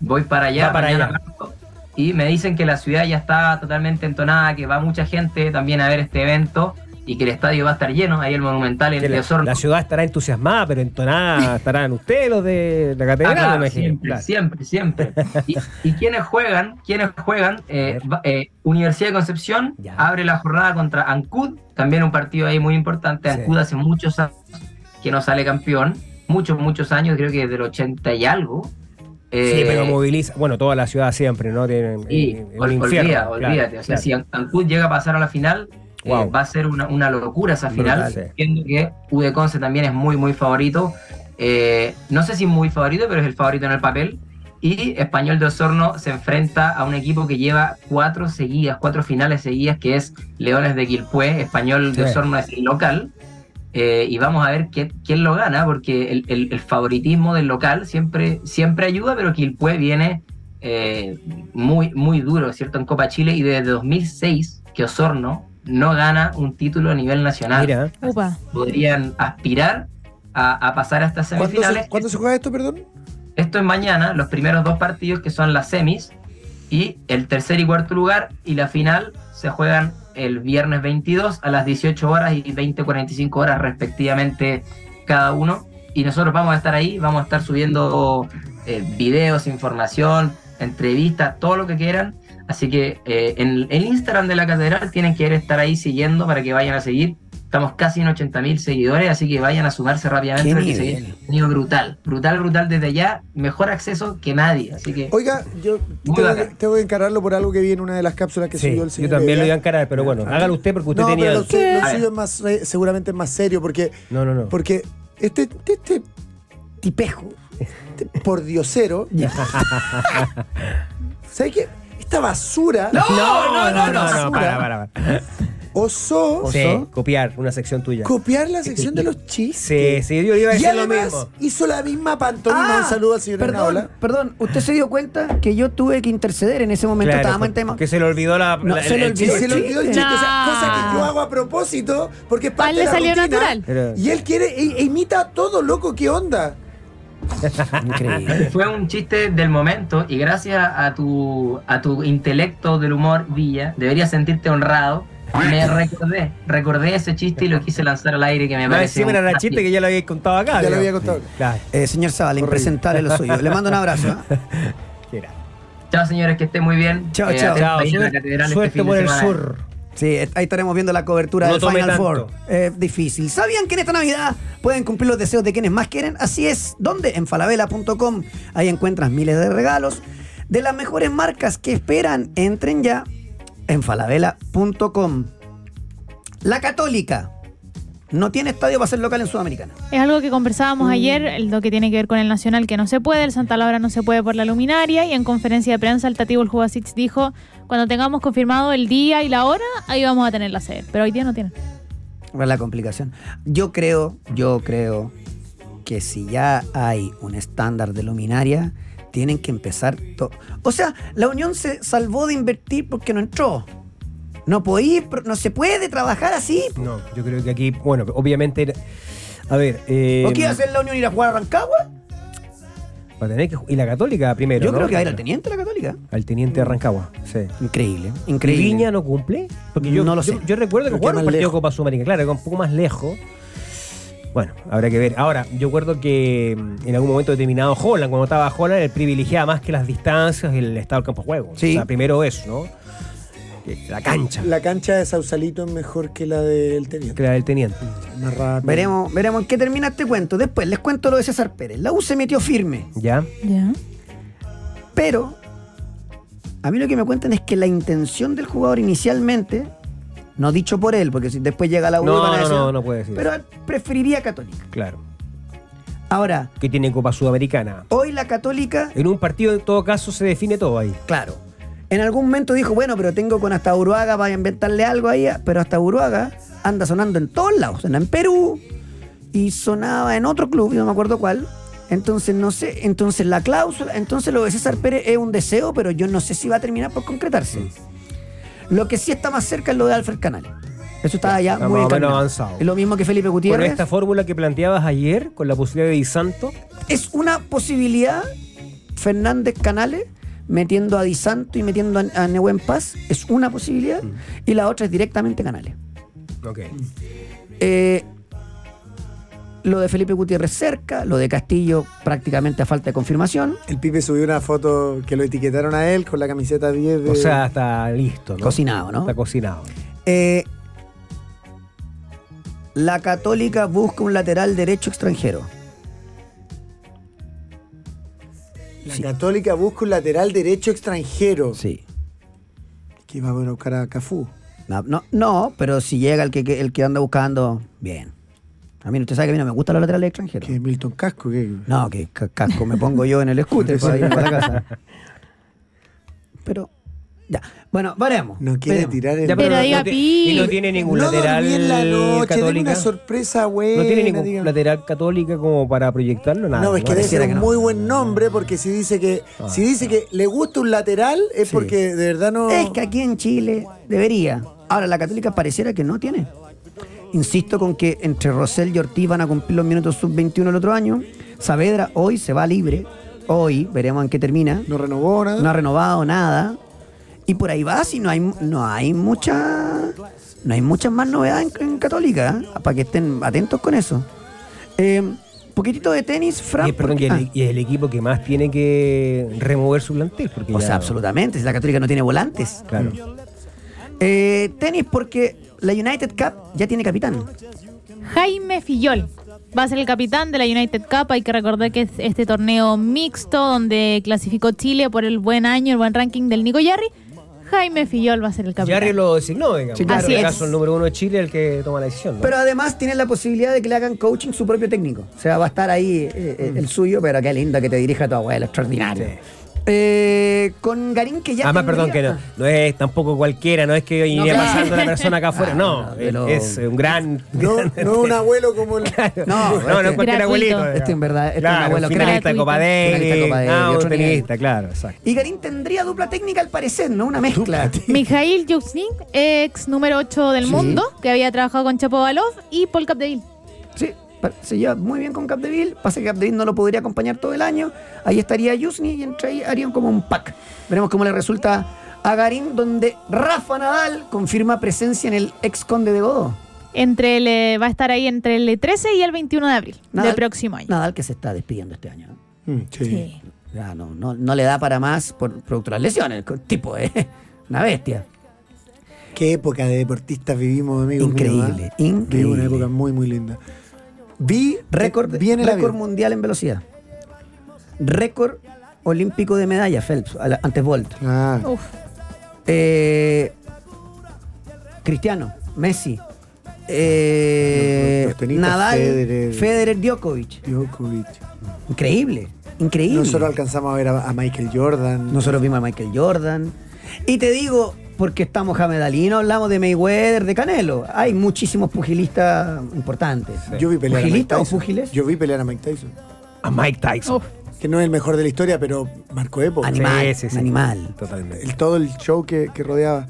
[SPEAKER 6] Voy para allá,
[SPEAKER 3] Va para
[SPEAKER 6] mañana
[SPEAKER 3] allá.
[SPEAKER 6] parto. Y me dicen que la ciudad ya está totalmente entonada, que va mucha gente también a ver este evento y que el estadio va a estar lleno, ahí el Monumental en
[SPEAKER 3] Que
[SPEAKER 6] de
[SPEAKER 3] la,
[SPEAKER 6] Osorno.
[SPEAKER 3] la ciudad estará entusiasmada, pero entonada estarán ustedes los de la
[SPEAKER 6] Ah,
[SPEAKER 3] catedral,
[SPEAKER 6] claro,
[SPEAKER 3] me imagino.
[SPEAKER 6] siempre,
[SPEAKER 3] Claro.
[SPEAKER 6] siempre, siempre, Y, y quienes juegan, quienes juegan, eh, va- eh, Universidad de Concepción
[SPEAKER 3] Ya.
[SPEAKER 6] abre la jornada contra Ancud, también un partido ahí muy importante.
[SPEAKER 3] Sí.
[SPEAKER 6] Ancud hace muchos años que no sale campeón, muchos, muchos años, creo que desde el 80 y algo.
[SPEAKER 3] Sí,
[SPEAKER 6] Eh,
[SPEAKER 3] pero moviliza. Bueno, toda la ciudad siempre, ¿no? Tienen
[SPEAKER 6] y
[SPEAKER 3] eh,
[SPEAKER 6] ol- olvida,
[SPEAKER 3] claro,
[SPEAKER 6] olvídate. o sea,
[SPEAKER 3] claro.
[SPEAKER 6] si An- Ancud llega a pasar a la final, eh,
[SPEAKER 3] Wow.
[SPEAKER 6] va a ser una, una locura esa final.
[SPEAKER 3] Brutal, sí.
[SPEAKER 6] Entiendo que Udeconce también es muy, muy favorito. Eh, no sé si muy favorito, pero es el favorito en el papel. Y Español de Osorno se enfrenta a un equipo que lleva cuatro seguidas, cuatro finales seguidas, que es Leones de Quilpué. Español de
[SPEAKER 3] Sí.
[SPEAKER 6] Osorno es el local. Eh, y vamos a ver qué- quién lo gana, porque el, el- el favoritismo del local siempre, siempre ayuda, pero Quilpué viene eh, muy, muy duro, ¿cierto? En Copa Chile y desde 2006 que Osorno no gana un título a nivel nacional.
[SPEAKER 3] Mira,
[SPEAKER 1] Upa.
[SPEAKER 6] Podrían aspirar a, a pasar hasta
[SPEAKER 4] ¿Cuándo
[SPEAKER 6] semifinales.
[SPEAKER 4] se, cuándo se juega esto, perdón?
[SPEAKER 6] Esto es mañana, los primeros dos partidos que son las semis y el tercer y cuarto lugar y la final se juegan el viernes 22 a las 18 horas y 20-45 horas respectivamente cada uno. Y nosotros vamos a estar ahí, vamos a estar subiendo eh, videos, información, entrevistas, todo lo que quieran. Así que eh, en el Instagram de la Catedral tienen que estar ahí siguiendo para que vayan a seguir. Estamos casi en 80.000 seguidores, así que vayan a sumarse rápidamente.
[SPEAKER 2] Qué
[SPEAKER 6] porque se
[SPEAKER 2] nivel.
[SPEAKER 6] viene contenido brutal, brutal, brutal desde allá. Mejor acceso que nadie. Así que
[SPEAKER 4] Oiga, yo tengo
[SPEAKER 6] Muy
[SPEAKER 4] que,
[SPEAKER 6] bacán.
[SPEAKER 4] tengo que encararlo por algo que vi en una de las cápsulas que
[SPEAKER 3] sí,
[SPEAKER 4] subió el
[SPEAKER 3] yo
[SPEAKER 4] señor.
[SPEAKER 3] también lo iba a
[SPEAKER 4] Herrera.
[SPEAKER 3] encarar, pero bueno, hágalo usted porque usted
[SPEAKER 4] no,
[SPEAKER 3] tenía.
[SPEAKER 4] pero lo, suyo- lo
[SPEAKER 6] ¿Qué?
[SPEAKER 4] suyo es más, eh, seguramente es más serio porque,
[SPEAKER 3] No, no, no.
[SPEAKER 4] porque este, este, este tipejo, este
[SPEAKER 3] [LAUGHS]
[SPEAKER 4] pordiosero, ¿sabes qué? Esta basura
[SPEAKER 3] no, no, no,
[SPEAKER 4] basura.
[SPEAKER 3] para, para, para.
[SPEAKER 4] osó
[SPEAKER 3] Sí, copiar una sección tuya.
[SPEAKER 4] copiar la sección de los chistes.
[SPEAKER 3] Sí, sí, yo iba a
[SPEAKER 4] Y
[SPEAKER 3] decir lo
[SPEAKER 4] además
[SPEAKER 3] mismo.
[SPEAKER 4] hizo la misma pantomima.
[SPEAKER 2] Ah,
[SPEAKER 4] Un saludo al señor
[SPEAKER 2] perdón,
[SPEAKER 4] Naola.
[SPEAKER 2] perdón, usted se dio cuenta que yo tuve que interceder en ese momento, estábamos en tema.
[SPEAKER 3] Que se le olvidó la.
[SPEAKER 2] No,
[SPEAKER 3] la-
[SPEAKER 2] se le
[SPEAKER 3] el
[SPEAKER 2] olvidó.
[SPEAKER 4] Y
[SPEAKER 3] chiste.
[SPEAKER 4] se le olvidó el
[SPEAKER 1] No.
[SPEAKER 4] chiste, o sea, cosa que yo hago a propósito, porque es parte
[SPEAKER 1] A él le
[SPEAKER 4] de la
[SPEAKER 1] salió
[SPEAKER 4] rutina,
[SPEAKER 3] natural.
[SPEAKER 4] Y él quiere, e- e imita todo, loco, ¿qué onda?
[SPEAKER 2] Increíble.
[SPEAKER 6] fue un chiste del momento y gracias a tu, a tu intelecto del humor, Villa, deberías sentirte honrado. Me recordé, recordé ese chiste y lo quise lanzar al aire que me
[SPEAKER 3] No,
[SPEAKER 6] pareció
[SPEAKER 3] encima era el
[SPEAKER 6] fantástico.
[SPEAKER 3] chiste que ya lo había contado acá.
[SPEAKER 4] Ya lo había
[SPEAKER 3] digamos.
[SPEAKER 4] contado.
[SPEAKER 3] Claro,
[SPEAKER 2] Eh, señor Zavala, impresentable lo suyo. Le mando un abrazo. ¿eh?
[SPEAKER 3] que era.
[SPEAKER 6] Chao señores, que esté muy bien.
[SPEAKER 2] Chao,
[SPEAKER 6] Eh,
[SPEAKER 2] chao.
[SPEAKER 6] atentos
[SPEAKER 3] Chao,
[SPEAKER 6] ahí en la
[SPEAKER 3] suerte,
[SPEAKER 6] catedral este
[SPEAKER 3] suerte
[SPEAKER 6] fin de
[SPEAKER 3] por el
[SPEAKER 6] semana.
[SPEAKER 3] sur.
[SPEAKER 2] Sí, eh, ahí estaremos viendo la cobertura
[SPEAKER 3] No
[SPEAKER 2] del
[SPEAKER 3] tome
[SPEAKER 2] Final
[SPEAKER 3] tanto.
[SPEAKER 2] Four. Eh, difícil. ¿Sabían que en esta Navidad pueden cumplir los deseos de quienes más quieren? Así es. ¿Dónde? En falabella.com. Ahí encuentras miles de regalos de las mejores marcas que esperan. Entren ya en falabella.com. La Católica no tiene estadio para ser local en Sudamericana.
[SPEAKER 1] Es algo que conversábamos ayer, el- lo que tiene que ver con el Nacional que no se puede, el Santa Laura no se puede por la luminaria y en conferencia de prensa el Tativo el Jubasic dijo, cuando tengamos confirmado el día y la hora, ahí vamos a tener la sede, pero hoy día no tienen.
[SPEAKER 2] Ahora la complicación. Yo creo, yo creo que si ya hay un estándar de luminaria, tienen que empezar todo. O sea, la Unión se salvó de invertir porque no entró. No podí, pro- no se puede trabajar así.
[SPEAKER 3] No, yo creo que aquí, bueno, obviamente. era- A ver. Eh,
[SPEAKER 2] ¿O qué iba a hacer la Unión ir a jugar a Rancagua?
[SPEAKER 3] Va a tener que. Y la Católica primero.
[SPEAKER 2] Yo
[SPEAKER 3] ¿no?
[SPEAKER 2] creo que va a ir al teniente de la Católica.
[SPEAKER 3] Al teniente de Rancagua, sí.
[SPEAKER 2] Increíble,
[SPEAKER 3] ¿Y
[SPEAKER 2] increíble.
[SPEAKER 3] Viña no cumple? Porque yo,
[SPEAKER 2] No lo sé.
[SPEAKER 3] yo, yo recuerdo que
[SPEAKER 4] Creo que
[SPEAKER 3] jugaron
[SPEAKER 4] más
[SPEAKER 3] un partido
[SPEAKER 4] lejos.
[SPEAKER 3] Copa Sudamérica, claro, que un poco más lejos. Bueno, habrá que ver. Ahora, yo recuerdo que mm, en algún momento determinado Holland, cuando estaba Holland, él privilegiaba más que las distancias el estado del campo de juego.
[SPEAKER 2] Sí.
[SPEAKER 3] O sea, primero eso, ¿no? eh, la cancha,
[SPEAKER 4] La cancha de Sausalito es mejor que la del
[SPEAKER 3] que
[SPEAKER 4] teniente.
[SPEAKER 3] la del teniente.
[SPEAKER 4] Más rápido.
[SPEAKER 2] Veremos, veremos en qué termina este cuento. Después les cuento lo de César Pérez. La U se metió firme,
[SPEAKER 3] ¿Ya?
[SPEAKER 1] Ya.
[SPEAKER 2] pero a mí lo que me cuentan es que la intención del jugador inicialmente, no dicho por él, porque si después llega la U
[SPEAKER 3] No,
[SPEAKER 2] van a
[SPEAKER 3] no,
[SPEAKER 2] decir-
[SPEAKER 3] no, no puede decir.
[SPEAKER 2] Pero él preferiría Católica.
[SPEAKER 3] Claro.
[SPEAKER 2] Ahora,
[SPEAKER 3] Que tiene Copa Sudamericana.
[SPEAKER 2] hoy la Católica,
[SPEAKER 3] En un partido, en todo caso, se define todo ahí.
[SPEAKER 2] claro, en algún momento dijo, bueno, pero tengo con hasta Uruaga, vaya a inventarle algo ahí, pero hasta Uruaga anda sonando en todos lados, sonaba en Perú y sonaba en otro club, yo no me acuerdo cuál. Entonces, no sé, entonces la cláusula, entonces lo de César Pérez es un deseo, pero yo no sé si va a terminar por concretarse. Lo que sí está más cerca es lo de Alfred Canales. Eso está ya
[SPEAKER 3] está
[SPEAKER 2] muy
[SPEAKER 3] más o menos
[SPEAKER 2] encaminado.
[SPEAKER 3] avanzado.
[SPEAKER 2] Es lo mismo que Felipe
[SPEAKER 3] Con
[SPEAKER 2] Gutiérrez.
[SPEAKER 3] esta fórmula que planteabas ayer, con la posibilidad de Di Santo,
[SPEAKER 2] Es una posibilidad, Fernández Canales, metiendo a Di Santo y metiendo a, a Nehuen Paz, es una posibilidad. Y la otra es directamente Canales.
[SPEAKER 3] ok.
[SPEAKER 2] Eh, lo de Felipe Gutiérrez cerca, lo de Castillo prácticamente a falta de confirmación.
[SPEAKER 4] El Pipe subió una foto que lo etiquetaron a él con la camiseta 10 de.
[SPEAKER 3] O sea, está listo, ¿no?
[SPEAKER 2] Cocinado, ¿no?
[SPEAKER 3] Está cocinado.
[SPEAKER 2] Eh, la Católica busca un lateral derecho extranjero.
[SPEAKER 4] la Católica busca un lateral derecho extranjero.
[SPEAKER 2] Sí.
[SPEAKER 4] Que va a buscar a Cafú.
[SPEAKER 2] No, no, no, pero si llega el que, que- el que anda buscando, bien. A mí, usted sabe que a mí no me gustan los laterales extranjeros.
[SPEAKER 4] Que es Milton Casco. Que...
[SPEAKER 2] No, que ca- casco me pongo yo en el scooter para irme
[SPEAKER 4] [LAUGHS]
[SPEAKER 2] para la casa. Pero, ya. Bueno, veremos.
[SPEAKER 4] No quiere
[SPEAKER 2] veremos.
[SPEAKER 4] tirar el.
[SPEAKER 3] Ya,
[SPEAKER 1] Pero
[SPEAKER 3] no-
[SPEAKER 1] diga
[SPEAKER 3] no, te-
[SPEAKER 1] pi.
[SPEAKER 3] y no tiene ningún
[SPEAKER 4] no
[SPEAKER 3] lateral
[SPEAKER 4] dormí en la noche, denme
[SPEAKER 3] católica.
[SPEAKER 4] una sorpresa buena.
[SPEAKER 3] no tiene ningún
[SPEAKER 4] dígame.
[SPEAKER 3] lateral católica como para proyectarlo, nada.
[SPEAKER 4] No, es que debe
[SPEAKER 2] pareciera
[SPEAKER 4] ser
[SPEAKER 2] que
[SPEAKER 4] un
[SPEAKER 2] no. Ah,
[SPEAKER 4] muy buen nombre porque si dice que si dice que le gusta un lateral es porque de verdad no
[SPEAKER 2] Es que aquí en Chile debería. Ahora, la Católica pareciera que no tiene. Insisto con que entre Rosell y Ortiz van a cumplir los minutos sub-21 el otro año. Saavedra hoy se va libre. Hoy veremos en qué termina.
[SPEAKER 4] no renovó nada.
[SPEAKER 2] No ha renovado nada. Y por ahí va, si no hay, no hay mucha. No hay muchas más novedades en, en Católica, ¿eh? para que estén atentos con eso. Eh, poquitito de tenis, Fran.
[SPEAKER 3] Y, perdón,
[SPEAKER 2] porque-
[SPEAKER 3] y el,
[SPEAKER 2] ah,
[SPEAKER 3] y es el equipo que más tiene que remover su plantel. Porque
[SPEAKER 2] o
[SPEAKER 3] ya-
[SPEAKER 2] sea, absolutamente, si la Católica no tiene volantes.
[SPEAKER 3] Claro.
[SPEAKER 4] Mm.
[SPEAKER 2] Eh, tenis, porque la United Cup ya tiene capitán.
[SPEAKER 1] Jaime Fillol va a ser el capitán de la United Cup. Hay que recordar que es este torneo mixto donde clasificó Chile por el buen año, el buen ranking del Nico Yarri. Jaime Fillol va a ser el capitán.
[SPEAKER 3] Yarri lo designó, digamos.
[SPEAKER 2] Sí,
[SPEAKER 1] claro.
[SPEAKER 3] En
[SPEAKER 1] Así
[SPEAKER 3] el
[SPEAKER 1] es.
[SPEAKER 3] caso, el número uno de Chile es el que toma la decisión. ¿no?
[SPEAKER 2] Pero además tiene la posibilidad de que le hagan coaching su propio técnico. O sea, va a estar ahí eh, eh,
[SPEAKER 3] Mm.
[SPEAKER 2] el suyo, pero qué lindo que te dirija tu abuelo, extraordinario. Eh, con Garín que ya.
[SPEAKER 3] Además, perdón, que
[SPEAKER 2] tendría-
[SPEAKER 3] no, no es tampoco cualquiera, no es que iría
[SPEAKER 2] claro.
[SPEAKER 3] pasando una persona acá afuera,
[SPEAKER 2] Ah, [LAUGHS]
[SPEAKER 3] no,
[SPEAKER 2] no, de lo-
[SPEAKER 3] es un gran... [LAUGHS]
[SPEAKER 4] No,
[SPEAKER 3] gran-
[SPEAKER 4] no
[SPEAKER 2] [LAUGHS]
[SPEAKER 4] un abuelo como el
[SPEAKER 2] No,
[SPEAKER 3] no, no,
[SPEAKER 2] este-
[SPEAKER 3] es cualquier
[SPEAKER 1] Gratuito.
[SPEAKER 3] abuelito. digamos.
[SPEAKER 2] Este en verdad, este es un
[SPEAKER 3] Claro,
[SPEAKER 2] abuelo
[SPEAKER 3] finalista de
[SPEAKER 1] crack.
[SPEAKER 3] Copa
[SPEAKER 2] Finalista de
[SPEAKER 3] Davis,
[SPEAKER 2] Copa Davis,
[SPEAKER 3] ah, un
[SPEAKER 2] otro nivel.
[SPEAKER 3] tenista, claro, exacto.
[SPEAKER 2] Y Garín tendría dupla técnica al parecer, ¿no? Una mezcla.
[SPEAKER 1] Mikhail Yuxin, ex número 8 del
[SPEAKER 2] Sí.
[SPEAKER 1] mundo, que había trabajado con Chapovalov y Paul Capdeville.
[SPEAKER 2] Sí, pa- se lleva muy bien con Capdeville. Pasa que Capdeville no lo podría acompañar todo el año. Ahí estaría Yusni y entre ahí harían como un pack. Veremos cómo le resulta a Garín, donde Rafa Nadal confirma presencia en el ex conde de Godó.
[SPEAKER 1] Entre el, eh, va a estar ahí entre el 13 y el 21 de abril
[SPEAKER 2] Nadal-
[SPEAKER 1] del próximo año.
[SPEAKER 2] Nadal que se está despidiendo este año. ¿no?
[SPEAKER 4] Mm, sí.
[SPEAKER 1] Sí.
[SPEAKER 2] Ya, no, no, no le da para más por producto de las lesiones. El tipo es [LAUGHS] una bestia.
[SPEAKER 4] Qué época de deportistas vivimos, amigos.
[SPEAKER 2] Increíble,
[SPEAKER 4] míos, ¿ah?
[SPEAKER 2] increíble.
[SPEAKER 4] Vivimos una época muy, muy linda. Vi
[SPEAKER 2] Récord,
[SPEAKER 4] bien el
[SPEAKER 2] récord
[SPEAKER 4] avión.
[SPEAKER 2] mundial en velocidad. Récord olímpico de medalla, Phelps, a la- antes Bolt.
[SPEAKER 4] Ah,
[SPEAKER 1] Uf.
[SPEAKER 2] Eh, Cristiano, Messi, eh,
[SPEAKER 4] Los- los tenistas,
[SPEAKER 2] Nadal, Federer.
[SPEAKER 4] Federer.
[SPEAKER 2] Djokovic.
[SPEAKER 4] Djokovic.
[SPEAKER 2] Increíble, increíble.
[SPEAKER 4] Nosotros alcanzamos a ver a, a Michael Jordan.
[SPEAKER 2] Nosotros vimos a Michael Jordan. Y te digo, porque estamos Mohamed Ali, no hablamos de Mayweather, de Canelo. Hay muchísimos pugilistas importantes.
[SPEAKER 4] Yo vi pelear a Mike
[SPEAKER 2] ¿Pugilistas o
[SPEAKER 4] Tyson.
[SPEAKER 2] pugiles?
[SPEAKER 4] Yo vi pelear a Mike Tyson.
[SPEAKER 3] A Mike Tyson.
[SPEAKER 4] Que no es el mejor de la historia, pero marcó época.
[SPEAKER 2] Animal. animal.
[SPEAKER 3] Totalmente.
[SPEAKER 4] El, todo el show que, que rodeaba.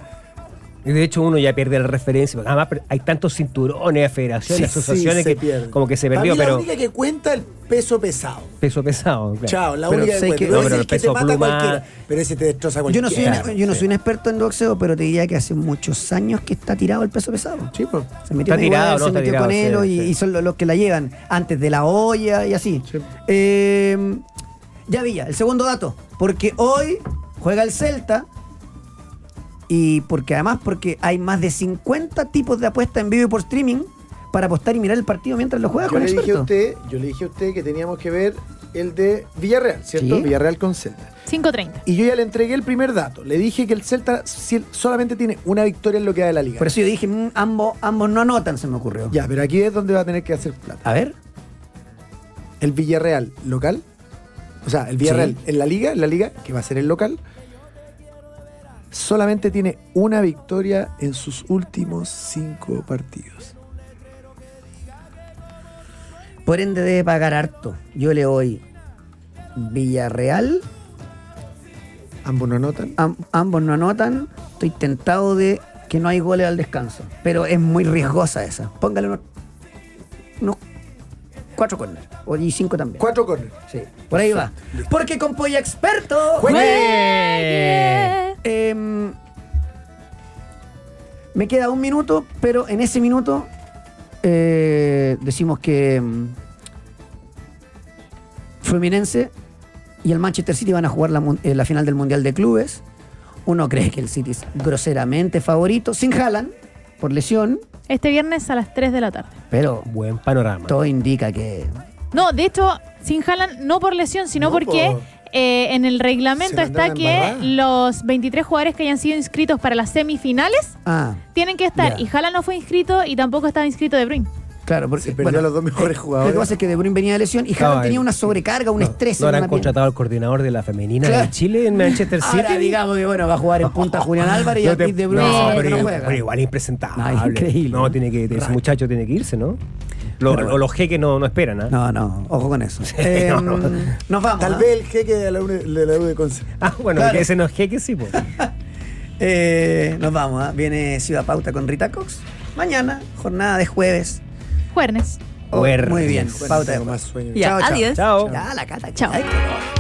[SPEAKER 3] Y de hecho uno ya pierde la referencia, porque además hay tantos cinturones, federaciones,
[SPEAKER 4] Sí,
[SPEAKER 3] asociaciones
[SPEAKER 4] sí, se
[SPEAKER 3] que
[SPEAKER 4] pierde.
[SPEAKER 3] como que se
[SPEAKER 4] Para
[SPEAKER 3] perdió,
[SPEAKER 4] mí
[SPEAKER 3] pero
[SPEAKER 4] La única que cuenta el peso pesado.
[SPEAKER 3] peso pesado. claro.
[SPEAKER 4] Chao, la
[SPEAKER 2] Pero
[SPEAKER 4] única que
[SPEAKER 2] sé
[SPEAKER 4] cuenta.
[SPEAKER 2] que-
[SPEAKER 4] Pero
[SPEAKER 2] No,
[SPEAKER 4] ese
[SPEAKER 3] pero
[SPEAKER 4] es
[SPEAKER 3] el
[SPEAKER 4] que te
[SPEAKER 3] peso
[SPEAKER 4] mata
[SPEAKER 3] pluma-
[SPEAKER 4] cualquiera. Pero ese te destroza
[SPEAKER 2] Yo
[SPEAKER 4] cualquiera.
[SPEAKER 2] no, soy una- yo no soy un experto en boxeo, pero te diría que hace muchos años que está tirado el peso pesado.
[SPEAKER 4] Sí, pues.
[SPEAKER 2] Se metió,
[SPEAKER 3] Está
[SPEAKER 2] con Iguodala,
[SPEAKER 3] tirado, ¿no?
[SPEAKER 2] se
[SPEAKER 3] Está
[SPEAKER 2] metió
[SPEAKER 3] tirado,
[SPEAKER 2] con
[SPEAKER 3] sí,
[SPEAKER 2] él y,
[SPEAKER 3] sí.
[SPEAKER 2] y son lo- los que la llevan antes de la olla y así. Eh, ya Villa, el segundo dato, porque hoy juega el Celta Y porque además, porque hay más de 50 tipos de apuestas en vivo y por streaming para apostar y mirar el partido mientras lo juegas
[SPEAKER 4] Yo
[SPEAKER 2] con
[SPEAKER 4] le, dije a
[SPEAKER 2] expertos.
[SPEAKER 4] usted, yo le dije a usted que teníamos que ver el de Villarreal, ¿cierto?
[SPEAKER 2] Sí.
[SPEAKER 4] Villarreal con Celta.
[SPEAKER 1] 5.30.
[SPEAKER 4] Y yo ya le entregué el primer dato. Le dije que el Celta si- solamente tiene una victoria en lo que da de la liga.
[SPEAKER 2] Por eso yo dije, mm, ambos, ambos no anotan, se me ocurrió.
[SPEAKER 4] Ya, pero aquí es donde va a tener que hacer plata.
[SPEAKER 2] A ver.
[SPEAKER 4] El Villarreal local, o sea, el Villarreal
[SPEAKER 2] Sí.
[SPEAKER 4] en la liga, en la liga, que va a ser el local, solamente tiene una victoria en sus últimos cinco partidos.
[SPEAKER 2] Por ende debe pagar harto. Yo le doy Villarreal.
[SPEAKER 4] Ambos no anotan.
[SPEAKER 2] Am- ambos no anotan. Estoy tentado de que no hay goles al descanso. Pero es muy riesgosa esa. Póngale unos, unos cuatro corners. O- Y cinco también.
[SPEAKER 4] Cuatro corners.
[SPEAKER 2] Sí, por ahí va. Porque con Polla Experto.
[SPEAKER 3] Eh.
[SPEAKER 1] ¡Juegue!
[SPEAKER 2] Em, me queda un minuto, pero en ese minuto eh, decimos que em, Fluminense y el Manchester City van a jugar la, mun- eh, la final del Mundial de Clubes. Uno cree que el City es groseramente favorito, sin Haaland, por lesión,
[SPEAKER 1] Este viernes a las 3 de la tarde.
[SPEAKER 2] pero
[SPEAKER 3] Buen panorama.
[SPEAKER 2] todo indica que...
[SPEAKER 1] No, de hecho, sin Haaland no por lesión, sino
[SPEAKER 4] No,
[SPEAKER 1] porque
[SPEAKER 4] po.
[SPEAKER 1] eh, en el
[SPEAKER 4] Se
[SPEAKER 1] reglamento está
[SPEAKER 4] mandaron
[SPEAKER 1] que
[SPEAKER 4] embarrada.
[SPEAKER 1] los 23 jugadores que hayan sido inscritos para las semifinales
[SPEAKER 2] Ah,
[SPEAKER 1] tienen que estar.
[SPEAKER 4] Ya.
[SPEAKER 1] Y Haaland no fue inscrito y tampoco estaba inscrito De Bruyne.
[SPEAKER 2] claro, porque...
[SPEAKER 4] Se perdió a los dos mejores
[SPEAKER 2] Lo que
[SPEAKER 4] jugadores.
[SPEAKER 2] pasa es que De Bruyne venía de lesión y Haaland
[SPEAKER 3] No,
[SPEAKER 2] tenía
[SPEAKER 3] el-
[SPEAKER 2] una sobrecarga, un
[SPEAKER 3] No,
[SPEAKER 2] estrés.
[SPEAKER 3] No
[SPEAKER 2] en
[SPEAKER 3] habrán
[SPEAKER 2] una pierna.
[SPEAKER 3] contratado al coordinador de la femenina
[SPEAKER 2] Claro.
[SPEAKER 3] de Chile en Manchester City. Ah,
[SPEAKER 2] Ahora digamos que bueno, va a jugar en punta Julián Álvarez y
[SPEAKER 3] [LAUGHS] No
[SPEAKER 2] a
[SPEAKER 3] te-
[SPEAKER 2] Pitt de Bruyne
[SPEAKER 3] no,
[SPEAKER 2] que
[SPEAKER 3] pero,
[SPEAKER 2] no
[SPEAKER 3] igual-
[SPEAKER 2] juega.
[SPEAKER 3] pero igual es impresentable.
[SPEAKER 2] No, es increíble.
[SPEAKER 3] No, tiene que, ese
[SPEAKER 2] Rayo.
[SPEAKER 3] muchacho tiene que irse, ¿no? Los,
[SPEAKER 2] Pero-
[SPEAKER 3] o los jeques no, no esperan, ¿ah?
[SPEAKER 2] No, no, ojo con eso. Eh,
[SPEAKER 3] no, no.
[SPEAKER 2] Nos vamos.
[SPEAKER 4] Tal
[SPEAKER 2] ¿ah?
[SPEAKER 4] vez el jeque de la U de, la U de Conce.
[SPEAKER 3] Ah, bueno,
[SPEAKER 2] Claro. Oh,
[SPEAKER 3] que ese no es jeque, sí, pues.
[SPEAKER 2] Eh, nos vamos. ¿ah? Viene Ciudad Pauta con Rita Cox. Mañana, jornada de jueves.
[SPEAKER 1] Juernes.
[SPEAKER 2] Oh,
[SPEAKER 3] Jueves.
[SPEAKER 2] muy bien,
[SPEAKER 4] Jueves,
[SPEAKER 2] pauta de
[SPEAKER 4] tengo más
[SPEAKER 2] jueves.
[SPEAKER 4] sueño.
[SPEAKER 2] Chao, chao.
[SPEAKER 5] Adiós.
[SPEAKER 3] Chao.
[SPEAKER 2] Ya, la cata.
[SPEAKER 1] Chao.
[SPEAKER 2] Ay, qué horror.